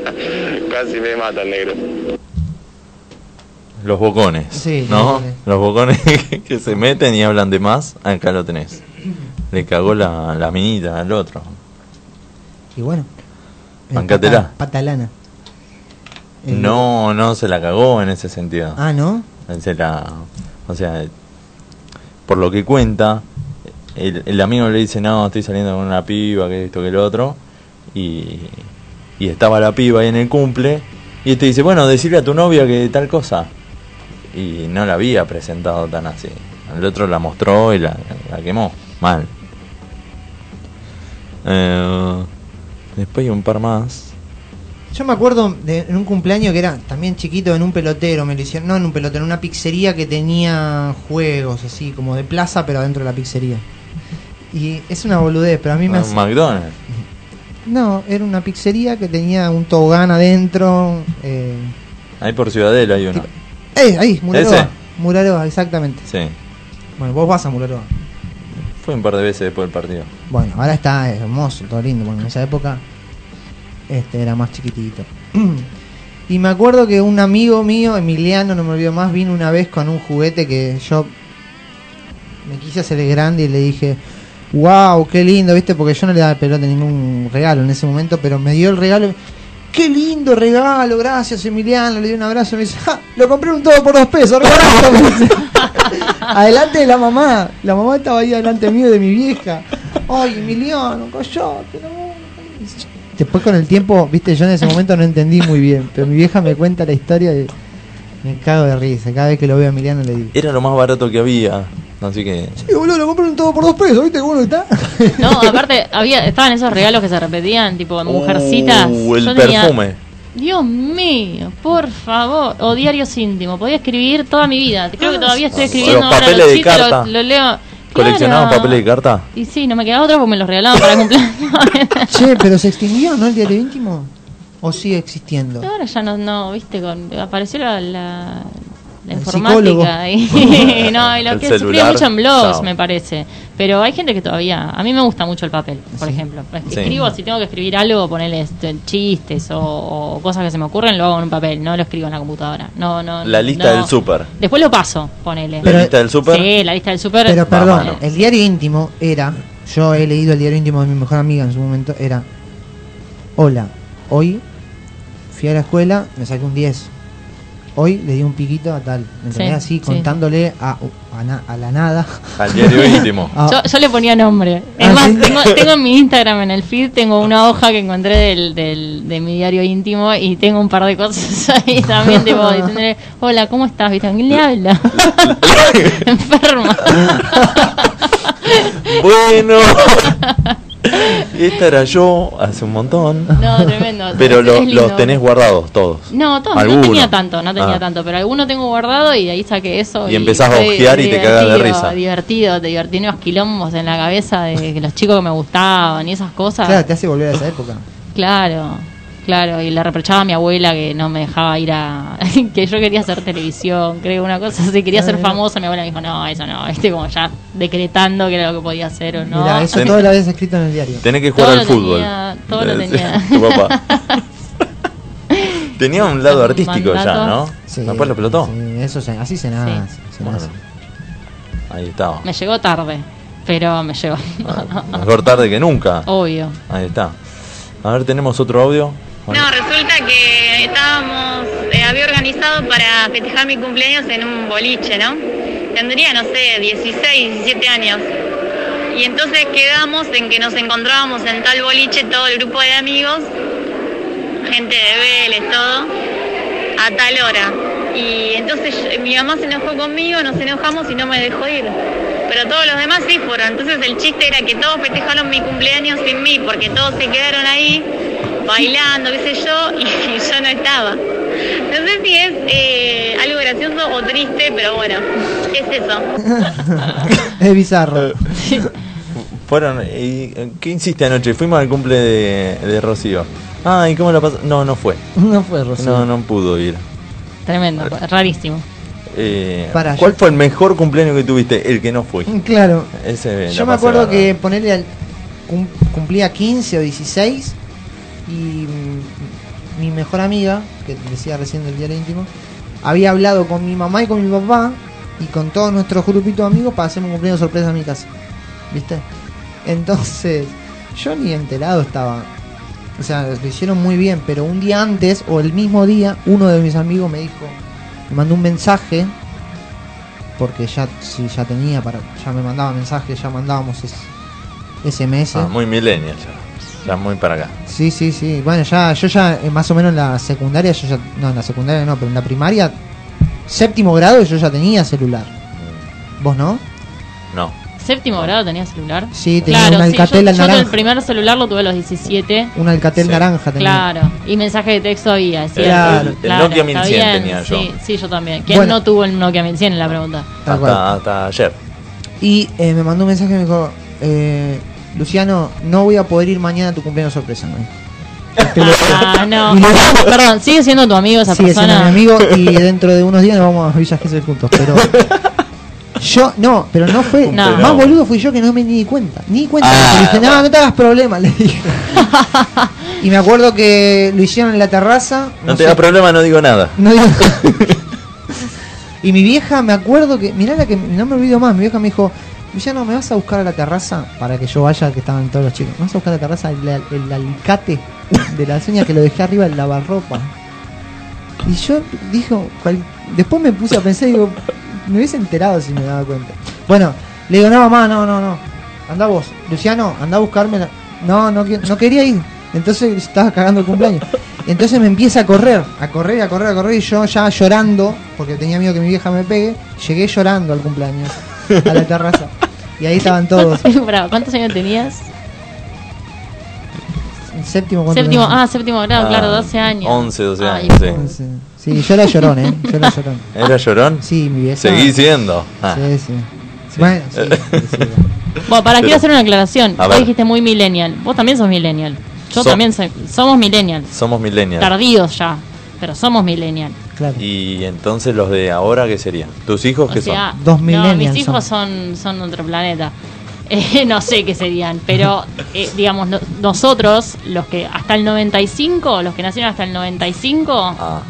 [SPEAKER 18] Casi me mata el negro.
[SPEAKER 1] Los bocones.
[SPEAKER 18] Sí,
[SPEAKER 1] ¿No? Los
[SPEAKER 18] los
[SPEAKER 1] bocones que se meten y hablan de más, acá lo tenés. Le cagó la, la minita al otro.
[SPEAKER 2] Y bueno. eh,
[SPEAKER 1] Bancátela.
[SPEAKER 2] pata- Patalana. El-
[SPEAKER 1] No, no se la cagó en ese sentido.
[SPEAKER 2] Eh, Ah, ¿no?
[SPEAKER 1] Se la- o sea, por lo que cuenta, el, el amigo le dice, no, estoy saliendo con una piba, que esto, que lo otro. Y, y estaba la piba ahí en el cumple. Y este dice, bueno, decirle a tu novia que tal cosa. Y no la había presentado tan así. El otro la mostró y la, la quemó. Mal. Eh, después hay un par más.
[SPEAKER 2] Yo me acuerdo de en un cumpleaños que era también chiquito, en un pelotero, me lo hicieron, no en un pelotero, en una pizzería que tenía juegos así, como de plaza, pero adentro de la pizzería. Y es una boludez, pero a mí me
[SPEAKER 1] Ah,
[SPEAKER 2] hace-
[SPEAKER 1] McDonald's.
[SPEAKER 2] No, era una pizzería que tenía un tobogán adentro. Eh,
[SPEAKER 1] Ahí por Ciudadela hay uno.
[SPEAKER 2] eh, ahí, Muraroa.
[SPEAKER 1] ¿Ese?
[SPEAKER 2] Muraroa, exactamente.
[SPEAKER 1] Sí.
[SPEAKER 2] Bueno, vos vas a Muraroa.
[SPEAKER 1] Fue un par de veces después del partido.
[SPEAKER 2] Bueno, ahora está hermoso, todo lindo. Bueno, en esa época este era más chiquitito. Y me acuerdo que un amigo mío, Emiliano, no me olvido más, vino una vez con un juguete que yo me quise hacer el grande y le dije, wow, qué lindo, ¿viste? Porque yo no le daba pelota ningún regalo en ese momento, pero me dio el regalo. Qué lindo regalo, gracias Emiliano, le di un abrazo y me dice, "Ja, lo compré un todo por dos pesos, re barato", me dice. Adelante de la mamá, la mamá estaba ahí adelante mío de mi vieja. Ay, Emiliano, coyote, no. Después con el tiempo, viste, yo en ese momento no entendí muy bien, pero mi vieja me cuenta la historia y me cago de risa. Cada vez que lo veo a Emiliano le digo.
[SPEAKER 1] Era lo más barato que había. Así que.
[SPEAKER 2] Sí, boludo, lo compré un todo por dos pesos, ¿viste cómo está?
[SPEAKER 4] No, aparte, había, estaban esos regalos que se repetían, tipo mujercitas.
[SPEAKER 1] Uh, el
[SPEAKER 4] Yo tenía-
[SPEAKER 1] perfume.
[SPEAKER 4] Dios mío, por favor. O diarios íntimos. Podía escribir toda mi vida. Creo
[SPEAKER 2] Ah,
[SPEAKER 4] que todavía estoy escribiendo
[SPEAKER 1] Los
[SPEAKER 4] ahora
[SPEAKER 1] papeles de
[SPEAKER 4] chistes,
[SPEAKER 1] carta.
[SPEAKER 4] Lo, lo leo.
[SPEAKER 1] ¿Coleccionaban
[SPEAKER 4] Claro.
[SPEAKER 1] papeles de carta?
[SPEAKER 4] Y sí, no me quedaba otro porque me los regalaban para el cumpleaños.
[SPEAKER 2] Che, pero se extinguió, ¿no? El diario íntimo. ¿O sigue existiendo?
[SPEAKER 4] Ahora ya no, no viste, con, apareció la, la, la
[SPEAKER 2] El psicólogo.
[SPEAKER 4] informática. Y, no, y lo
[SPEAKER 2] El
[SPEAKER 4] que sufría
[SPEAKER 2] celular,
[SPEAKER 4] mucho en blogs,
[SPEAKER 2] chao.
[SPEAKER 4] me parece. Pero hay gente que todavía. A mí me gusta mucho el papel, por ejemplo. Es que
[SPEAKER 1] Sí.
[SPEAKER 4] Escribo, si tengo que escribir algo, ponerle este, chistes o, o cosas que se me ocurren, lo hago en un papel, no lo escribo en la computadora. No, no.
[SPEAKER 1] La lista
[SPEAKER 4] no.
[SPEAKER 1] del súper.
[SPEAKER 4] Después lo paso, ponele.
[SPEAKER 1] La lista del súper.
[SPEAKER 4] Sí, la lista del súper.
[SPEAKER 2] Pero perdón, el diario íntimo era. Yo he leído el diario íntimo de mi mejor amiga en su momento. Era. Hola, hoy fui a la escuela, me saqué un 10. Hoy le di un piquito a tal. ¿Me entendés?
[SPEAKER 4] Sí, sí.
[SPEAKER 2] Así, contándole a, a na- a la nada.
[SPEAKER 1] Al diario íntimo.
[SPEAKER 2] Ah.
[SPEAKER 4] Yo, yo le ponía nombre.
[SPEAKER 1] Ah,
[SPEAKER 4] Es más, tengo, tengo en mi Instagram, en el feed, tengo una hoja que encontré del, del- de mi diario íntimo y tengo un par de cosas ahí también, tipo, diciéndole, hola, ¿cómo estás? ¿Viste? ¿A quién le habla? Enferma.
[SPEAKER 1] Bueno. Esta era yo hace un montón.
[SPEAKER 4] No, tremendo.
[SPEAKER 1] Pero
[SPEAKER 4] Es
[SPEAKER 1] lo-
[SPEAKER 4] lindo.
[SPEAKER 1] los tenés guardados todos.
[SPEAKER 4] No, to-
[SPEAKER 1] Alguno.
[SPEAKER 4] no tenía tanto, no tenía
[SPEAKER 1] Ah.
[SPEAKER 4] tanto, pero alguno tengo guardado y de ahí saqué eso.
[SPEAKER 1] Y empezás a
[SPEAKER 4] fue
[SPEAKER 1] ojear y te cagás de
[SPEAKER 4] divertido,
[SPEAKER 1] risa.
[SPEAKER 4] Divertido, te divertí unos quilombos en la cabeza de que los chicos que me gustaban y esas cosas.
[SPEAKER 2] Claro, te hace volver a esa época.
[SPEAKER 4] Claro. Claro, y le reprochaba a mi abuela que no me dejaba ir a. que yo quería hacer televisión, creo, una cosa así. Quería ser
[SPEAKER 19] Ah, mira.
[SPEAKER 4] famosa. Mi abuela me dijo, no, eso no. Viste, como ya decretando que era lo que podía hacer o no.
[SPEAKER 19] Mirá, eso
[SPEAKER 1] Ten-
[SPEAKER 19] todo lo habías escrito en el diario.
[SPEAKER 1] Tenés que
[SPEAKER 4] Todo
[SPEAKER 1] jugar al
[SPEAKER 4] lo
[SPEAKER 1] fútbol.
[SPEAKER 4] tenía, todo lo
[SPEAKER 1] Eh,
[SPEAKER 4] tenía.
[SPEAKER 1] tu papá. Tenía un lado artístico ya, ¿no?
[SPEAKER 4] Mandato.
[SPEAKER 2] Sí.
[SPEAKER 1] Después lo explotó.
[SPEAKER 2] Sí, eso se- así se nace. se nace.
[SPEAKER 1] Ahí estaba.
[SPEAKER 4] Me llegó tarde, pero me llegó.
[SPEAKER 1] Mejor tarde que nunca.
[SPEAKER 4] Obvio.
[SPEAKER 1] Ahí está. A ver, tenemos otro audio.
[SPEAKER 9] No, resulta que estábamos, eh, había organizado para festejar mi cumpleaños en un boliche, ¿no? Tendría, no sé, 16, 17 años. Y entonces quedamos en que nos encontrábamos en tal boliche todo el grupo de amigos, gente de Vélez, todo, a tal hora. Y entonces yo- mi mamá se enojó conmigo, nos enojamos y no me dejó ir. Pero todos los demás sí fueron. Entonces el chiste era que todos festejaron mi cumpleaños sin mí, porque todos se quedaron ahí bailando, qué sé yo, y, yo no estaba. No sé si es eh, algo gracioso o triste, pero bueno, es eso.
[SPEAKER 2] es bizarro.
[SPEAKER 1] Fueron. ¿y eh, qué hiciste anoche? Fuimos al cumple de, de Rocío. Ah, ¿y cómo la pasó? No, no fue.
[SPEAKER 2] No fue Rocío.
[SPEAKER 1] No, no pudo ir.
[SPEAKER 4] Tremendo, rarísimo.
[SPEAKER 1] Eh,
[SPEAKER 2] Pará,
[SPEAKER 1] ¿Cuál fue el mejor cumpleaños que tuviste? El que no fui.
[SPEAKER 2] Mm, Claro.
[SPEAKER 1] Ese, la
[SPEAKER 2] Yo me
[SPEAKER 1] pasé
[SPEAKER 2] acuerdo
[SPEAKER 1] bárbaro.
[SPEAKER 2] que ponerle al, cum- cumplía 15 o 16 y mm, mi mejor amiga, que decía recién del diario íntimo, había hablado con mi mamá y con mi papá y con todos nuestros grupitos de amigos para hacerme un cumpleaños sorpresa en mi casa. ¿Viste? Entonces, yo ni enterado estaba. O sea, lo hicieron muy bien, pero un día antes o el mismo día, uno de mis amigos me dijo, me mandó un mensaje porque ya sí, ya tenía para ya me mandaba mensajes ya mandábamos es- SMS
[SPEAKER 1] Ah, muy millennial ya. Ya muy para acá.
[SPEAKER 2] sí sí sí bueno ya yo ya eh, más o menos en la secundaria yo ya no en la secundaria no pero en la primaria séptimo grado yo ya tenía celular vos no
[SPEAKER 1] No.
[SPEAKER 4] ¿Séptimo grado tenía celular?
[SPEAKER 2] Sí, tenía un Alcatel
[SPEAKER 4] yo,
[SPEAKER 2] al
[SPEAKER 4] yo
[SPEAKER 2] naranja.
[SPEAKER 4] el primer celular lo tuve a los 17.
[SPEAKER 2] un alcatel naranja tenía
[SPEAKER 4] Claro, y mensaje de texto había, es
[SPEAKER 2] El-
[SPEAKER 4] cierto.
[SPEAKER 2] el- el
[SPEAKER 4] Claro,
[SPEAKER 1] Nokia
[SPEAKER 4] está
[SPEAKER 1] 1100
[SPEAKER 4] bien,
[SPEAKER 1] tenía yo.
[SPEAKER 4] sí, Sí, yo también. ¿Quién
[SPEAKER 2] Bueno.
[SPEAKER 4] no tuvo el Nokia 1100 en la pregunta?
[SPEAKER 1] Hasta, hasta ayer.
[SPEAKER 2] y eh, me mandó un mensaje y me dijo eh, Luciano no voy a poder ir mañana a tu cumpleaños sorpresa me dijo.
[SPEAKER 4] Ah, no.
[SPEAKER 2] Y lo-
[SPEAKER 4] Perdón, sigue siendo tu amigo esa
[SPEAKER 2] sigue siendo mi
[SPEAKER 4] persona.
[SPEAKER 2] amigo y dentro de unos días nos vamos a Villa Gesell juntos, pero yo no, pero no fue
[SPEAKER 4] No.
[SPEAKER 2] más boludo fui yo que no me di cuenta, ni cuenta,
[SPEAKER 19] Ah,
[SPEAKER 2] le dije, "No, no te hagas problema", le dije. y me acuerdo que lo hicieron en la terraza,
[SPEAKER 1] No, te da problema, no digo nada.
[SPEAKER 2] no digo- y mi vieja, me acuerdo que, mirá la que no me olvido más, mi vieja me dijo, Luciano, ¿me vas a buscar a la terraza? Para que yo vaya, que estaban todos los chicos. ¿Me vas a buscar a la terraza el, al- el alicate de la seña que lo dejé arriba del lavarropa? Y yo dijo, cual- después me puse a pensar y digo, me hubiese enterado si me daba cuenta. Bueno, le digo, no, mamá, no, no, no. Anda vos, Luciano, anda a buscarme. la- No, no, qui- no quería ir. Entonces estaba cagando el cumpleaños. Entonces me empieza a correr, a correr, a correr, a correr. Y yo ya llorando, porque tenía miedo que mi vieja me pegue, llegué llorando al cumpleaños, a la terraza. Y ahí estaban todos.
[SPEAKER 4] Pará, ¿Cuántos años tenías?
[SPEAKER 2] En séptimo, ¿cuánto
[SPEAKER 4] Séptimo,
[SPEAKER 2] tenía?
[SPEAKER 4] ah, séptimo grado,
[SPEAKER 1] Ah,
[SPEAKER 4] claro, 12 años.
[SPEAKER 1] 11, 12
[SPEAKER 4] Ay,
[SPEAKER 1] años,
[SPEAKER 4] pobre.
[SPEAKER 1] sí.
[SPEAKER 2] Sí, yo era llorón, ¿eh? Yo era llorón.
[SPEAKER 1] ¿Era llorón?
[SPEAKER 2] Sí, mi vieja.
[SPEAKER 1] Seguí siendo. Ah.
[SPEAKER 2] Sí, sí. Bueno, sí.
[SPEAKER 4] Bueno, para
[SPEAKER 1] Pero-
[SPEAKER 4] quiero hacer una aclaración.
[SPEAKER 1] A
[SPEAKER 4] Vos
[SPEAKER 1] ver.
[SPEAKER 4] dijiste muy millennial. Vos también sos millennial. Yo
[SPEAKER 1] So-
[SPEAKER 4] también soy. Somos millennial.
[SPEAKER 1] Somos millennials.
[SPEAKER 4] Tardíos ya, pero somos millennial.
[SPEAKER 1] Y entonces los de ahora, ¿qué serían? ¿Tus hijos
[SPEAKER 4] O
[SPEAKER 1] qué
[SPEAKER 4] sea,
[SPEAKER 1] son?
[SPEAKER 2] Dos
[SPEAKER 4] no, mis
[SPEAKER 2] millennials
[SPEAKER 4] hijos son, son de otro planeta. Eh, no sé qué serían, pero eh, digamos, no- nosotros, los que hasta el 95, los que nacieron hasta el 95,
[SPEAKER 1] Ah.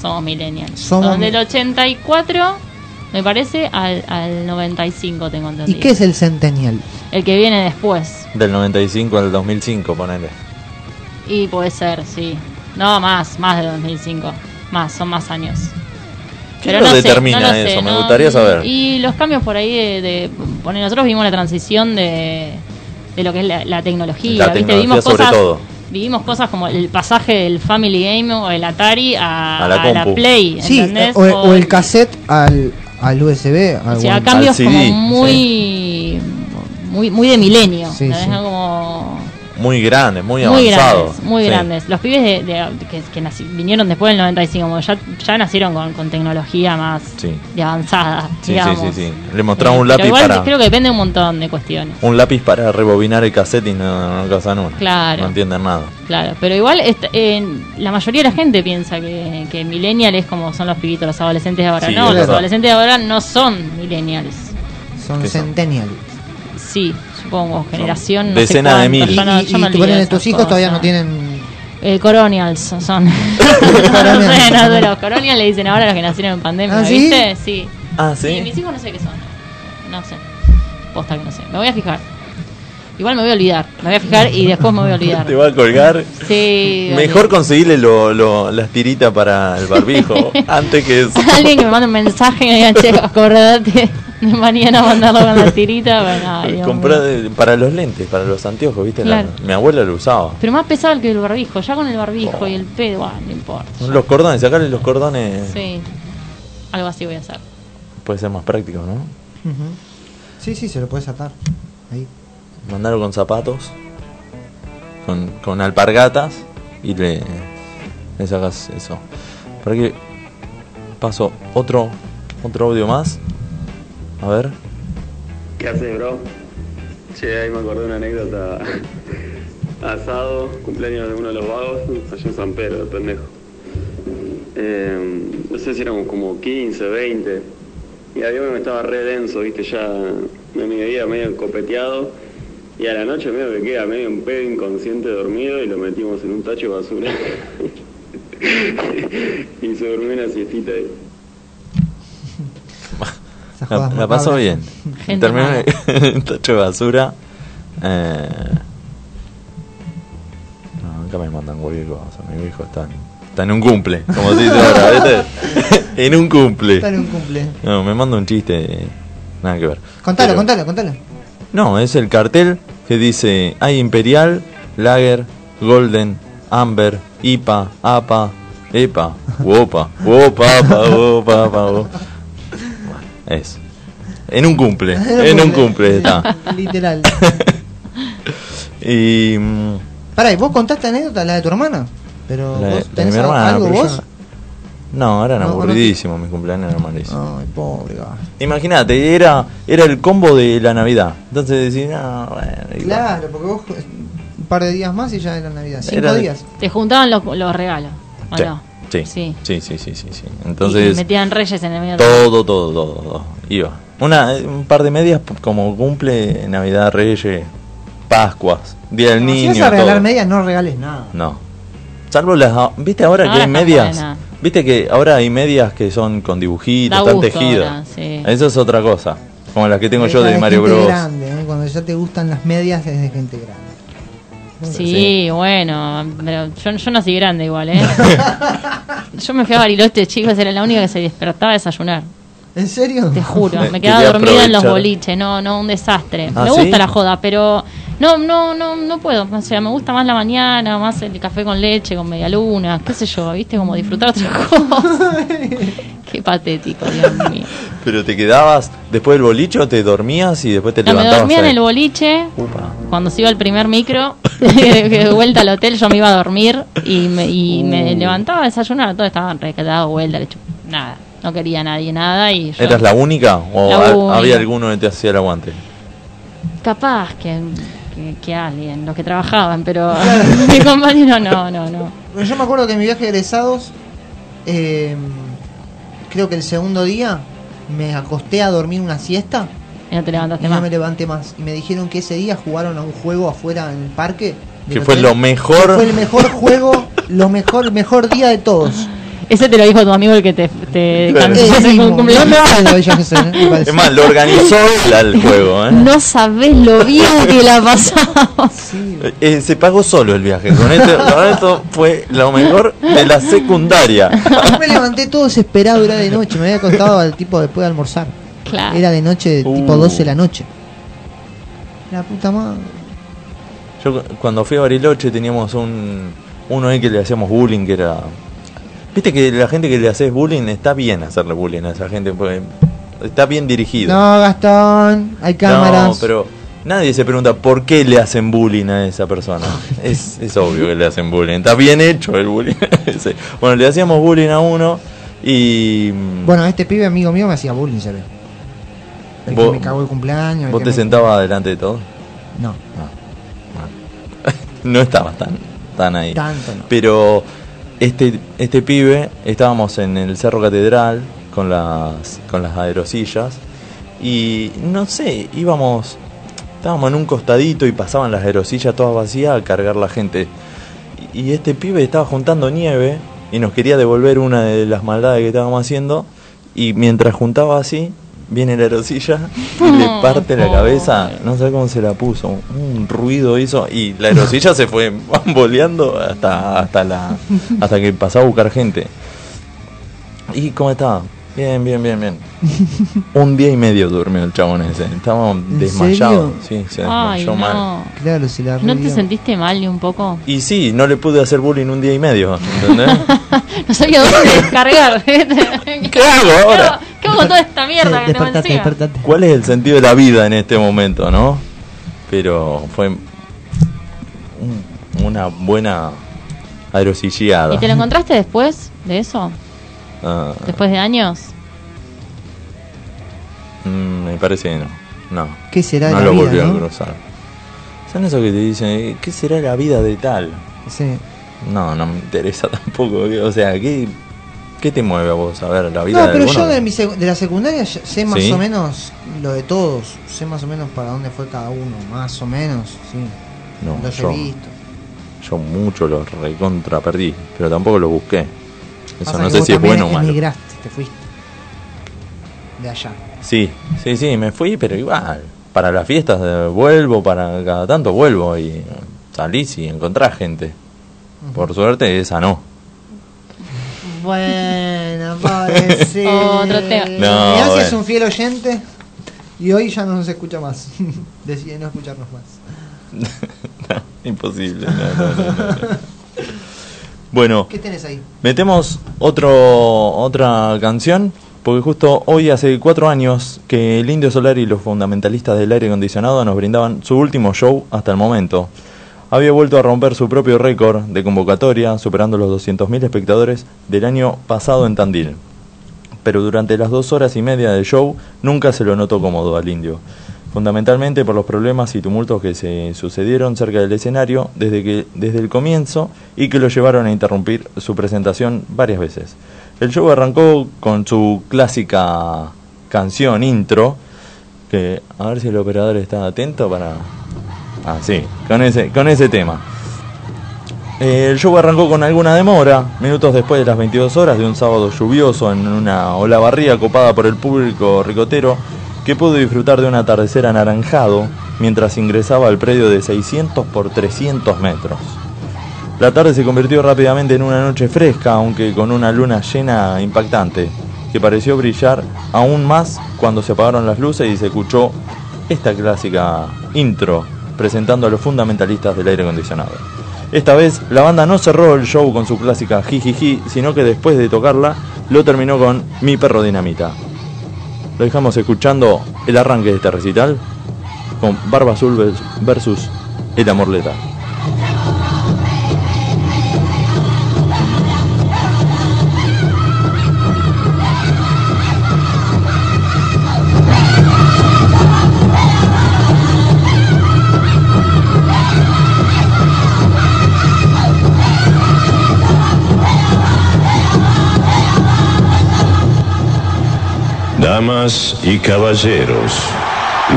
[SPEAKER 4] somos millennials.
[SPEAKER 2] Somos
[SPEAKER 4] Son
[SPEAKER 2] mi-
[SPEAKER 4] del 84, me parece, al, al 95, tengo
[SPEAKER 2] ¿Y
[SPEAKER 4] entendido.
[SPEAKER 2] qué es el centennial?
[SPEAKER 4] El que viene después.
[SPEAKER 1] Del 95 al 2005, ponele.
[SPEAKER 4] Y puede ser, sí. No, más, más de 2005. Más, son más años.
[SPEAKER 1] ¿Quién lo determina eso? Me gustaría saber.
[SPEAKER 4] Y los cambios por ahí de... de- bueno, nosotros vimos la transición de, de lo que es la, la tecnología.
[SPEAKER 1] La
[SPEAKER 4] ¿viste?
[SPEAKER 1] tecnología
[SPEAKER 4] Vimos
[SPEAKER 1] sobre
[SPEAKER 4] cosas,
[SPEAKER 1] todo.
[SPEAKER 4] Vivimos cosas como el pasaje del Family Game o el Atari a,
[SPEAKER 1] A la compu.
[SPEAKER 4] Play,
[SPEAKER 9] eh,
[SPEAKER 2] Sí,
[SPEAKER 4] ¿entendés?
[SPEAKER 2] o, o el
[SPEAKER 4] el-
[SPEAKER 2] cassette al, al USB. al-
[SPEAKER 4] o sea,
[SPEAKER 2] bueno,
[SPEAKER 4] cambios
[SPEAKER 2] al
[SPEAKER 4] como muy, muy muy de milenio.
[SPEAKER 2] Sí,
[SPEAKER 4] ¿entendés?
[SPEAKER 2] sí.
[SPEAKER 4] Como
[SPEAKER 1] muy grandes, muy
[SPEAKER 4] muy
[SPEAKER 1] avanzados.
[SPEAKER 4] grandes, muy
[SPEAKER 1] Sí.
[SPEAKER 4] grandes. Los pibes de, de- que, que naci- vinieron después del 95, como ya, ya nacieron con, con tecnología más
[SPEAKER 1] Sí.
[SPEAKER 4] de avanzada,
[SPEAKER 1] Sí, sí,
[SPEAKER 4] digamos.
[SPEAKER 1] sí, sí. Le mostraba un
[SPEAKER 4] Pero
[SPEAKER 1] lápiz
[SPEAKER 4] igual
[SPEAKER 1] para
[SPEAKER 4] creo que depende un montón de cuestiones.
[SPEAKER 1] un lápiz para rebobinar el cassette y no, no causan una.
[SPEAKER 4] Claro.
[SPEAKER 1] No entienden nada.
[SPEAKER 4] Claro, pero igual est- en- la mayoría de la gente piensa que, que millennial es como son los pibitos, los adolescentes de ahora.
[SPEAKER 1] Sí,
[SPEAKER 4] no,
[SPEAKER 1] es
[SPEAKER 4] los
[SPEAKER 1] verdad.
[SPEAKER 4] adolescentes de ahora no son millennials.
[SPEAKER 9] Son centennial.
[SPEAKER 4] Sí, supongo, generación. no sé
[SPEAKER 1] decenas de
[SPEAKER 4] cuánto,
[SPEAKER 1] mil.
[SPEAKER 4] yo no-
[SPEAKER 9] Y,
[SPEAKER 4] yo me
[SPEAKER 9] y tu-
[SPEAKER 4] olvidé de
[SPEAKER 9] tus
[SPEAKER 4] esas
[SPEAKER 9] hijos todavía
[SPEAKER 4] cosas.
[SPEAKER 9] no tienen.
[SPEAKER 4] Eh, coronials son. no sé, no sé, los coronials le dicen ahora a los que nacieron en pandemia,
[SPEAKER 9] ¿Ah, sí?
[SPEAKER 4] ¿viste? Sí.
[SPEAKER 1] Ah, ¿sí?
[SPEAKER 4] Mis hijos no sé qué son. No sé. Posta que no sé. Me voy a fijar. Igual me voy a olvidar. Me voy a fijar y después me voy a olvidar.
[SPEAKER 1] Te va a colgar.
[SPEAKER 4] Sí.
[SPEAKER 1] Mejor conseguirle lo, lo- las tiritas para el barbijo antes que eso.
[SPEAKER 4] Alguien que me mande un mensaje y me diga, che, acordate de mañana mandarlo con la tirita. Bueno, ay, Dios
[SPEAKER 1] Comprá
[SPEAKER 4] mío.
[SPEAKER 1] Eh, de- para los lentes, para los anteojos, ¿viste? La-
[SPEAKER 4] Claro.
[SPEAKER 1] mi abuela lo usaba.
[SPEAKER 4] Pero más pesado el que el barbijo. Ya con el barbijo y el pedo, ah, no importa.
[SPEAKER 1] Los cordones, sacarle los cordones
[SPEAKER 4] Sí. Algo así voy a hacer.
[SPEAKER 1] puede ser más práctico, ¿no?
[SPEAKER 9] Sí, sí, se lo puedes atar. Ahí.
[SPEAKER 1] Mandarlo con zapatos, con, con alpargatas y le, le sacas eso. Para que paso otro, otro audio más. A ver.
[SPEAKER 20] ¿Qué haces, bro? Che, ahí me acordé una anécdota. Asado, cumpleaños de uno de los vagos, allá en San Pedro, el pendejo. Eh, no sé si éramos como 15, 20. Y había uno que estaba re denso, viste, ya de mediodía medio copeteado. Y a la noche medio que queda medio un pedo inconsciente dormido y lo metimos en un tacho de basura. y se durmió una siestita ahí.
[SPEAKER 1] La,
[SPEAKER 20] jodas
[SPEAKER 1] la pasó
[SPEAKER 20] macabras.
[SPEAKER 1] bien.
[SPEAKER 20] Gente
[SPEAKER 1] Terminó
[SPEAKER 20] mala.
[SPEAKER 1] en el tacho de basura. Eh, no, acá me mandan cualquier cosa. Mi viejo está en, está en un cumple, como se dice ahora, ¿viste? en un cumple.
[SPEAKER 9] Está en un cumple.
[SPEAKER 1] No, me manda un chiste. Nada que ver.
[SPEAKER 9] Contalo,
[SPEAKER 1] Pero-
[SPEAKER 9] contalo, contalo.
[SPEAKER 1] No, es el cartel que dice: hay Imperial, Lager, Golden, Amber, IPA, APA, EPA, WOPA, WOPA, APA, WOPA, APA, wo- Bueno, Eso. En un cumple, en un cumple está.
[SPEAKER 9] Literal.
[SPEAKER 1] Y. mm,
[SPEAKER 9] Pará, ¿y vos contaste anécdota, la de tu hermana? Pero
[SPEAKER 1] la de-
[SPEAKER 9] vos
[SPEAKER 1] la de
[SPEAKER 9] tenés
[SPEAKER 1] mi hermana,
[SPEAKER 9] algo
[SPEAKER 1] pero yo
[SPEAKER 9] vos.
[SPEAKER 1] no- No, eran
[SPEAKER 9] No, vos no te-
[SPEAKER 1] aburridísimos, mis cumpleaños eran malísimos.
[SPEAKER 9] Ay, pobre. va.
[SPEAKER 1] Imagínate, era, era el combo de la Navidad. Entonces decís, no, bueno, igual".
[SPEAKER 9] Claro, porque vos eh, un par de días más y ya era Navidad. Cinco
[SPEAKER 1] Era de-
[SPEAKER 9] días.
[SPEAKER 4] Te juntaban los, los regalos. ¿o
[SPEAKER 1] Sí,
[SPEAKER 4] no?
[SPEAKER 1] sí,
[SPEAKER 4] Sí.
[SPEAKER 1] sí, sí, sí, sí, sí.
[SPEAKER 4] Y
[SPEAKER 1] Entonces,
[SPEAKER 4] metían reyes en el medio. de
[SPEAKER 1] todo, todo, todo, todo. Iba. Una, un par de medias p- como cumple Navidad, Reyes, Pascuas, Día del
[SPEAKER 9] Si
[SPEAKER 1] Niño.
[SPEAKER 9] vas a regalar
[SPEAKER 1] todo.
[SPEAKER 9] medias, no regales nada.
[SPEAKER 1] No. Salvo las... a- ¿Viste ahora,
[SPEAKER 9] Ahora
[SPEAKER 1] que hay
[SPEAKER 9] está
[SPEAKER 1] medias?
[SPEAKER 9] buena.
[SPEAKER 1] ¿Viste que ahora hay medias que son con dibujitos,
[SPEAKER 9] Da
[SPEAKER 1] están
[SPEAKER 9] gusto
[SPEAKER 1] tejidas?
[SPEAKER 9] ahora, sí.
[SPEAKER 1] Eso es otra cosa. Como las que tengo
[SPEAKER 9] Esa
[SPEAKER 1] yo de
[SPEAKER 9] es
[SPEAKER 1] Mario
[SPEAKER 9] gente
[SPEAKER 1] Bros.
[SPEAKER 9] grande, ¿eh? Cuando ya te gustan las medias es de gente grande.
[SPEAKER 4] Sí, bueno, pero yo, yo nací grande igual, ¿eh? yo me fui a Bariloche, chicos, era la única que se despertaba a desayunar.
[SPEAKER 9] ¿En serio?
[SPEAKER 4] Te juro,
[SPEAKER 9] Eh,
[SPEAKER 4] me quedaba
[SPEAKER 9] quería
[SPEAKER 4] dormida en los
[SPEAKER 9] aprovechar.
[SPEAKER 4] boliches, no, no, un desastre.
[SPEAKER 9] ¿Ah,
[SPEAKER 4] me
[SPEAKER 9] sí?
[SPEAKER 4] gusta la joda, pero no, no, no, no puedo. O sea, me gusta más la mañana, más el café con leche, con media luna, qué sé yo, ¿viste? Como disfrutar otras cosas. qué patético, Dios mío.
[SPEAKER 1] Pero te quedabas después del bolicho, te dormías y después te
[SPEAKER 4] No, me
[SPEAKER 1] levantabas.
[SPEAKER 4] dormía en
[SPEAKER 1] ahí.
[SPEAKER 4] el boliche.
[SPEAKER 1] Upa.
[SPEAKER 4] Cuando se iba el primer micro, de vuelta al hotel, yo me iba a dormir y me, y me
[SPEAKER 1] Uh.
[SPEAKER 4] levantaba a desayunar. Todo estaba dado vuelta, le chup- nada. No quería a nadie nada. y yo-
[SPEAKER 1] ¿Eras la única o
[SPEAKER 4] La
[SPEAKER 1] ha-
[SPEAKER 4] única.
[SPEAKER 1] había alguno que te hacía el aguante?
[SPEAKER 4] Capaz que, que, que alguien, los que trabajaban, pero mi compañero no, no, no.
[SPEAKER 9] Bueno, yo me acuerdo que en mi viaje de egresados, eh, creo que el segundo día me acosté a dormir una siesta.
[SPEAKER 4] Y no te levantaste
[SPEAKER 9] no
[SPEAKER 4] más.
[SPEAKER 9] me levanté más. Y me dijeron que ese día jugaron a un juego afuera en el parque. del
[SPEAKER 1] Que fue
[SPEAKER 9] hotel.
[SPEAKER 1] lo mejor.
[SPEAKER 9] Que Fue el mejor juego, lo mejor, el mejor día de todos.
[SPEAKER 4] Ese te lo dijo tu amigo el que te, te
[SPEAKER 1] Claro.
[SPEAKER 4] cambió
[SPEAKER 1] Ese
[SPEAKER 4] el
[SPEAKER 1] mismo.
[SPEAKER 4] cumpleaños.
[SPEAKER 1] No me hables de Villa
[SPEAKER 9] eh, Es
[SPEAKER 1] más, lo organizó la- el juego, ¿eh?
[SPEAKER 4] No sabés lo bien que la pasamos.
[SPEAKER 1] Eh, se pagó solo el viaje. Con esto, con esto fue lo mejor de la secundaria.
[SPEAKER 9] Yo me levanté todo desesperado, era de noche. Me había contado al tipo después de almorzar.
[SPEAKER 4] Claro.
[SPEAKER 9] Era de noche, tipo 12 de la noche. La puta madre.
[SPEAKER 1] Yo cu- cuando fui a Bariloche teníamos un uno ahí que le hacíamos bullying que era Viste que la gente que le haces bullying está bien hacerle bullying a esa gente porque está pues, bien dirigido.
[SPEAKER 9] No, Gastón, hay cámaras.
[SPEAKER 1] No, pero Nadie se pregunta por qué le hacen bullying a esa persona. Es, es obvio que le hacen bullying. Está bien hecho el bullying. ese. bueno, le hacíamos bullying a uno y... mm,
[SPEAKER 9] Bueno, este pibe amigo mío me hacía bullying, ya veo. El que
[SPEAKER 1] Vos-
[SPEAKER 9] me cagó el cumpleaños. el
[SPEAKER 1] ¿Vos
[SPEAKER 9] que
[SPEAKER 1] te
[SPEAKER 9] me-
[SPEAKER 1] sentabas delante de Ah. todos?
[SPEAKER 9] No.
[SPEAKER 1] No estabas tan, tan ahí.
[SPEAKER 9] Tanto no.
[SPEAKER 1] Pero este, este pibe, estábamos en el Cerro Catedral con las, con las aerosillas y no sé, íbamos, estábamos en un costadito y pasaban las aerosillas todas vacías a cargar la gente. Y este pibe estaba juntando nieve y nos quería devolver una de las maldades que estábamos haciendo y mientras juntaba así, viene la aerosilla y le parte la cabeza, no sé cómo se la puso, un ruido hizo y la aerosilla se fue bamboleando hasta hasta la hasta que pasaba a buscar gente. ¿Y cómo estaba? Bien, bien, bien, bien. Un día y medio durmió el chabón ese. Estaba desmayado. Sí, se desmayó
[SPEAKER 4] Ay, no.
[SPEAKER 1] mal.
[SPEAKER 9] Claro, si la
[SPEAKER 4] ¿No te
[SPEAKER 1] revió.
[SPEAKER 4] sentiste mal ni un poco?
[SPEAKER 1] Y sí, no le pude hacer bullying un día y medio, ¿entendés?
[SPEAKER 4] No sabía dónde descargar. ¿Qué
[SPEAKER 1] hago ahora?
[SPEAKER 4] ¿Qué hago con toda esta mierda que tengo
[SPEAKER 1] Despertate,
[SPEAKER 4] encima?
[SPEAKER 1] despertate. ¿Cuál es el sentido de la vida en este momento, no? Pero fue un- una buena aerosillada.
[SPEAKER 4] ¿Y te lo encontraste después de eso?
[SPEAKER 1] Ah,
[SPEAKER 4] ¿Después de años?
[SPEAKER 1] mm, me parece que no. No.
[SPEAKER 9] ¿Qué será de
[SPEAKER 1] no
[SPEAKER 9] la
[SPEAKER 1] lo
[SPEAKER 9] vida,
[SPEAKER 1] volvió
[SPEAKER 9] no?
[SPEAKER 1] a cruzar. ¿Saben eso que te dicen? eh, ¿Qué será la vida de tal?
[SPEAKER 9] Sí.
[SPEAKER 1] No, no me interesa tampoco. O sea, ¿qué, qué te mueve a vos a ver la vida
[SPEAKER 9] No,
[SPEAKER 1] de
[SPEAKER 9] pero yo
[SPEAKER 1] alguno?
[SPEAKER 9] de, mi secu- de la secundaria ya sé más
[SPEAKER 1] Sí.
[SPEAKER 9] o menos lo de todos. Sé más o menos para dónde fue cada uno, más o menos. Sí.
[SPEAKER 1] No,
[SPEAKER 9] Lo he
[SPEAKER 1] yo-
[SPEAKER 9] visto.
[SPEAKER 1] Yo mucho los recontra perdí, pero tampoco los busqué. Eso
[SPEAKER 9] Pasa
[SPEAKER 1] no
[SPEAKER 9] que
[SPEAKER 1] sé
[SPEAKER 9] vos
[SPEAKER 1] si es
[SPEAKER 9] también
[SPEAKER 1] bueno o malo.
[SPEAKER 9] Emigraste, te fuiste. De allá.
[SPEAKER 1] Sí, sí, sí, me fui, pero igual. Para las fiestas eh, vuelvo, para cada tanto vuelvo y eh, salís y encontrás gente. Por suerte, esa no.
[SPEAKER 9] Bueno, pobrecito.
[SPEAKER 4] Otro tema.
[SPEAKER 1] No,
[SPEAKER 9] Mirá si es
[SPEAKER 1] bueno.
[SPEAKER 9] un fiel oyente y hoy ya no nos escucha más. Decide no escucharnos más.
[SPEAKER 1] Imposible. no, no, no, no, no. Bueno,
[SPEAKER 9] ¿Qué tenés ahí?
[SPEAKER 1] Metemos otro, otra canción, porque justo hoy hace cuatro años que el Indio Solar y los fundamentalistas del aire acondicionado nos brindaban su último show hasta el momento. Había vuelto a romper su propio récord de convocatoria, superando los 200.000 espectadores del año pasado en Tandil. Pero durante las dos horas y media del show nunca se lo notó cómodo al indio fundamentalmente por los problemas y tumultos que se sucedieron cerca del escenario desde, que, desde el comienzo y que lo llevaron a interrumpir su presentación varias veces. El show arrancó con su clásica canción intro, que a ver si el operador está atento para... Ah, sí, con ese, con ese tema. Eh, El show arrancó con alguna demora, minutos después de las 22 horas de un sábado lluvioso en una olavarría copada por el público ricotero que pudo disfrutar de un atardecer anaranjado mientras ingresaba al predio de 600 por 300 metros. La tarde se convirtió rápidamente en una noche fresca, aunque con una luna llena impactante, que pareció brillar aún más cuando se apagaron las luces y se escuchó esta clásica intro presentando a los fundamentalistas del aire acondicionado. Esta vez la banda no cerró el show con su clásica jijiji, sino que después de tocarla lo terminó con Mi perro dinamita. Lo dejamos escuchando el arranque de este recital con Barba Azul vers- versus El Amor Letal.
[SPEAKER 21] Damas y caballeros,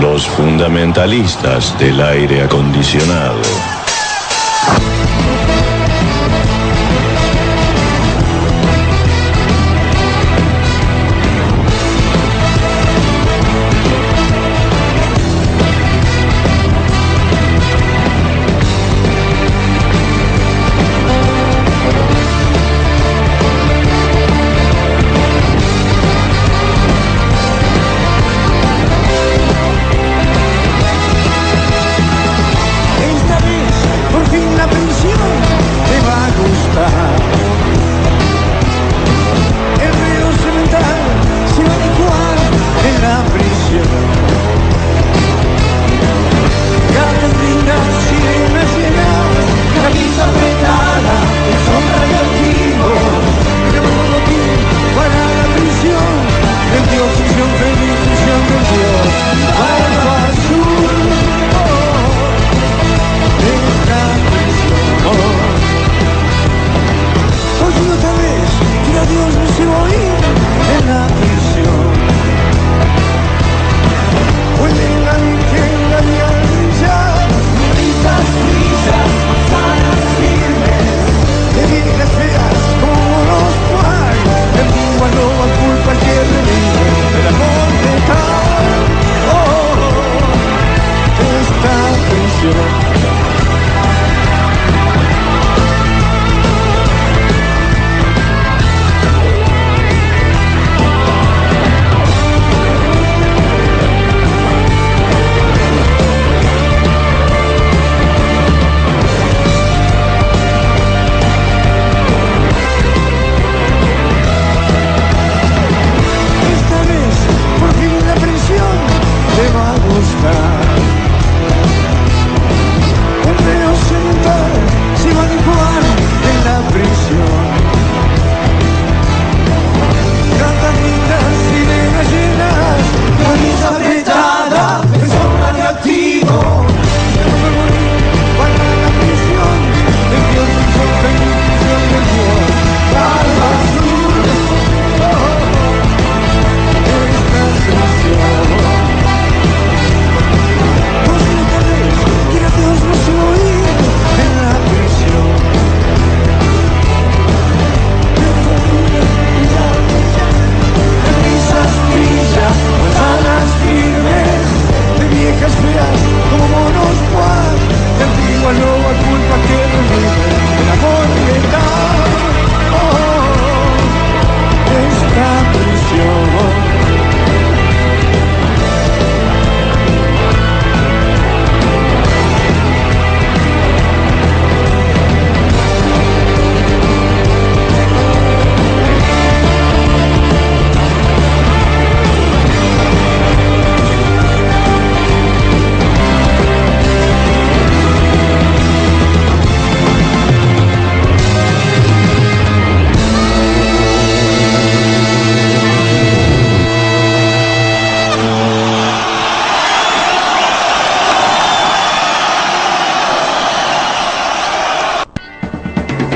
[SPEAKER 21] los fundamentalistas del aire acondicionado.
[SPEAKER 5] Esta vida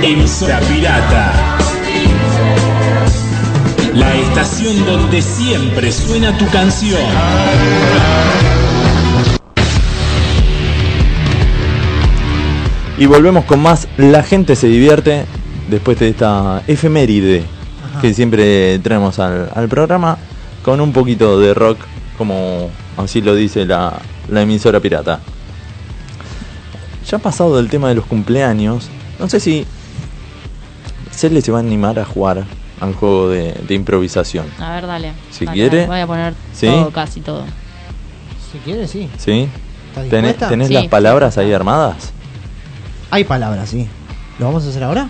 [SPEAKER 10] Emisora Pirata. La estación donde siempre suena tu canción.
[SPEAKER 1] Y volvemos con más La gente se divierte después de esta efeméride que siempre traemos al, al programa con un poquito de rock, como así lo dice la, la emisora pirata. Ya pasado el tema de los cumpleaños, no sé si Cele se va a animar a jugar al juego de, de improvisación.
[SPEAKER 4] A ver, dale.
[SPEAKER 1] Si
[SPEAKER 4] Dale,
[SPEAKER 1] quiere.
[SPEAKER 4] Voy a poner
[SPEAKER 1] ¿Sí?
[SPEAKER 4] todo, casi todo.
[SPEAKER 2] Si quieres, sí.
[SPEAKER 1] ¿Sí?
[SPEAKER 2] ¿Estás
[SPEAKER 1] ¿Tenés,
[SPEAKER 2] dispuesta?
[SPEAKER 1] tenés
[SPEAKER 2] Sí.
[SPEAKER 1] las palabras ahí armadas?
[SPEAKER 2] Hay palabras, sí. ¿Lo vamos a hacer ahora?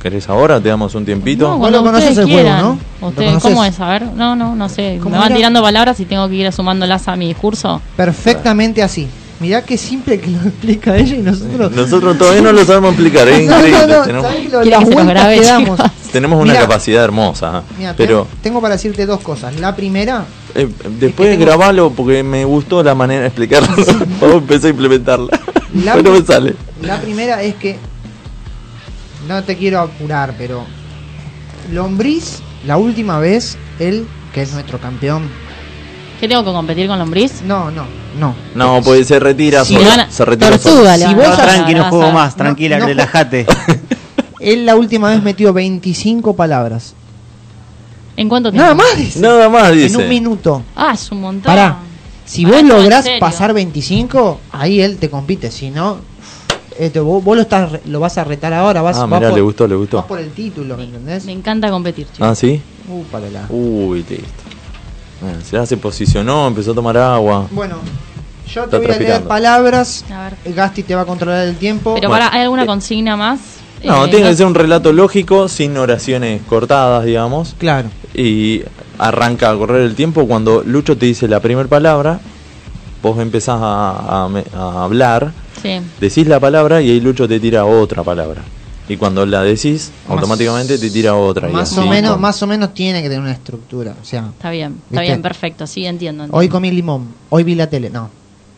[SPEAKER 1] ¿Querés ahora? ¿Te damos un tiempito?
[SPEAKER 4] No,
[SPEAKER 2] Vos lo
[SPEAKER 4] cuando
[SPEAKER 2] conocés
[SPEAKER 4] ustedes
[SPEAKER 2] el juego,
[SPEAKER 4] quieran.
[SPEAKER 2] ¿no? ¿Lo
[SPEAKER 4] Ustedes,
[SPEAKER 2] conocés?
[SPEAKER 4] ¿Cómo es? A ver, no, no, no sé. Me
[SPEAKER 2] ¿Cómo
[SPEAKER 4] van
[SPEAKER 2] era?
[SPEAKER 4] tirando palabras y tengo que ir sumándolas a mi discurso.
[SPEAKER 2] Perfectamente así. Mirá que simple que lo explica ella y nosotros.
[SPEAKER 1] Nosotros todavía no lo sabemos explicar, es
[SPEAKER 2] No,
[SPEAKER 1] increíble.
[SPEAKER 2] no, no,
[SPEAKER 1] tenemos,
[SPEAKER 2] ¿sabés lo-
[SPEAKER 4] Quiero
[SPEAKER 2] las
[SPEAKER 4] que se los
[SPEAKER 2] vueltas
[SPEAKER 4] grabe,
[SPEAKER 2] que damos?
[SPEAKER 1] tenemos una
[SPEAKER 2] Mirá.
[SPEAKER 1] capacidad hermosa. ¿ah?
[SPEAKER 2] Mirá, te-
[SPEAKER 1] pero
[SPEAKER 2] tengo para decirte dos cosas. La primera,
[SPEAKER 1] eh, después grabalo porque me gustó la manera de explicarlo. Vamos empecé a implementarla.
[SPEAKER 2] La-
[SPEAKER 1] Pero me sale.
[SPEAKER 2] la primera es que no te quiero apurar, pero Lombriz, la última vez, él, que es nuestro campeón.
[SPEAKER 4] ¿Qué tengo que competir con Lombriz?
[SPEAKER 2] No, no, no.
[SPEAKER 1] No, porque se retira
[SPEAKER 2] Si
[SPEAKER 1] solo.
[SPEAKER 2] le van a-
[SPEAKER 1] Se retira solo.
[SPEAKER 2] Tortuga, le
[SPEAKER 3] Si
[SPEAKER 2] van a-
[SPEAKER 3] vos tranqui, no
[SPEAKER 2] No,
[SPEAKER 3] juego
[SPEAKER 2] no,
[SPEAKER 3] más,
[SPEAKER 2] no,
[SPEAKER 3] tranquila,
[SPEAKER 2] no.
[SPEAKER 3] relájate.
[SPEAKER 2] Él la última vez metió 25 palabras.
[SPEAKER 4] ¿En cuánto tiempo?
[SPEAKER 2] Nada más. dice.
[SPEAKER 1] Nada más,
[SPEAKER 2] En un
[SPEAKER 1] dice.
[SPEAKER 2] minuto.
[SPEAKER 4] Ah, es un montón.
[SPEAKER 2] Pará. Si vos
[SPEAKER 4] Ah, no, en
[SPEAKER 2] lográs
[SPEAKER 4] serio.
[SPEAKER 2] pasar 25, ahí él te compite. Si no, este, vos, vos lo, estás, re- lo vas a retar ahora. Vas,
[SPEAKER 1] Ah,
[SPEAKER 2] vas
[SPEAKER 1] mirá,
[SPEAKER 2] por-
[SPEAKER 1] le gustó, le gustó.
[SPEAKER 2] vas por el título, ¿me entendés?
[SPEAKER 4] Me encanta competir, chicos.
[SPEAKER 1] Ah, ¿sí?
[SPEAKER 2] Uh, palala.
[SPEAKER 1] Uy, listo. Bueno, ya se posicionó, empezó a tomar agua.
[SPEAKER 2] Bueno, yo
[SPEAKER 1] Está
[SPEAKER 2] te voy a leer
[SPEAKER 1] transpirando.
[SPEAKER 2] palabras. Eh, Gasti te va a controlar el tiempo.
[SPEAKER 4] Pero
[SPEAKER 1] Bueno.
[SPEAKER 4] para, ¿hay alguna consigna más?
[SPEAKER 1] No,
[SPEAKER 4] Eh,
[SPEAKER 1] tiene que ser un relato lógico, sin oraciones cortadas, digamos.
[SPEAKER 2] Claro.
[SPEAKER 1] Y arranca a correr el tiempo cuando Lucho te dice la primera palabra, vos empezás a, a me- a hablar,
[SPEAKER 4] Sí.
[SPEAKER 1] decís la palabra y ahí Lucho te tira otra palabra. Y cuando la decís, automáticamente te tira otra. y
[SPEAKER 2] Más
[SPEAKER 1] así
[SPEAKER 2] o menos,
[SPEAKER 1] con-
[SPEAKER 2] más o menos tiene que tener una estructura. O sea,
[SPEAKER 4] Está bien, está
[SPEAKER 2] ¿Viste?
[SPEAKER 4] bien, perfecto. Sí, entiendo. entiendo.
[SPEAKER 2] hoy comí limón, hoy vi la tele. No,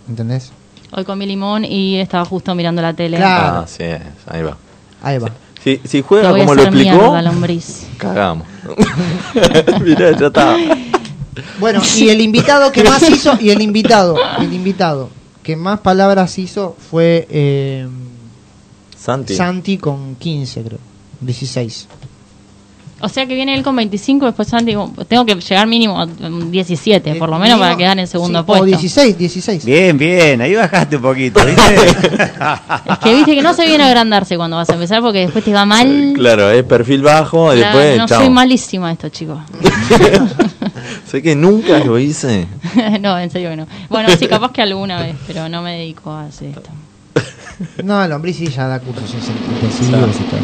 [SPEAKER 2] ¿entendés?
[SPEAKER 4] Hoy comí limón y estaba justo mirando la tele.
[SPEAKER 1] Ah, sí, es, ahí va.
[SPEAKER 2] Ahí va.
[SPEAKER 1] Si, si
[SPEAKER 4] Te
[SPEAKER 1] juega
[SPEAKER 4] voy a
[SPEAKER 1] como lo
[SPEAKER 4] hacer
[SPEAKER 1] explicó,
[SPEAKER 4] mierda, lombriz.
[SPEAKER 1] cagamos. Mirá, ya está.
[SPEAKER 2] Bueno, y el invitado que más hizo, y el invitado, el invitado que más palabras hizo fue eh,
[SPEAKER 1] Santi.
[SPEAKER 2] Santi con 15, creo. 16.
[SPEAKER 4] O sea que viene él con 25, después Santi. Tengo que llegar mínimo a mm, 17, por lo menos, para quedar en segundo
[SPEAKER 2] Sí,
[SPEAKER 4] puesto.
[SPEAKER 2] Eh, O 16, 16.
[SPEAKER 3] Bien, bien, ahí bajaste un poquito, ¿viste?
[SPEAKER 4] Es que viste
[SPEAKER 2] Ah.
[SPEAKER 4] que no se viene a agrandarse cuando vas a empezar porque después te va mal.
[SPEAKER 1] Claro, es perfil bajo, y
[SPEAKER 4] La-
[SPEAKER 1] después,
[SPEAKER 4] no
[SPEAKER 1] chao.
[SPEAKER 4] soy malísima a esto, chicos.
[SPEAKER 1] Sé que nunca lo hice.
[SPEAKER 4] no, en serio que no. Bueno, sí, capaz que alguna vez, pero no me dedico a hacer esto.
[SPEAKER 2] No, el hombre sí ya da cursos
[SPEAKER 1] Claro.
[SPEAKER 2] intensivos y todo.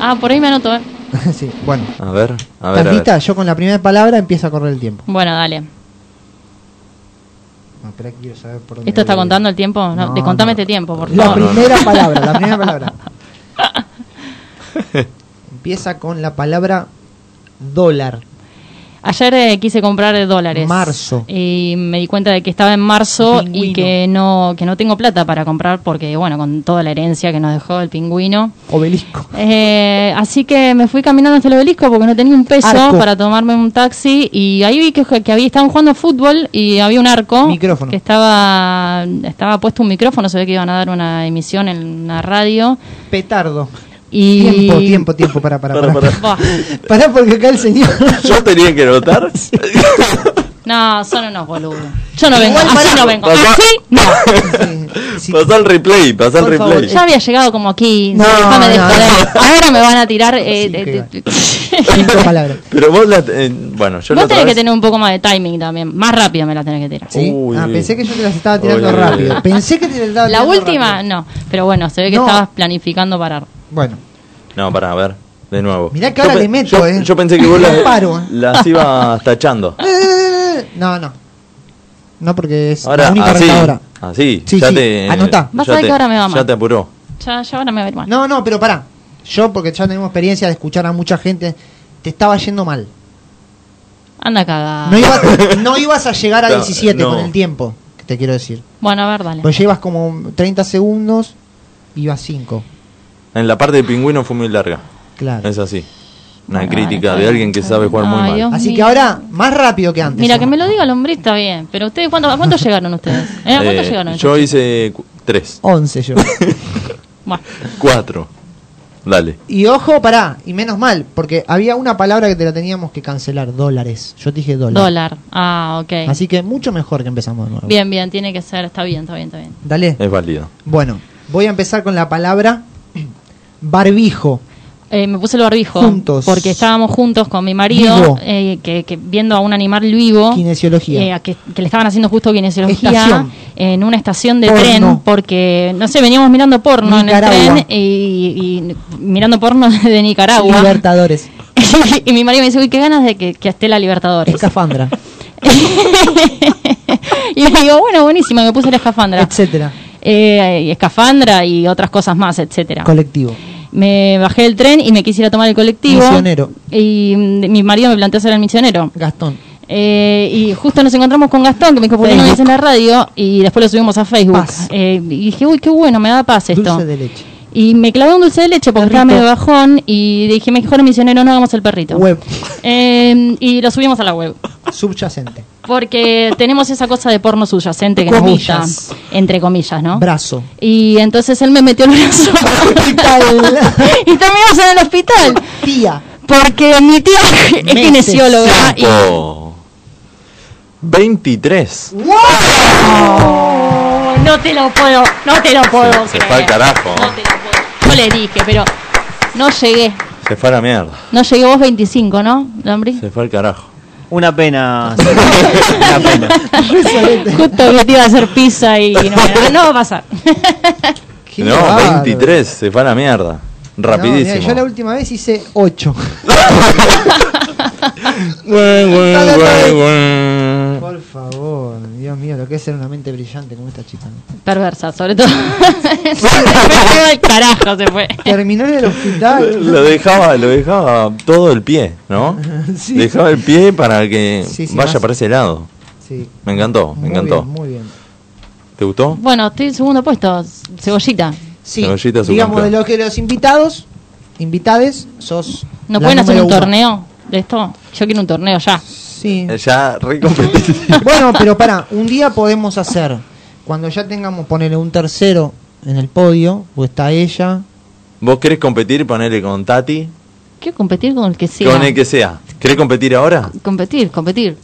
[SPEAKER 4] Ah, por ahí me anoto, ¿eh?
[SPEAKER 2] sí, bueno.
[SPEAKER 1] A ver, a ver.
[SPEAKER 2] ¿Estás
[SPEAKER 1] a ver.
[SPEAKER 2] lista? Yo con la primera palabra empiezo a correr el tiempo.
[SPEAKER 4] Bueno, dale.
[SPEAKER 2] No, espera que quiero saber por dónde
[SPEAKER 4] ¿Esto está
[SPEAKER 2] voy.
[SPEAKER 4] contando el tiempo? No,
[SPEAKER 2] No,
[SPEAKER 4] descontame
[SPEAKER 2] no.
[SPEAKER 4] este tiempo, por
[SPEAKER 2] La
[SPEAKER 4] favor.
[SPEAKER 2] primera palabra, la primera palabra. Empieza con la palabra dólar.
[SPEAKER 4] Ayer eh, quise comprar dólares.
[SPEAKER 2] Marzo.
[SPEAKER 4] Y me di cuenta de que estaba en marzo y que no, que no tengo plata para comprar porque, bueno, con toda la herencia que nos dejó el pingüino.
[SPEAKER 2] Obelisco.
[SPEAKER 4] Eh, así que me fui caminando hasta el obelisco porque no tenía un peso
[SPEAKER 2] Arco.
[SPEAKER 4] para tomarme un taxi y ahí vi que, que había, estaban jugando fútbol y había un arco
[SPEAKER 2] Micrófono.
[SPEAKER 4] que estaba, estaba puesto un micrófono, se ve que iban a dar una emisión en una radio.
[SPEAKER 2] Petardo.
[SPEAKER 4] Y...
[SPEAKER 2] Tiempo, tiempo, tiempo, para, para, para. Para,
[SPEAKER 4] Buah,
[SPEAKER 2] porque acá el señor.
[SPEAKER 1] Yo tenía que notar.
[SPEAKER 4] no, son unos boludos. Yo no vengo,
[SPEAKER 2] Igual
[SPEAKER 4] así
[SPEAKER 2] pará.
[SPEAKER 4] no vengo.
[SPEAKER 1] Pasá.
[SPEAKER 4] Así
[SPEAKER 1] Pasá el replay, pasá el
[SPEAKER 4] Por favor,
[SPEAKER 1] replay.
[SPEAKER 4] ya había llegado como aquí.
[SPEAKER 2] No,
[SPEAKER 4] déjame de
[SPEAKER 2] no,
[SPEAKER 4] joder. Ahora me van a tirar. eh, eh, eh,
[SPEAKER 2] Cinco palabras.
[SPEAKER 1] Pero vos la. eh, bueno, yo la
[SPEAKER 4] Vos tenés
[SPEAKER 1] otra
[SPEAKER 4] que
[SPEAKER 1] vez-
[SPEAKER 4] tener un poco más de timing también. Más rápido me la tenés que tirar.
[SPEAKER 2] ¿Sí?
[SPEAKER 1] Uy,
[SPEAKER 2] ah,
[SPEAKER 1] uy.
[SPEAKER 2] pensé que yo te las estaba tirando
[SPEAKER 1] Uy, uy, uy.
[SPEAKER 2] rápido. Pensé que te las estaba
[SPEAKER 4] La
[SPEAKER 2] tirando
[SPEAKER 4] última,
[SPEAKER 2] rápido.
[SPEAKER 4] no. Pero bueno, se ve que
[SPEAKER 2] No.
[SPEAKER 4] estabas planificando parar.
[SPEAKER 2] Bueno,
[SPEAKER 1] No, pará, a ver. De nuevo.
[SPEAKER 2] mirá que
[SPEAKER 1] Yo
[SPEAKER 2] ahora
[SPEAKER 1] pe-
[SPEAKER 2] le meto,
[SPEAKER 1] yo,
[SPEAKER 2] eh.
[SPEAKER 1] yo pensé que vos
[SPEAKER 2] No
[SPEAKER 1] las,
[SPEAKER 2] paro, eh.
[SPEAKER 1] las ibas tachando.
[SPEAKER 2] No, no. No, porque es
[SPEAKER 1] Ahora,
[SPEAKER 2] la única
[SPEAKER 1] así.
[SPEAKER 2] retadora.
[SPEAKER 1] Así,
[SPEAKER 2] Sí,
[SPEAKER 1] ya
[SPEAKER 2] sí,
[SPEAKER 1] te.
[SPEAKER 2] anotá.
[SPEAKER 4] Vas
[SPEAKER 1] ya
[SPEAKER 4] a ver que
[SPEAKER 1] te-
[SPEAKER 4] ahora me va mal.
[SPEAKER 1] Ya te apuró.
[SPEAKER 4] Ya, ya ahora me va a ir mal.
[SPEAKER 2] No, no, pero pará. Yo, porque ya tenemos experiencia de escuchar a mucha gente, te estaba yendo mal.
[SPEAKER 4] Anda cagada.
[SPEAKER 2] No ibas, no ibas a llegar a
[SPEAKER 1] No,
[SPEAKER 2] 17
[SPEAKER 1] no.
[SPEAKER 2] con el tiempo, Pues que te quiero decir.
[SPEAKER 4] Bueno, a ver, dale.
[SPEAKER 2] Pues llevas como 30 segundos, ibas 5.
[SPEAKER 1] En la parte de pingüino fue muy larga.
[SPEAKER 2] Claro.
[SPEAKER 1] Es así. Una crítica de alguien que sabe jugar muy
[SPEAKER 4] Ay,
[SPEAKER 1] mal.
[SPEAKER 4] Dios
[SPEAKER 2] Así
[SPEAKER 4] mío.
[SPEAKER 2] que ahora, más rápido que antes.
[SPEAKER 4] Mira, que me lo diga el hombre está bien, pero ustedes, ¿cuánto, ¿a cuánto llegaron ustedes? ¿Eh? ¿A cuánto
[SPEAKER 1] Eh,
[SPEAKER 4] llegaron?
[SPEAKER 1] yo hice cu- tres.
[SPEAKER 2] 11 yo.
[SPEAKER 4] Bueno.
[SPEAKER 1] Cuatro. Dale.
[SPEAKER 2] Y ojo, pará, y menos mal, porque había una palabra que te la teníamos que cancelar, dólares. Yo te dije dólar.
[SPEAKER 4] Dólar. Ah, ok.
[SPEAKER 2] Así que mucho mejor que empezamos de nuevo.
[SPEAKER 4] Bien, bien, tiene que ser, está bien, está bien, está bien.
[SPEAKER 2] Dale.
[SPEAKER 1] Es válido.
[SPEAKER 2] Bueno, voy a empezar con la palabra barbijo.
[SPEAKER 4] Eh, me puse el barbijo.
[SPEAKER 2] Juntos.
[SPEAKER 4] Porque estábamos juntos con mi marido,
[SPEAKER 2] Vivo.
[SPEAKER 4] eh, que, que viendo a un animal vivo.
[SPEAKER 2] Kinesiología.
[SPEAKER 4] eh, que, que le estaban haciendo justo kinesiología
[SPEAKER 2] Estación.
[SPEAKER 4] en una estación de
[SPEAKER 2] Porno.
[SPEAKER 4] tren, porque, no sé, veníamos mirando porno en el
[SPEAKER 2] Nicaragua.
[SPEAKER 4] tren y, y mirando porno de Nicaragua.
[SPEAKER 2] Libertadores.
[SPEAKER 4] y mi marido me dice, uy, qué ganas de que, que esté la Libertadores.
[SPEAKER 2] Escafandra.
[SPEAKER 4] y le digo, bueno, buenísimo, y me puse la escafandra.
[SPEAKER 2] Etcétera.
[SPEAKER 4] Eh, y escafandra y otras cosas más, etcétera.
[SPEAKER 2] Colectivo.
[SPEAKER 4] me bajé del tren y me quisiera tomar el colectivo.
[SPEAKER 2] Misionero.
[SPEAKER 4] Y mm, mi marido me planteó ser el misionero.
[SPEAKER 2] Gastón.
[SPEAKER 4] Eh, y justo nos encontramos con Gastón, que me dijo, ¿por qué no lo dice en la radio? Y después lo subimos a Facebook. Eh, y dije, uy, qué bueno, me da paz esto.
[SPEAKER 2] Dulce de leche.
[SPEAKER 4] Y me clavé un dulce de leche porque estaba
[SPEAKER 2] Perrito.
[SPEAKER 4] medio bajón y dije, mejor misionero, no hagamos el perrito.
[SPEAKER 2] Web.
[SPEAKER 4] Eh, y lo subimos a la web.
[SPEAKER 2] Subyacente.
[SPEAKER 4] Porque tenemos esa cosa de porno subyacente que nos
[SPEAKER 2] Comillas.
[SPEAKER 4] gusta, entre comillas, ¿no?
[SPEAKER 2] Brazo.
[SPEAKER 4] Y entonces él me metió el brazo y terminamos en el hospital.
[SPEAKER 2] Tía.
[SPEAKER 4] Porque mi tía es
[SPEAKER 2] Meses.
[SPEAKER 4] kinesióloga y
[SPEAKER 1] Oh. 23.
[SPEAKER 4] no te lo puedo, no te lo puedo
[SPEAKER 1] Se
[SPEAKER 4] creer.
[SPEAKER 1] fue al carajo.
[SPEAKER 4] Yo le dije, pero no llegué.
[SPEAKER 1] Se fue a la mierda.
[SPEAKER 4] No llegué vos 25, ¿no, Lambri?
[SPEAKER 1] Se fue al carajo.
[SPEAKER 3] Una pena.
[SPEAKER 4] Ah, Justo que te iba a hacer pizza y no, me- no va a pasar.
[SPEAKER 1] no, 23. Se fue a la mierda.
[SPEAKER 2] No,
[SPEAKER 1] Rapidísimo.
[SPEAKER 2] mirá, yo la última vez hice 8.
[SPEAKER 1] Güey, güey, güey, güey.
[SPEAKER 2] Por favor, Dios mío, lo que es ser una mente brillante como esta chica. ¿no?
[SPEAKER 4] Perversa, sobre todo. se fue al carajo, se fue.
[SPEAKER 2] Terminó en el hospital.
[SPEAKER 1] Lo dejaba, lo dejaba todo el pie, ¿no?
[SPEAKER 2] Sí.
[SPEAKER 1] Dejaba el pie para que
[SPEAKER 2] Sí, sí,
[SPEAKER 1] vaya
[SPEAKER 2] más-
[SPEAKER 1] para ese lado.
[SPEAKER 2] Sí.
[SPEAKER 1] Me encantó, me
[SPEAKER 2] Muy
[SPEAKER 1] encantó.
[SPEAKER 2] bien, muy bien.
[SPEAKER 1] ¿Te gustó?
[SPEAKER 4] Bueno, estoy en segundo puesto, cebollita.
[SPEAKER 2] Sí,
[SPEAKER 1] Cebollita, su
[SPEAKER 2] digamos de
[SPEAKER 1] campeón.
[SPEAKER 2] lo que los invitados, invitades, sos.
[SPEAKER 4] ¿No
[SPEAKER 2] la
[SPEAKER 4] pueden hacer
[SPEAKER 2] número
[SPEAKER 4] un
[SPEAKER 2] uno.
[SPEAKER 4] torneo de esto? Yo quiero un torneo ya.
[SPEAKER 2] Sí.
[SPEAKER 1] Eh, Ya re competitivo.
[SPEAKER 2] Bueno, pero para, un día podemos hacer, cuando ya tengamos, ponerle un tercero en el podio, o está ella.
[SPEAKER 1] ¿Vos querés competir, ponele con Tati?
[SPEAKER 4] Quiero competir con el que sea.
[SPEAKER 1] Con el que sea. ¿Querés competir ahora?
[SPEAKER 4] Competir, competir.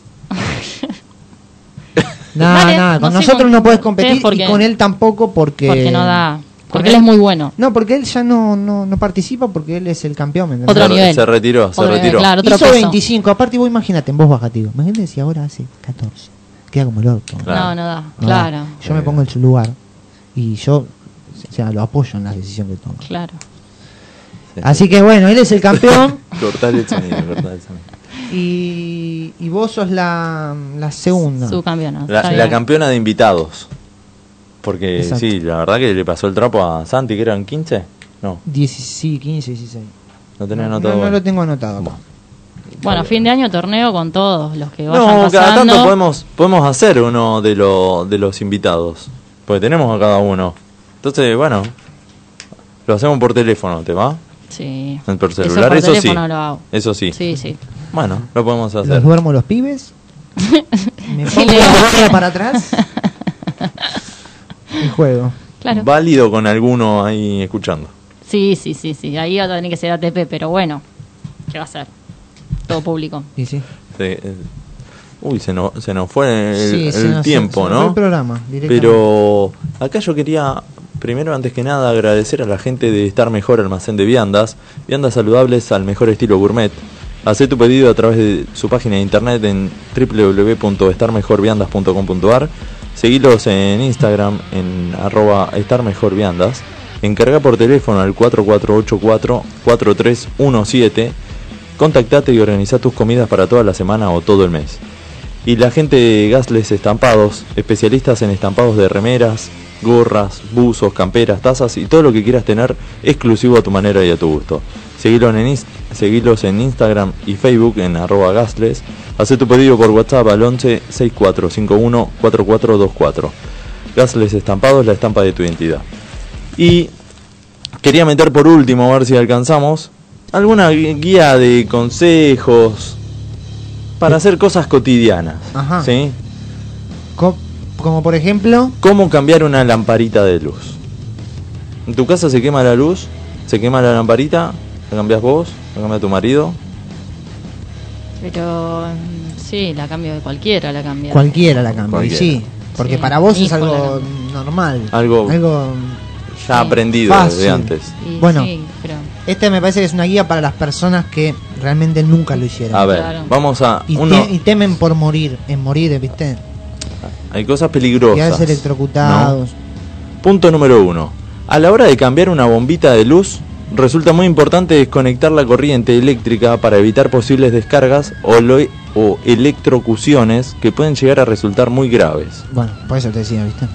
[SPEAKER 2] Nada,
[SPEAKER 4] Dale,
[SPEAKER 2] nada,
[SPEAKER 4] no
[SPEAKER 2] con
[SPEAKER 4] sé
[SPEAKER 2] nosotros
[SPEAKER 4] con
[SPEAKER 2] no puedes
[SPEAKER 4] ustedes
[SPEAKER 2] competir
[SPEAKER 4] porque-
[SPEAKER 2] y con él tampoco porque.
[SPEAKER 4] Porque no da.
[SPEAKER 2] con
[SPEAKER 4] Porque él es muy bueno.
[SPEAKER 2] No, porque él ya no, no, no participa porque él es el campeón. ¿me entendés?
[SPEAKER 1] se, re- Se retiró, se
[SPEAKER 4] Otro nivel,
[SPEAKER 1] retiró.
[SPEAKER 4] claro. otro
[SPEAKER 2] Hizo
[SPEAKER 4] peso.
[SPEAKER 2] 25, aparte vos imagínate, en vos baja, tío. Imagínate si ahora hace 14. Queda como el orto.
[SPEAKER 4] No, no da.
[SPEAKER 2] No,
[SPEAKER 4] Claro,
[SPEAKER 2] Yo me pongo en su lugar y yo, o sea, lo apoyo en la decisión que toma.
[SPEAKER 4] claro.
[SPEAKER 2] Así que bueno, él es el campeón
[SPEAKER 1] Cortale el sonido, cortale el sonido.
[SPEAKER 2] y, y vos sos la, la segunda.
[SPEAKER 4] Su campeona.
[SPEAKER 1] La,
[SPEAKER 4] está
[SPEAKER 1] la
[SPEAKER 4] bien.
[SPEAKER 1] campeona de invitados. Porque
[SPEAKER 2] Exacto.
[SPEAKER 1] sí, la verdad que le pasó el trapo a Santi, que eran 15. No,
[SPEAKER 2] 16, 15, 16.
[SPEAKER 1] no tenés
[SPEAKER 2] No,
[SPEAKER 1] anotado.
[SPEAKER 2] no
[SPEAKER 1] vos.
[SPEAKER 2] lo tengo anotado acá.
[SPEAKER 4] Bueno, fin de año torneo con todos los que vayan
[SPEAKER 1] No,
[SPEAKER 4] pasando.
[SPEAKER 1] cada tanto podemos, podemos hacer uno de, lo- de los invitados. Porque tenemos a cada uno. Entonces, bueno, lo hacemos por teléfono, ¿te va?
[SPEAKER 4] Sí.
[SPEAKER 1] Por
[SPEAKER 4] Eso
[SPEAKER 1] celular,
[SPEAKER 4] por
[SPEAKER 1] eso, sí.
[SPEAKER 4] teléfono lo hago.
[SPEAKER 1] Eso sí.
[SPEAKER 4] Sí, sí.
[SPEAKER 1] Bueno, lo podemos hacer.
[SPEAKER 2] Los duermo los pibes. Me pongo
[SPEAKER 4] le-
[SPEAKER 2] la gorra para atrás y juego.
[SPEAKER 4] Claro.
[SPEAKER 1] Válido con alguno ahí escuchando.
[SPEAKER 4] Sí, sí, sí, sí. Ahí va a tener que ser ATP, pero bueno. ¿Qué va a ser? Todo público.
[SPEAKER 2] Y sí.
[SPEAKER 1] Se- eh, uy, se nos, se nos fue el,
[SPEAKER 2] Sí, se
[SPEAKER 1] el
[SPEAKER 2] nos- se-
[SPEAKER 1] tiempo,
[SPEAKER 2] se nos
[SPEAKER 1] ¿no?
[SPEAKER 2] fue el programa, directamente.
[SPEAKER 1] Pero acá yo quería, primero, antes que nada, agradecer a la gente de Estar Mejor Almacén de Viandas. Viandas saludables al mejor estilo gourmet. Hacé tu pedido a través de su página de internet en www.estarmejorviandas.com.ar. Seguilos en Instagram en arroba estarmejorviandas. Encarga por teléfono al 4484-4317. Contactate y organiza tus comidas para toda la semana o todo el mes. Y la gente de Gasles Estampados, especialistas en estampados de remeras, gorras, buzos, camperas, tazas y todo lo que quieras tener exclusivo a tu manera y a tu gusto. Seguilos en, ins- seguilos en Instagram y Facebook en arroba gasles. Hacé tu pedido por WhatsApp al 11 6451 4424. Gasles Estampados, la estampa de tu identidad. Y Quería meter por último, a ver si alcanzamos, alguna gui- guía de consejos para hacer cosas cotidianas.
[SPEAKER 2] Eh. Ajá.
[SPEAKER 1] ¿sí?
[SPEAKER 2] Co- como por ejemplo,
[SPEAKER 1] ¿Cómo cambiar una lamparita de luz? En tu casa se quema la luz, se quema la lamparita, la cambias vos, la cambia tu marido.
[SPEAKER 4] Pero mm, sí, la cambio de cualquiera, la cambia.
[SPEAKER 2] cualquiera la cambia. Y
[SPEAKER 1] Cualquiera.
[SPEAKER 2] sí, porque
[SPEAKER 4] Sí,
[SPEAKER 2] para vos
[SPEAKER 4] mi
[SPEAKER 2] es
[SPEAKER 4] hijo la
[SPEAKER 2] algo normal.
[SPEAKER 1] Algo,
[SPEAKER 2] Algo
[SPEAKER 1] ya aprendido
[SPEAKER 2] fácil.
[SPEAKER 1] desde antes.
[SPEAKER 4] Y
[SPEAKER 2] bueno,
[SPEAKER 4] sí, pero-
[SPEAKER 2] esta me parece que es una guía para las personas que realmente nunca lo hicieron.
[SPEAKER 1] A ver, vamos a
[SPEAKER 2] Y,
[SPEAKER 1] uno.
[SPEAKER 2] te- y temen por morir, en morir, ¿viste?
[SPEAKER 1] Hay cosas
[SPEAKER 2] Quedarse
[SPEAKER 1] peligrosas.
[SPEAKER 2] electrocutados.
[SPEAKER 1] Punto número uno. A la hora de cambiar una bombita de luz, resulta muy importante desconectar la corriente eléctrica para evitar posibles descargas o, lo- o electrocuciones que pueden llegar a resultar muy graves.
[SPEAKER 2] Bueno, por eso te decía, ¿viste?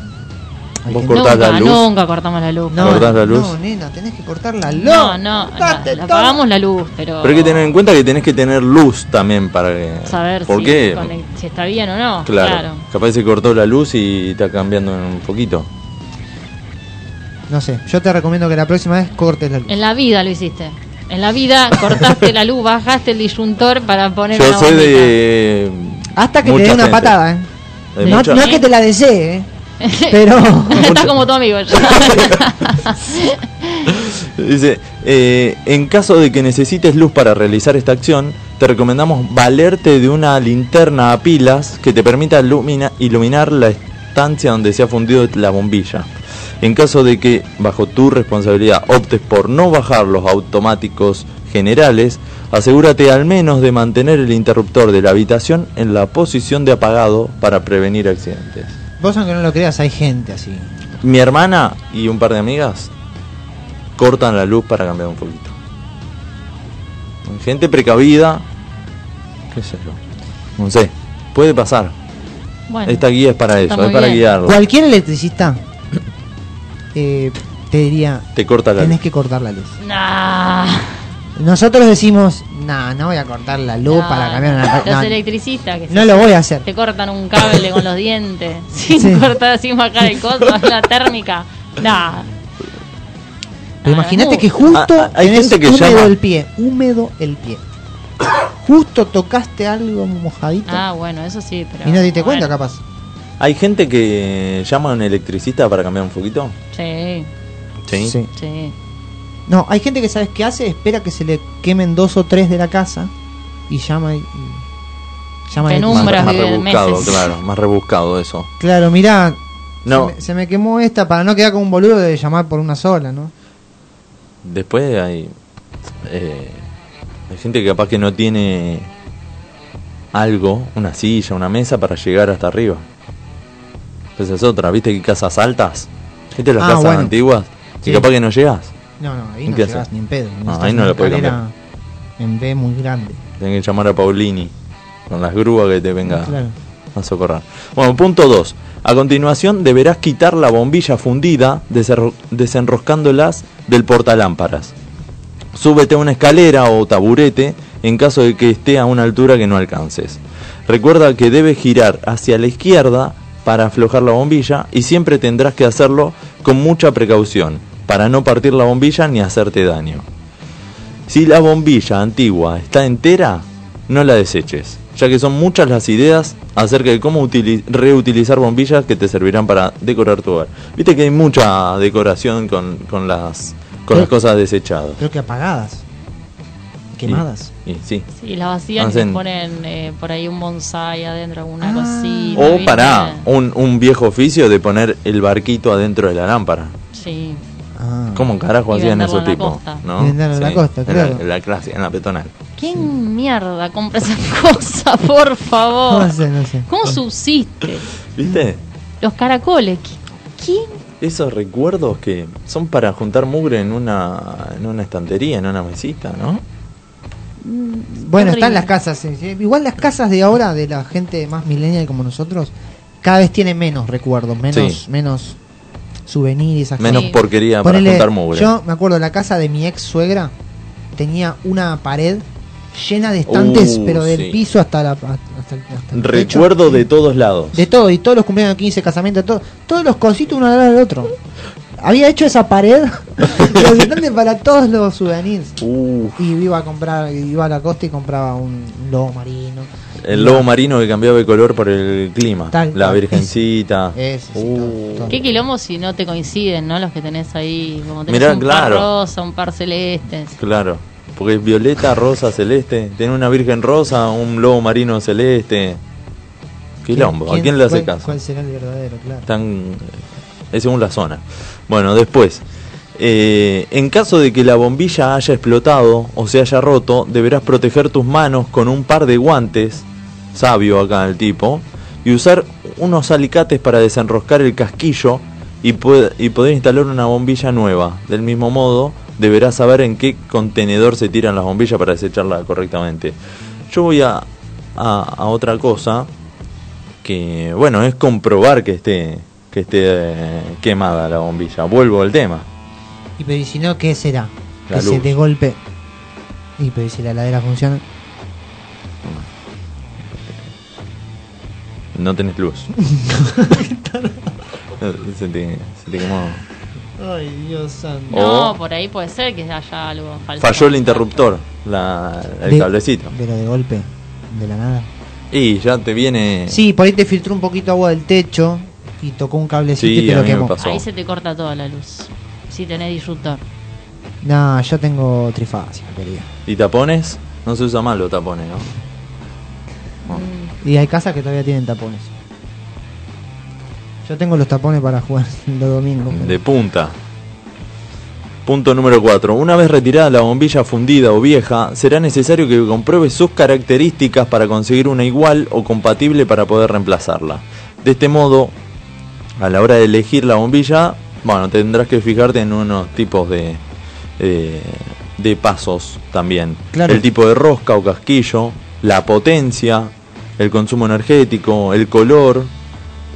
[SPEAKER 1] Vos cortás
[SPEAKER 4] nunca,
[SPEAKER 1] la luz.
[SPEAKER 4] nunca cortamos la luz.
[SPEAKER 1] No, Cortás la luz.
[SPEAKER 2] No, nena, tenés que cortar la luz.
[SPEAKER 4] No, no, no, la apagamos la luz, pero,
[SPEAKER 1] Pero hay que tener en cuenta que tenés que tener luz también para que-
[SPEAKER 4] saber
[SPEAKER 1] ¿Por
[SPEAKER 4] si,
[SPEAKER 1] qué?
[SPEAKER 4] conect- si está bien o no.
[SPEAKER 1] Claro. Capaz se cortó la luz y está cambiando un poquito.
[SPEAKER 2] No sé, yo te recomiendo que la próxima vez cortes la luz.
[SPEAKER 4] En la vida lo hiciste. En la vida cortaste la luz, bajaste el disyuntor para poner
[SPEAKER 1] Yo
[SPEAKER 4] una
[SPEAKER 1] soy
[SPEAKER 4] bombita.
[SPEAKER 1] de.
[SPEAKER 2] Hasta que
[SPEAKER 1] mucha
[SPEAKER 2] te dé una
[SPEAKER 1] gente.
[SPEAKER 2] patada, ¿eh?
[SPEAKER 1] De
[SPEAKER 2] No,
[SPEAKER 1] mucha-
[SPEAKER 2] no es que te la desee, ¿eh? Pero.
[SPEAKER 4] Estás como tu amigo.
[SPEAKER 1] Dice, eh, en caso de que necesites luz para realizar esta acción, te recomendamos valerte de una linterna a pilas que te permita ilumina- iluminar la estancia donde se ha fundido la bombilla. En caso de que, bajo tu responsabilidad, optes por no bajar los automáticos generales, asegúrate al menos de mantener el interruptor de la habitación en la posición de apagado para prevenir accidentes.
[SPEAKER 2] Vos, aunque no lo creas, hay gente así.
[SPEAKER 1] Mi hermana y un par de amigas cortan la luz para cambiar un poquito. Gente precavida, qué sé yo. No sé, puede pasar.
[SPEAKER 4] Bueno,
[SPEAKER 1] Esta guía es para
[SPEAKER 4] está
[SPEAKER 1] eso, es
[SPEAKER 4] muy
[SPEAKER 1] para
[SPEAKER 4] bien.
[SPEAKER 1] guiarlo.
[SPEAKER 2] Cualquier electricista eh, te diría:
[SPEAKER 1] Te corta la
[SPEAKER 2] tenés
[SPEAKER 1] luz.
[SPEAKER 2] que cortar la luz.
[SPEAKER 4] Nah.
[SPEAKER 2] Nosotros decimos: No, no voy a cortar la luz
[SPEAKER 4] No,
[SPEAKER 2] para cambiar una.
[SPEAKER 4] Los
[SPEAKER 2] no,
[SPEAKER 4] electricistas que se-
[SPEAKER 2] no lo voy a hacer.
[SPEAKER 4] Te cortan un cable con los dientes, sin
[SPEAKER 2] Sí.
[SPEAKER 4] cortar, sin bajar el coso, la térmica. Nah.
[SPEAKER 2] Pero imagínate
[SPEAKER 4] no.
[SPEAKER 2] que justo
[SPEAKER 1] Ah, ah, hay
[SPEAKER 2] tenés
[SPEAKER 1] gente que
[SPEAKER 2] húmedo
[SPEAKER 1] llama-
[SPEAKER 2] el pie, húmedo el pie. justo tocaste algo mojadito
[SPEAKER 4] Ah, bueno, eso sí, pero.
[SPEAKER 2] y no te diste
[SPEAKER 4] bueno,
[SPEAKER 2] cuenta, capaz.
[SPEAKER 1] ¿Hay gente que llama a un electricista para cambiar un poquito?
[SPEAKER 4] Sí,
[SPEAKER 1] Sí.
[SPEAKER 4] sí.
[SPEAKER 2] No, hay gente que sabes qué hace, espera que se le quemen dos o tres de la casa y llama y, y- llama al
[SPEAKER 1] Más, más
[SPEAKER 2] electricista.
[SPEAKER 1] rebuscado, claro, más rebuscado eso.
[SPEAKER 2] Claro, mirá,
[SPEAKER 1] No,
[SPEAKER 2] se, me, se me quemó esta para no quedar con un boludo de llamar por una sola, ¿no?
[SPEAKER 1] después hay, eh, hay gente que capaz que no tiene algo, una silla, una mesa para llegar hasta arriba. Esa es otra, ¿viste que casas altas? ¿Viste las
[SPEAKER 2] Ah,
[SPEAKER 1] casas
[SPEAKER 2] bueno.
[SPEAKER 1] antiguas?
[SPEAKER 2] Sí.
[SPEAKER 1] Y capaz que no llegas.
[SPEAKER 2] No, no, ahí
[SPEAKER 1] ¿Y
[SPEAKER 2] no
[SPEAKER 1] qué
[SPEAKER 2] llegás
[SPEAKER 1] haces?
[SPEAKER 2] ni en pedo.
[SPEAKER 1] No,
[SPEAKER 2] Necesitas
[SPEAKER 1] ahí no
[SPEAKER 2] una
[SPEAKER 1] lo podés
[SPEAKER 2] escalera
[SPEAKER 1] cambiar.
[SPEAKER 2] En B muy grande.
[SPEAKER 1] Tenés que llamar a Paulini con las grúas que te venga
[SPEAKER 2] Claro.
[SPEAKER 1] a socorrer. Bueno, punto 2. A continuación deberás quitar la bombilla fundida desenro- desenroscándolas del portalámparas. Súbete a una escalera o taburete en caso de que esté a una altura que no alcances. Recuerda que debes girar hacia la izquierda para aflojar la bombilla y siempre tendrás que hacerlo con mucha precaución para no partir la bombilla ni hacerte daño. Si la bombilla antigua está entera, no la deseches, ya que son muchas las ideas acerca de cómo utili- reutilizar bombillas que te servirán para decorar tu hogar. Viste que hay mucha decoración con, con las, con las cosas desechadas.
[SPEAKER 2] Creo que apagadas. Quemadas.
[SPEAKER 1] Y, y sí.
[SPEAKER 4] Sí, la vacían y
[SPEAKER 1] Hacen-
[SPEAKER 4] le ponen eh, por ahí un bonsai adentro,
[SPEAKER 2] Ah.
[SPEAKER 4] alguna cosita.
[SPEAKER 1] O
[SPEAKER 4] ¿viste?
[SPEAKER 1] para un, un viejo oficio de poner el barquito adentro de la lámpara.
[SPEAKER 4] Sí.
[SPEAKER 1] ¿Cómo carajo
[SPEAKER 4] Y
[SPEAKER 1] hacían
[SPEAKER 4] venderlo
[SPEAKER 1] esos
[SPEAKER 4] en la
[SPEAKER 1] tipos?
[SPEAKER 4] costa.
[SPEAKER 1] ¿no?
[SPEAKER 2] Ah. Y venderlo en la costa,
[SPEAKER 1] en la-
[SPEAKER 2] claro.
[SPEAKER 1] en la clase, en la peatonal.
[SPEAKER 4] ¿Quién mierda compra esa cosa, por favor?
[SPEAKER 2] No sé, no sé.
[SPEAKER 4] Oh. ¿Cómo subsiste?
[SPEAKER 1] ¿Viste?
[SPEAKER 4] Los caracoles. ¿qui- ¿Quién?
[SPEAKER 1] Esos recuerdos que son para juntar mugre en una, en una estantería, en una mesita, ¿no?
[SPEAKER 4] Horrible.
[SPEAKER 2] Bueno, están las casas. eh, eh, Igual las casas de ahora, de la gente más millennial como nosotros, cada vez tienen menos recuerdos, menos,
[SPEAKER 1] Sí.
[SPEAKER 2] menos souvenir y esas
[SPEAKER 1] Menos
[SPEAKER 2] cosas.
[SPEAKER 1] porquería para
[SPEAKER 2] Ponele,
[SPEAKER 1] juntar mugre.
[SPEAKER 2] Yo me acuerdo, la casa de mi ex suegra tenía una pared llena de estantes,
[SPEAKER 1] Uh,
[SPEAKER 2] pero del
[SPEAKER 1] sí.
[SPEAKER 2] piso hasta la hasta el- hasta el techo.
[SPEAKER 1] Recuerdo de todos lados.
[SPEAKER 2] De todo, y todos los cumpleaños de 15, casamientos, todo, todos los cositos uno al lado del otro. había hecho esa pared de visitante para todos los souvenirs. Y iba a comprar, iba a la costa y compraba un lobo marino.
[SPEAKER 1] El lobo marino que cambiaba de color por el clima.
[SPEAKER 2] Tal
[SPEAKER 1] la
[SPEAKER 2] cual,
[SPEAKER 1] virgencita. Uh,
[SPEAKER 2] Ese, sí, todo, todo.
[SPEAKER 4] Qué quilombo si no te coinciden, ¿no? Los que tenés ahí. Como tenés
[SPEAKER 1] Mirá,
[SPEAKER 4] un
[SPEAKER 1] claro.
[SPEAKER 4] par rosa, un par celeste.
[SPEAKER 1] Claro. Porque es violeta, rosa, celeste. Tiene una virgen rosa, un lobo marino celeste. Quilombo. ¿A quién le hace
[SPEAKER 2] cuál-
[SPEAKER 1] caso?
[SPEAKER 2] ¿Cuál será el verdadero? Claro.
[SPEAKER 1] Están, es según la zona. Bueno, después. eh, en caso de que la bombilla haya explotado o se haya roto, deberás proteger tus manos con un par de guantes, sabio acá el tipo, y usar unos alicates para desenroscar el casquillo y, pue- y poder instalar una bombilla nueva. Del mismo modo, deberás saber en qué contenedor se tiran las bombillas para desecharla correctamente. Yo voy a, a- a otra cosa que bueno es comprobar que esté que esté eh, quemada la bombilla vuelvo al tema
[SPEAKER 2] Y pero y si no, ¿qué será?
[SPEAKER 1] La
[SPEAKER 2] que se
[SPEAKER 1] luz.
[SPEAKER 2] de golpe. Y pero y si la heladera funciona.
[SPEAKER 1] no tenés luz se, te, se te quemó
[SPEAKER 2] Ay, Dios santo.
[SPEAKER 4] No,
[SPEAKER 1] O-
[SPEAKER 4] por ahí puede ser que haya algo falso.
[SPEAKER 1] falló el interruptor la, el
[SPEAKER 2] De-
[SPEAKER 1] cablecito
[SPEAKER 2] Pero de golpe, de la nada.
[SPEAKER 1] y ya te viene
[SPEAKER 2] Sí, por ahí te filtró un poquito agua del techo y tocó un cablecito
[SPEAKER 1] Sí,
[SPEAKER 2] y te
[SPEAKER 1] a
[SPEAKER 2] lo
[SPEAKER 1] mí me
[SPEAKER 2] quemó.
[SPEAKER 1] pasó.
[SPEAKER 4] Ahí se te corta toda la luz. Si tenés disruptor.
[SPEAKER 2] No, yo tengo trifásico, querido.
[SPEAKER 1] y tapones no se usa mal los tapones no
[SPEAKER 2] Y hay casas que todavía tienen tapones. Yo tengo los tapones para jugar los domingos.
[SPEAKER 1] de punta Punto número 4. Una vez retirada la bombilla fundida o vieja, será necesario que compruebe sus características para conseguir una igual o compatible para poder reemplazarla. De este modo, a la hora de elegir la bombilla, bueno, tendrás que fijarte en unos tipos de, eh, de pasos también.
[SPEAKER 16] Claro.
[SPEAKER 1] El tipo de rosca o casquillo, la potencia, el consumo energético, el color,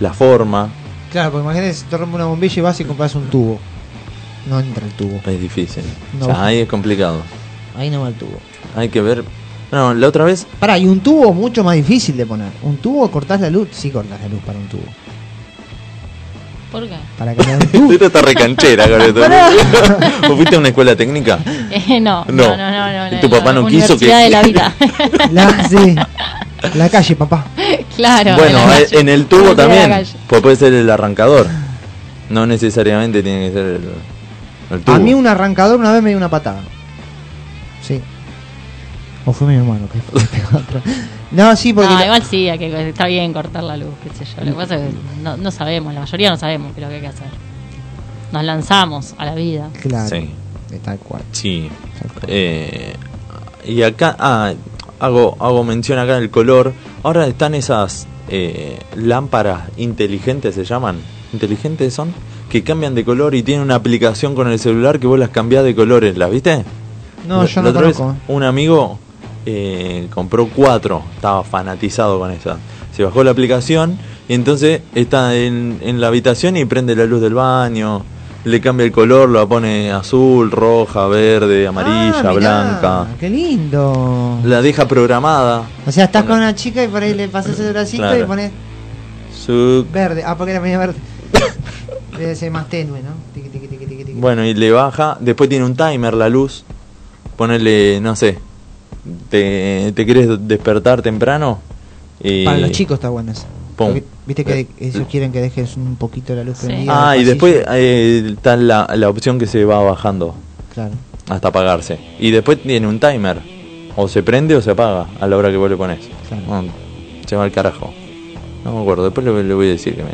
[SPEAKER 1] la forma.
[SPEAKER 2] Claro, porque imagínate si te rompe una bombilla y vas y compras un tubo. No entra el tubo.
[SPEAKER 1] Es difícil.
[SPEAKER 2] No.
[SPEAKER 1] O sea, ahí es complicado.
[SPEAKER 2] Ahí no va el tubo.
[SPEAKER 1] Hay que ver. No, la otra vez
[SPEAKER 2] Pará, y un tubo mucho más difícil de poner. Un tubo cortás la luz. Sí, cortás la luz para un tubo.
[SPEAKER 4] ¿Por qué?
[SPEAKER 2] Para que no-
[SPEAKER 1] Tito está recanchera, Gabriel.
[SPEAKER 4] Pará.
[SPEAKER 1] ¿Vos fuiste a una escuela técnica?
[SPEAKER 4] Eh, no,
[SPEAKER 1] No.
[SPEAKER 4] no, no, no, no,
[SPEAKER 1] ¿Y
[SPEAKER 4] no,
[SPEAKER 1] tu
[SPEAKER 4] no,
[SPEAKER 1] papá no quiso que-
[SPEAKER 4] Universidad de la vida.
[SPEAKER 2] La, Ah, sí. la calle, papá.
[SPEAKER 4] claro.
[SPEAKER 1] bueno,
[SPEAKER 4] en la
[SPEAKER 1] eh,
[SPEAKER 4] calle.
[SPEAKER 1] en el
[SPEAKER 4] Salí
[SPEAKER 1] tubo
[SPEAKER 4] a la
[SPEAKER 1] también.
[SPEAKER 4] calle.
[SPEAKER 1] Pues puede ser el arrancador. No necesariamente tiene que ser el, el tubo.
[SPEAKER 2] A mí un arrancador una vez me dio una patada. Sí. O fue mi hermano que fue otro. No, sí, porque...
[SPEAKER 4] No,
[SPEAKER 1] Ah.
[SPEAKER 2] la-
[SPEAKER 4] igual sí, hay que, está bien cortar la luz, qué sé yo. Lo que pasa es que no, no sabemos, la mayoría no sabemos qué es lo que hay que hacer. Nos lanzamos a la vida.
[SPEAKER 2] Claro.
[SPEAKER 1] Sí.
[SPEAKER 2] tal cual.
[SPEAKER 1] Sí. Eh, y acá ah, hago, hago mención acá del color. Ahora están esas eh, lámparas inteligentes, se llaman. ¿Inteligentes son? Que cambian de color y tienen una aplicación con el celular que vos las cambiás de colores, ¿las viste?
[SPEAKER 2] No,
[SPEAKER 1] La- la
[SPEAKER 2] yo no
[SPEAKER 1] otra vez,
[SPEAKER 2] conozco.
[SPEAKER 1] un amigo eh, compró cuatro, estaba fanatizado con esa. Se bajó la aplicación y entonces está en, en la habitación y prende la luz del baño, le cambia el color, lo pone azul, roja, verde, amarilla,
[SPEAKER 2] Ah, mirá.
[SPEAKER 1] blanca.
[SPEAKER 2] Qué lindo.
[SPEAKER 1] La deja programada.
[SPEAKER 2] O sea, estás con una chica y por ahí le pasas el bracito
[SPEAKER 1] Claro.
[SPEAKER 2] y pones
[SPEAKER 1] Su-
[SPEAKER 2] verde. Ah, porque era medio verde. Debe ser más tenue, ¿no? Tiqui, tiqui, tiqui, tiqui, tiqui.
[SPEAKER 1] Bueno, y le baja. Después tiene un timer la luz. Ponerle, no sé, te, te quieres despertar temprano. Y
[SPEAKER 2] Para los chicos está bueno eso.
[SPEAKER 1] Eh, Pum.
[SPEAKER 2] Porque Viste que ellos quieren que dejes un poquito la luz prendida.
[SPEAKER 1] Ah,
[SPEAKER 2] del
[SPEAKER 1] y
[SPEAKER 2] pasillo.
[SPEAKER 1] después eh, está la, la opción que se va bajando
[SPEAKER 2] Claro.
[SPEAKER 1] hasta apagarse. Y después tiene un timer. O se prende o se apaga a la hora que vos le pones. se va al carajo. No me acuerdo. Después le, le voy a decir que me,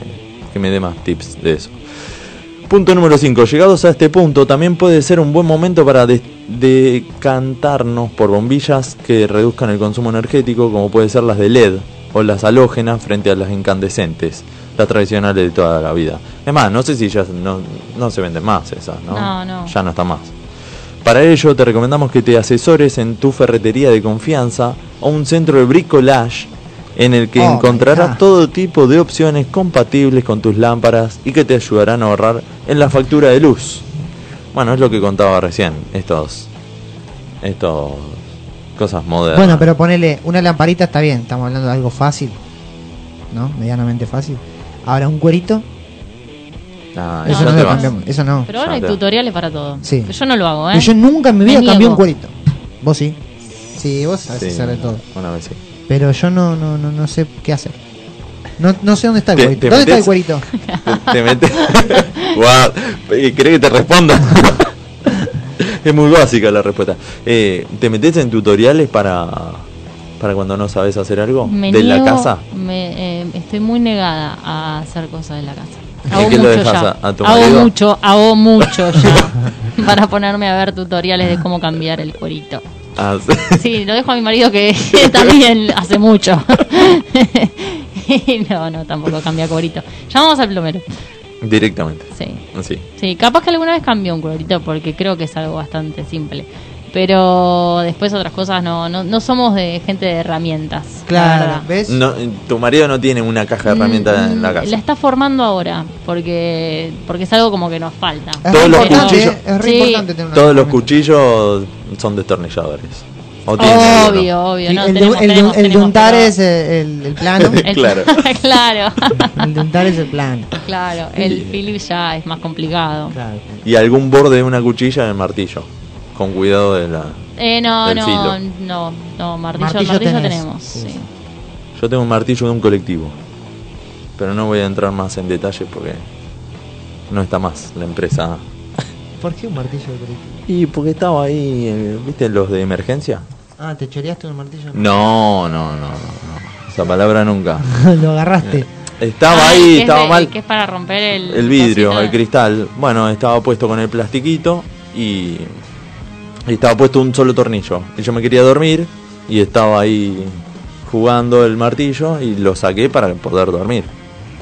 [SPEAKER 1] que me dé más tips de eso. Punto número 5. Llegados a este punto, también puede ser un buen momento para des- decantarnos por bombillas que reduzcan el consumo energético, como puede ser las de LED o las halógenas frente a las incandescentes, las tradicionales de toda la vida. Es más, no sé si ya no, no se venden más esas, ¿no?
[SPEAKER 4] No, no.
[SPEAKER 1] Ya no está más. Para ello, te recomendamos que te asesores en tu ferretería de confianza o un centro de bricolage en el que
[SPEAKER 16] Oh, my
[SPEAKER 1] encontrarás
[SPEAKER 16] God.
[SPEAKER 1] todo tipo de opciones compatibles con tus lámparas y que te ayudarán a ahorrar en la factura de luz. Bueno, es lo que contaba recién, estos. estos. cosas modernas.
[SPEAKER 2] Bueno, pero ponele una lamparita está bien, estamos hablando de algo fácil, ¿no? Medianamente fácil. Ahora un cuerito,
[SPEAKER 1] Ah,
[SPEAKER 9] eso
[SPEAKER 1] ya
[SPEAKER 9] no
[SPEAKER 1] te
[SPEAKER 9] lo
[SPEAKER 1] vas.
[SPEAKER 9] cambiamos, eso no.
[SPEAKER 4] Pero ahora
[SPEAKER 9] Ya
[SPEAKER 4] hay
[SPEAKER 9] te vas.
[SPEAKER 4] tutoriales para todo.
[SPEAKER 9] Sí.
[SPEAKER 4] Pero yo no lo hago, ¿eh?
[SPEAKER 9] Pero yo nunca en mi
[SPEAKER 4] Me
[SPEAKER 9] vida cambié
[SPEAKER 4] niego.
[SPEAKER 9] un cuerito. Vos sí. Sí, vos sabés
[SPEAKER 1] Sí,
[SPEAKER 9] hacer de todo.
[SPEAKER 1] Una vez sí.
[SPEAKER 9] Pero yo no, no, no, no sé qué hacer. No, no sé dónde está el
[SPEAKER 1] Te-
[SPEAKER 9] cuerito.
[SPEAKER 1] te
[SPEAKER 9] ¿Dónde está el
[SPEAKER 1] metés-
[SPEAKER 9] cuerito?
[SPEAKER 1] Te, te metes. Guau, eh, ¿Querés que te responda? es muy básica la respuesta. Eh, ¿Te metes en tutoriales para, para cuando no sabes hacer algo?
[SPEAKER 4] Me
[SPEAKER 1] ¿De la
[SPEAKER 4] niego,
[SPEAKER 1] casa?
[SPEAKER 4] me, eh, estoy muy negada a hacer cosas de la casa.
[SPEAKER 1] ¿Y
[SPEAKER 4] Hago
[SPEAKER 1] qué lo
[SPEAKER 4] mucho
[SPEAKER 1] dejas
[SPEAKER 4] ya.
[SPEAKER 1] a- a tu
[SPEAKER 4] hago
[SPEAKER 1] marido?
[SPEAKER 4] mucho, hago mucho ya. para ponerme a ver tutoriales de cómo cambiar el cuerito.
[SPEAKER 1] Ah, sí.
[SPEAKER 4] Sí, lo dejo a mi marido que también hace mucho. Y no, no, tampoco cambia cuerito. Llamamos al plomero.
[SPEAKER 1] Directamente.
[SPEAKER 4] Sí.
[SPEAKER 1] Sí.
[SPEAKER 4] Sí, capaz que alguna vez cambió un cuerito porque creo que es algo bastante simple. Pero después otras cosas no, no, no somos de gente de herramientas. la verdad.
[SPEAKER 9] ¿ves?
[SPEAKER 1] No, tu marido no tiene una caja de herramientas en la casa.
[SPEAKER 4] La está formando ahora, porque porque es algo como que nos falta.
[SPEAKER 1] Todos los
[SPEAKER 4] Pero-
[SPEAKER 1] cuchillos.
[SPEAKER 9] ¿eh? Es re
[SPEAKER 4] Sí,
[SPEAKER 9] importante tener una
[SPEAKER 1] Todos los cuchillos son destornilladores.
[SPEAKER 9] Oh,
[SPEAKER 1] O tienen alguno.
[SPEAKER 4] Obvio, obvio. No,
[SPEAKER 9] el, de-
[SPEAKER 4] tenemos,
[SPEAKER 9] el de-
[SPEAKER 4] tenemos,
[SPEAKER 9] el de
[SPEAKER 4] tenemos,
[SPEAKER 9] untar
[SPEAKER 4] pero-
[SPEAKER 9] es eh, el, el plano.
[SPEAKER 1] Claro.
[SPEAKER 4] claro,
[SPEAKER 9] El de untar es el plano.
[SPEAKER 4] claro. El Philip ya es más complicado.
[SPEAKER 1] Y algún borde de una cuchilla en el martillo. Con cuidado de la.
[SPEAKER 4] Eh, no,
[SPEAKER 1] Del
[SPEAKER 4] no,
[SPEAKER 1] filo.
[SPEAKER 4] no, no, martillo,
[SPEAKER 9] Martillo
[SPEAKER 4] martillo,
[SPEAKER 9] tenés.
[SPEAKER 4] tenemos. sí.
[SPEAKER 1] Yo tengo un martillo de un colectivo. Pero no voy a entrar más en detalles porque no está más la empresa.
[SPEAKER 9] ¿Por qué un martillo de cuerito?
[SPEAKER 1] Y porque estaba ahí, eh, ¿viste los de emergencia?
[SPEAKER 9] Ah, ¿te choreaste un martillo?
[SPEAKER 1] No, no, no, no. no. Esa palabra nunca. Eh,
[SPEAKER 9] Lo agarraste.
[SPEAKER 1] Estaba
[SPEAKER 4] Ah, el
[SPEAKER 1] ahí,
[SPEAKER 4] que es
[SPEAKER 1] estaba
[SPEAKER 4] de-
[SPEAKER 1] mal.
[SPEAKER 4] el que es para romper el,
[SPEAKER 1] El vidrio,
[SPEAKER 4] cosito.
[SPEAKER 1] el cristal. Bueno, estaba puesto con el plastiquito y, y estaba puesto un solo tornillo. Y yo me quería dormir y estaba ahí jugando el martillo y lo saqué para poder dormir.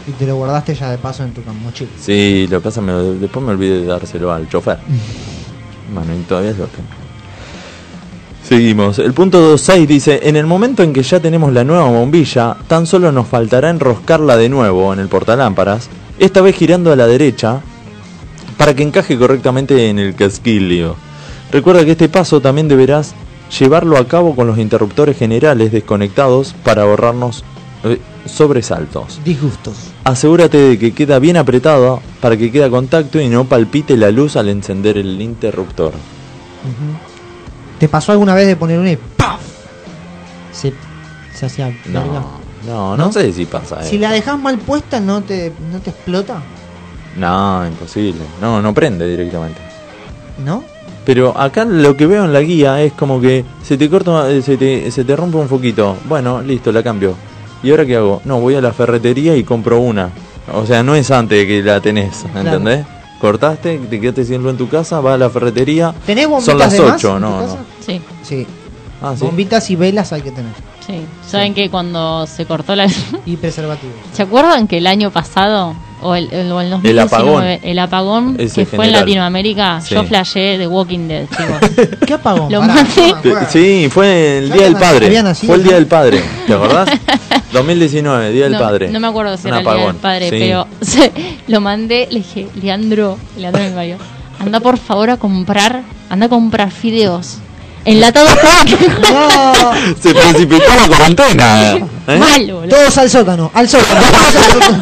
[SPEAKER 9] Y te lo guardaste ya de paso en tu mochila.
[SPEAKER 1] Sí, lo que pasa, me, después me olvidé de dárselo al chofer. Bueno, y todavía lo tengo. Seguimos. El punto 2.6 dice, en el momento en que ya tenemos la nueva bombilla, tan solo nos faltará enroscarla de nuevo en el portalámparas, esta vez girando a la derecha, para que encaje correctamente en el casquillo. Recuerda que este paso también deberás llevarlo a cabo con los interruptores generales desconectados para ahorrarnos eh, sobresaltos.
[SPEAKER 9] Disgustos.
[SPEAKER 1] Asegúrate de que queda bien apretado para que quede a contacto y no palpite la luz al encender el interruptor.
[SPEAKER 9] ¿Te pasó alguna vez de poner un y ¡paf! Se, se hacía larga.
[SPEAKER 1] No, no, no sé si pasa. eh.
[SPEAKER 9] Si la dejas mal puesta, ¿no te, no te explota?
[SPEAKER 1] No, imposible. No, no prende directamente.
[SPEAKER 9] ¿No?
[SPEAKER 1] Pero acá lo que veo en la guía es como que se te corta, eh, se te, se te rompe un foquito. Bueno, listo, la cambio. ¿Y ahora qué hago? No, voy a la ferretería y compro una. O sea, no es antes de que la tenés, ¿entendés? Cortaste, te quedaste sin luz en tu casa, vas a la ferretería.
[SPEAKER 9] ¿Tenés bombitas
[SPEAKER 1] Son las
[SPEAKER 9] de más
[SPEAKER 1] 8,
[SPEAKER 9] en tu
[SPEAKER 1] no,
[SPEAKER 9] casa?
[SPEAKER 1] no.
[SPEAKER 4] Sí.
[SPEAKER 9] Sí.
[SPEAKER 1] Ah, sí.
[SPEAKER 9] Bombitas y velas hay que tener.
[SPEAKER 4] Sí, saben que cuando se cortó la
[SPEAKER 9] y preservativos.
[SPEAKER 4] ¿Se acuerdan que el año pasado o el, el, o el 2019,
[SPEAKER 1] El apagón.
[SPEAKER 4] el apagón
[SPEAKER 1] Ese
[SPEAKER 4] que fue en
[SPEAKER 1] general.
[SPEAKER 4] Latinoamérica?
[SPEAKER 1] Sí.
[SPEAKER 4] Yo flasheé de Walking Dead, chicos.
[SPEAKER 9] ¿Qué apagón?
[SPEAKER 4] Lo
[SPEAKER 9] Pará,
[SPEAKER 4] mandé.
[SPEAKER 9] no me acuerdo.
[SPEAKER 1] Sí, fue el
[SPEAKER 9] Ya
[SPEAKER 1] Día del
[SPEAKER 9] había-
[SPEAKER 1] Padre.
[SPEAKER 9] había nacido,
[SPEAKER 1] Fue el
[SPEAKER 9] ¿no?
[SPEAKER 1] Día del Padre, ¿te acordás? 2019, Día del
[SPEAKER 4] no,
[SPEAKER 1] Padre.
[SPEAKER 4] No me acuerdo
[SPEAKER 1] Un
[SPEAKER 4] si era el día del
[SPEAKER 1] apagón,
[SPEAKER 4] padre,
[SPEAKER 1] sí.
[SPEAKER 4] pero se- lo mandé, le dije, Leandro, Leandro mi marido, anda por favor a comprar, anda a comprar fideos. Enlatados
[SPEAKER 1] Se precipitó la cuarentena. ¿eh?
[SPEAKER 4] Mal, boludo.
[SPEAKER 9] Todos al sótano, al sótano. al sótano.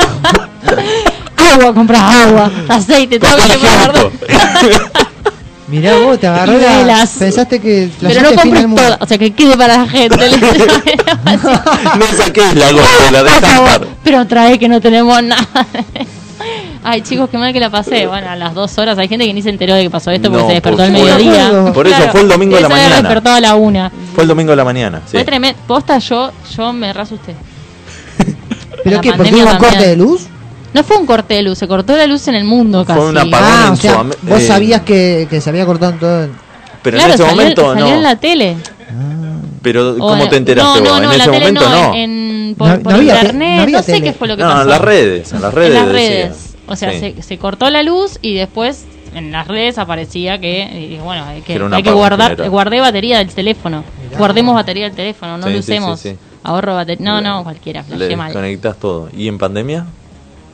[SPEAKER 4] agua, compras agua, aceite, todo lo que puedas guardar.
[SPEAKER 9] Mirá vos, te agarró
[SPEAKER 4] Y
[SPEAKER 9] la-
[SPEAKER 4] velas.
[SPEAKER 9] Pensaste que
[SPEAKER 4] Pero
[SPEAKER 9] flasheaste
[SPEAKER 4] no
[SPEAKER 9] fin del
[SPEAKER 4] compres
[SPEAKER 9] mundo.
[SPEAKER 4] todo, o sea que quede para la gente. le dije.
[SPEAKER 1] No saques la góndola de estar.
[SPEAKER 4] Pero trae que no tenemos nada. Ay, chicos, qué mal que la pasé. Bueno, a las dos horas hay gente que ni se enteró de que pasó esto porque
[SPEAKER 1] No,
[SPEAKER 4] se despertó al
[SPEAKER 1] por supuesto.
[SPEAKER 4] mediodía.
[SPEAKER 1] Por eso,
[SPEAKER 4] Claro,
[SPEAKER 1] fue el domingo a la
[SPEAKER 4] se había
[SPEAKER 1] mañana.
[SPEAKER 4] despertado a la una.
[SPEAKER 1] Fue el domingo a la mañana, sí.
[SPEAKER 4] Fue tremendo. Posta, yo, yo me reasusté.
[SPEAKER 9] ¿Pero
[SPEAKER 4] La
[SPEAKER 9] qué? ¿Porque
[SPEAKER 4] pandemia
[SPEAKER 9] hubo un
[SPEAKER 4] también.
[SPEAKER 9] corte de luz?
[SPEAKER 4] No fue un corte de luz, se cortó la luz en el mundo casi.
[SPEAKER 1] Fue un apagón
[SPEAKER 9] Ah,
[SPEAKER 1] en
[SPEAKER 9] o sea,
[SPEAKER 1] Sudam-
[SPEAKER 9] vos
[SPEAKER 1] eh,
[SPEAKER 9] sabías que, que se había cortado en todo el...
[SPEAKER 1] Pero
[SPEAKER 4] Claro,
[SPEAKER 1] en ese
[SPEAKER 4] salió-
[SPEAKER 1] momento
[SPEAKER 4] salió
[SPEAKER 1] no.
[SPEAKER 4] en la tele.
[SPEAKER 1] Pero
[SPEAKER 4] O
[SPEAKER 1] ¿cómo
[SPEAKER 4] en-
[SPEAKER 1] te enteraste vos?
[SPEAKER 4] no, No,
[SPEAKER 1] en
[SPEAKER 4] en
[SPEAKER 1] ese
[SPEAKER 4] la tele
[SPEAKER 1] momento
[SPEAKER 4] no.
[SPEAKER 1] no.
[SPEAKER 4] en- en- por,
[SPEAKER 1] No-
[SPEAKER 4] por
[SPEAKER 1] no había te-
[SPEAKER 4] internet,
[SPEAKER 1] no
[SPEAKER 4] no,
[SPEAKER 1] había
[SPEAKER 4] sé
[SPEAKER 1] tele.
[SPEAKER 4] qué fue lo que
[SPEAKER 1] No, en
[SPEAKER 4] pasó.
[SPEAKER 1] las redes, en las redes
[SPEAKER 4] En las
[SPEAKER 1] decía.
[SPEAKER 4] redes. O sea,
[SPEAKER 1] Sí.
[SPEAKER 4] se, se cortó la luz y después en las redes aparecía que, y dije, bueno, hay que,
[SPEAKER 1] Era un
[SPEAKER 4] hay que
[SPEAKER 1] apagón
[SPEAKER 4] guardar,
[SPEAKER 1] general.
[SPEAKER 4] guardé batería del teléfono. Guardemos batería del teléfono, no
[SPEAKER 1] Sí,
[SPEAKER 4] lo
[SPEAKER 1] sí, sí,
[SPEAKER 4] usemos.
[SPEAKER 1] sí.
[SPEAKER 4] Ahorro batería. No, no, cualquiera,
[SPEAKER 1] Le
[SPEAKER 4] flashé mal.
[SPEAKER 1] desconectás todo. ¿Y en pandemia?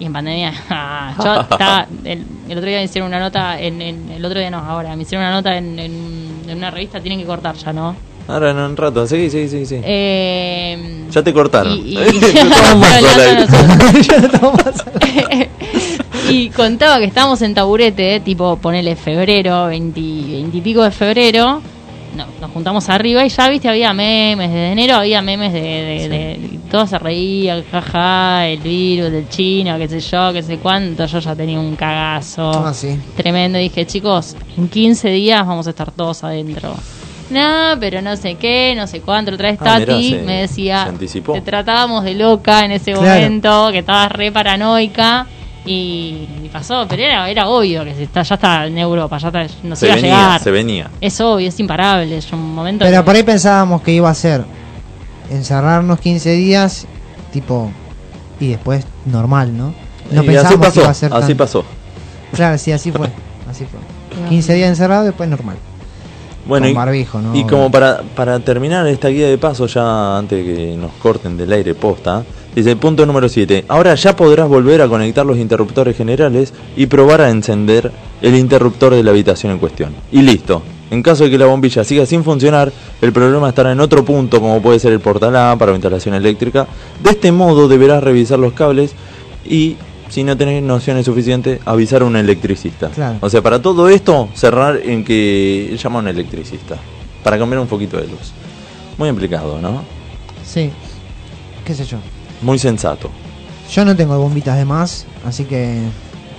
[SPEAKER 4] Y en pandemia, ah, yo estaba, el, el otro día me hicieron una nota, en, en- el otro día no, ahora, me hicieron una nota en, en- en una revista, tienen que cortar ya, ¿no?
[SPEAKER 1] Ahora en un rato. Sí, sí, sí, sí.
[SPEAKER 4] Eh,
[SPEAKER 1] Ya te cortaron.
[SPEAKER 4] y- y-
[SPEAKER 1] No estamos más
[SPEAKER 4] Hablando
[SPEAKER 1] al aire.
[SPEAKER 4] nosotros. Y contaba que estábamos en taburete, tipo, ponele febrero, 20, 20 y pico de febrero. no- nos juntamos arriba y ya, viste, había memes. Desde enero había memes de. de, de- todos se reían, jaja, el virus, del chino, qué sé yo, qué sé cuánto. Yo ya tenía un cagazo.
[SPEAKER 2] Ah, sí.
[SPEAKER 4] Tremendo. Y dije, chicos, en 15 días vamos a estar todos adentro. No, pero no sé qué, no sé cuánto. Otra vez
[SPEAKER 1] Ah,
[SPEAKER 4] Tati
[SPEAKER 1] mirá, se-
[SPEAKER 4] me decía,
[SPEAKER 1] se anticipó.
[SPEAKER 4] te tratábamos de loca en ese
[SPEAKER 1] Claro.
[SPEAKER 4] momento, que estabas re paranoica. Y, y pasó, pero era, era obvio que se está, ya está en Europa, ya está, nos
[SPEAKER 1] se
[SPEAKER 4] iba a
[SPEAKER 1] venía,
[SPEAKER 4] llegar.
[SPEAKER 1] se venía.
[SPEAKER 4] Es obvio, es imparable. Es un momento.
[SPEAKER 2] Pero
[SPEAKER 4] que-
[SPEAKER 2] por ahí pensábamos que iba a ser encerrarnos 15 días, tipo, y después normal, ¿no? No
[SPEAKER 1] Y así
[SPEAKER 2] pensábamos que
[SPEAKER 1] pasó,
[SPEAKER 2] iba a ser
[SPEAKER 1] así
[SPEAKER 2] tan-
[SPEAKER 1] pasó.
[SPEAKER 2] Claro, sí, así fue. Así fue. 15 días encerrado, después normal.
[SPEAKER 1] Bueno,
[SPEAKER 2] Con
[SPEAKER 1] y,
[SPEAKER 2] barbijo, ¿no?
[SPEAKER 1] y como para, para terminar esta guía de paso, ya antes de que nos corten del aire posta, dice punto número 7. Ahora ya podrás volver a conectar los interruptores generales y probar a encender el interruptor de la habitación en cuestión. Y listo. En caso de que la bombilla siga sin funcionar, el problema estará en otro punto, como puede ser el portal A para ventilación eléctrica. De este modo deberás revisar los cables y, si no tenés nociones suficientes, avisar a un electricista.
[SPEAKER 2] Claro.
[SPEAKER 1] O sea, para todo esto, cerrar en que llama a un electricista. Para cambiar un poquito de luz. Muy implicado, ¿no?
[SPEAKER 2] Sí. ¿Qué sé yo?
[SPEAKER 1] Muy sensato.
[SPEAKER 2] Yo no tengo bombitas de más, así que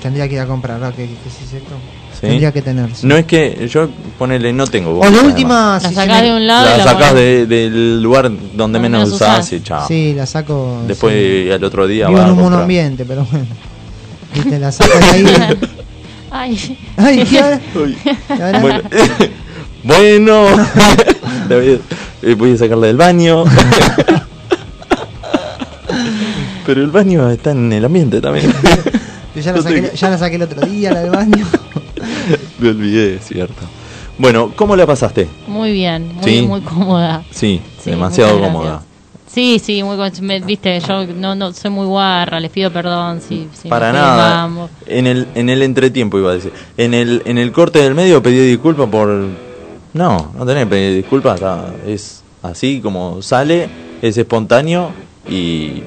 [SPEAKER 2] tendría que ir a comprar, ¿no? ¿Qué, qué- qué es cierto?
[SPEAKER 1] ¿sí?
[SPEAKER 2] Tendría que tener. sí.
[SPEAKER 1] No es que yo, ponele, no tengo
[SPEAKER 2] O la
[SPEAKER 1] además.
[SPEAKER 2] última.
[SPEAKER 4] La
[SPEAKER 2] si
[SPEAKER 4] sacás
[SPEAKER 2] se me-
[SPEAKER 4] de un lado y
[SPEAKER 1] La
[SPEAKER 4] la
[SPEAKER 1] sacás
[SPEAKER 4] ponés.
[SPEAKER 1] de- del lugar donde menos
[SPEAKER 4] menos
[SPEAKER 1] usás
[SPEAKER 4] usás.
[SPEAKER 1] y chao.
[SPEAKER 2] Sí, la saco.
[SPEAKER 1] Después al otro día
[SPEAKER 2] Vivo
[SPEAKER 1] va
[SPEAKER 2] en
[SPEAKER 1] a
[SPEAKER 2] un mono
[SPEAKER 1] comprar.
[SPEAKER 2] ambiente, pero bueno. Viste, la saco de ahí.
[SPEAKER 4] Ay.
[SPEAKER 2] Ay, ¿qué ahora? ¿Y ahora?
[SPEAKER 1] Bueno, bueno. David, eh, voy a sacarla del baño. Pero el baño está en el ambiente también.
[SPEAKER 2] Yo ya, la saqué, ya la saqué el otro día, la del baño.
[SPEAKER 1] Me olvidé, es cierto. Bueno, ¿cómo la pasaste?
[SPEAKER 4] Muy bien, muy,
[SPEAKER 1] Sí.
[SPEAKER 4] muy cómoda.
[SPEAKER 1] Sí,
[SPEAKER 4] Sí,
[SPEAKER 1] demasiado
[SPEAKER 4] muchas
[SPEAKER 1] cómoda.
[SPEAKER 4] Sí, sí, muy con- me- viste, yo no, no soy muy guarra, les pido perdón si, si me
[SPEAKER 1] Para
[SPEAKER 4] fui de
[SPEAKER 1] nada.
[SPEAKER 4] mambo.
[SPEAKER 1] En el, en el entretiempo iba a decir. En el, en el corte del medio pedí disculpas por. No, no tenés que pedir disculpas. está- Es así como sale, es espontáneo y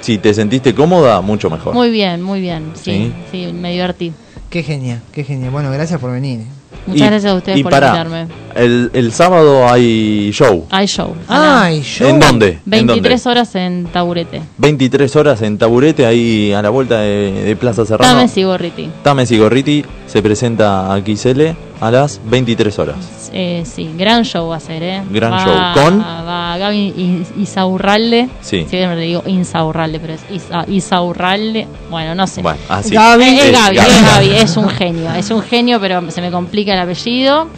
[SPEAKER 1] si te sentiste cómoda, mucho mejor.
[SPEAKER 4] Muy bien, muy bien, sí, sí, me divertí.
[SPEAKER 2] Qué genial, qué genial. Bueno, gracias por venir. eh.
[SPEAKER 4] Muchas gracias a ustedes
[SPEAKER 1] y
[SPEAKER 4] por
[SPEAKER 1] pará,
[SPEAKER 4] invitarme.
[SPEAKER 1] El, el sábado hay show.
[SPEAKER 4] Hay show.
[SPEAKER 2] Ay,
[SPEAKER 1] ¿En dónde? ¿En dónde?
[SPEAKER 4] 23 horas en Taburete.
[SPEAKER 1] 23 horas en taburete ahí a la vuelta de, de Plaza Serrano.
[SPEAKER 4] Tames y Gorriti.
[SPEAKER 1] Tames y Gorriti se presenta a Quisele a las 23 horas.
[SPEAKER 4] Eh, sí, gran show va a ser, ¿eh?
[SPEAKER 1] Gran
[SPEAKER 4] Va-
[SPEAKER 1] show. ¿Con?
[SPEAKER 4] Va Gaby Is- Isaurralde.
[SPEAKER 1] Sí.
[SPEAKER 4] Siempre le digo Insaurralde, pero es Isa- Isaurralde. Bueno, no sé.
[SPEAKER 1] Bueno, así.
[SPEAKER 4] Gaby. Es,
[SPEAKER 1] Es
[SPEAKER 4] Gaby,
[SPEAKER 1] Gaby.
[SPEAKER 4] es Gaby, es un genio. Es un genio, pero se me complica el apellido.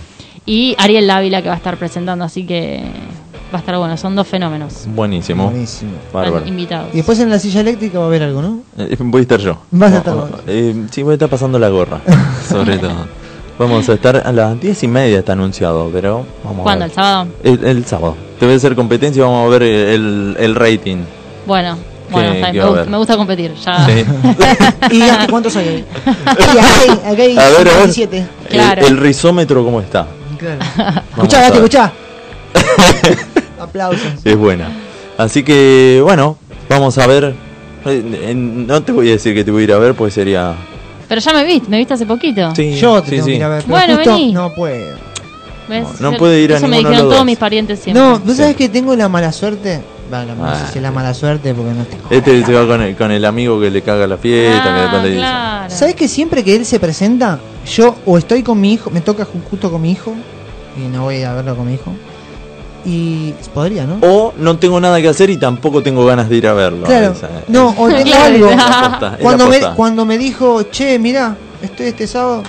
[SPEAKER 4] Y Ariel Dávila que va a estar presentando, así que va a estar bueno. Son dos fenómenos.
[SPEAKER 1] Buenísimo.
[SPEAKER 2] Buenísimo.
[SPEAKER 1] Bárbaro.
[SPEAKER 4] Invitados.
[SPEAKER 2] Y después en la silla eléctrica va a haber algo, ¿no?
[SPEAKER 1] Eh, Voy a estar yo.
[SPEAKER 2] Vas a estar
[SPEAKER 1] No,
[SPEAKER 2] vos.
[SPEAKER 1] eh, sí, voy a estar pasando la gorra, sobre todo. Vamos a estar a las 10 y media, está anunciado, pero vamos
[SPEAKER 4] ¿Cuándo?
[SPEAKER 1] a
[SPEAKER 4] ¿El
[SPEAKER 1] ver.
[SPEAKER 4] sábado?
[SPEAKER 1] El, el sábado. Te voy a hacer competencia y vamos a ver el, el rating.
[SPEAKER 4] Bueno, bueno,
[SPEAKER 1] qué
[SPEAKER 4] está bien. Me,
[SPEAKER 1] va a
[SPEAKER 4] gusta-
[SPEAKER 1] haber?
[SPEAKER 4] me gusta competir. Ya.
[SPEAKER 1] Sí.
[SPEAKER 2] ¿Y ya, cuántos hay hoy? Y acá hay- acá hay
[SPEAKER 1] A ver, a ver.
[SPEAKER 2] 57.
[SPEAKER 1] El-
[SPEAKER 4] Claro.
[SPEAKER 1] El, rizómetro, ¿cómo está?
[SPEAKER 2] Claro.
[SPEAKER 1] Vamos
[SPEAKER 2] Escuchá,
[SPEAKER 1] a
[SPEAKER 2] Gati,
[SPEAKER 1] ver.
[SPEAKER 2] escuchá. Aplausos.
[SPEAKER 1] Es buena. Así que, bueno, vamos a ver. Eh, eh, No te voy a decir que te voy a ir a ver, pues sería.
[SPEAKER 4] Pero ya me viste, me viste hace poquito.
[SPEAKER 1] Sí,
[SPEAKER 2] Yo
[SPEAKER 1] sí,
[SPEAKER 2] te tengo que
[SPEAKER 1] sí.
[SPEAKER 2] ir a ver. pero
[SPEAKER 4] Bueno,
[SPEAKER 2] justo
[SPEAKER 4] vení.
[SPEAKER 2] No puedo.
[SPEAKER 4] ¿Ves?
[SPEAKER 1] No puede ir a
[SPEAKER 4] Eso me
[SPEAKER 1] ninguno de
[SPEAKER 4] dijeron
[SPEAKER 1] los
[SPEAKER 4] todos
[SPEAKER 1] dos.
[SPEAKER 4] mis parientes siempre.
[SPEAKER 2] No, ¿vos sabés que tengo la mala suerte? Bueno, no
[SPEAKER 1] Ah.
[SPEAKER 2] sé si es la mala suerte porque no tengo.
[SPEAKER 1] Este se va con el, con el amigo que le caga la fiesta, que después le dice.
[SPEAKER 2] ¿Sabés que siempre que él se presenta, yo o estoy con mi hijo, me toca ju- justo con mi hijo, y no voy a verlo con mi hijo. Y podría, ¿no?
[SPEAKER 1] O no tengo nada que hacer y tampoco tengo ganas de ir a verlo.
[SPEAKER 2] Claro.
[SPEAKER 1] Esa-
[SPEAKER 2] No, o tengo
[SPEAKER 1] Claro,
[SPEAKER 2] algo.
[SPEAKER 1] es la aposta, es la
[SPEAKER 2] Cuando me,
[SPEAKER 1] aposta.
[SPEAKER 2] cuando me dijo, che, mirá, estoy este sábado,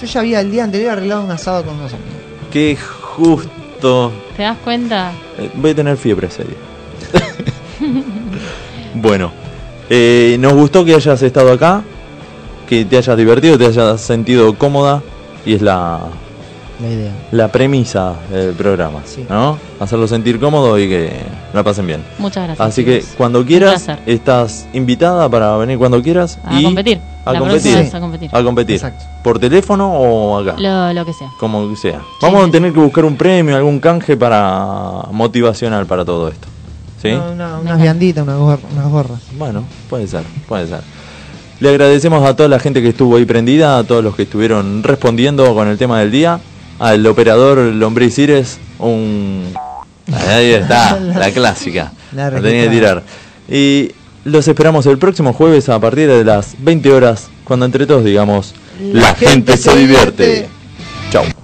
[SPEAKER 2] yo ya había el día anterior arreglado un asado con unos amigos.
[SPEAKER 1] Qué justo.
[SPEAKER 4] ¿Te das cuenta?
[SPEAKER 1] Eh, Voy a tener fiebre ese día. Bueno, eh, nos gustó que hayas estado acá, que te hayas divertido, te hayas sentido cómoda y es la,
[SPEAKER 2] La idea.
[SPEAKER 1] la premisa del programa, ¿no? Hacerlo sentir cómodo y que la pasen bien.
[SPEAKER 4] Muchas gracias.
[SPEAKER 1] Así que cuando quieras, estás invitada para venir cuando quieras
[SPEAKER 4] A
[SPEAKER 1] y
[SPEAKER 4] competir.
[SPEAKER 1] A
[SPEAKER 4] La
[SPEAKER 1] competir.
[SPEAKER 4] próxima vez a competir.
[SPEAKER 1] A competir. ¿Por teléfono o acá?
[SPEAKER 4] Lo, lo que sea.
[SPEAKER 1] Como sea. Vamos a tener que buscar un premio, algún canje para motivacional para todo esto. ¿Sí?
[SPEAKER 2] No, una- unas vianditas, una gorra, unas gorras.
[SPEAKER 1] Bueno, puede ser, puede ser. Le agradecemos a toda la gente que estuvo ahí prendida, a todos los que estuvieron respondiendo con el tema del día, al operador Lombriz Ires, un... Ahí está, la clásica.
[SPEAKER 2] La
[SPEAKER 1] La tenía que
[SPEAKER 2] registrada.
[SPEAKER 1] tirar. Y los esperamos el próximo jueves a partir de las 20 horas, cuando entre todos digamos, la, gente, se divierte. Chau.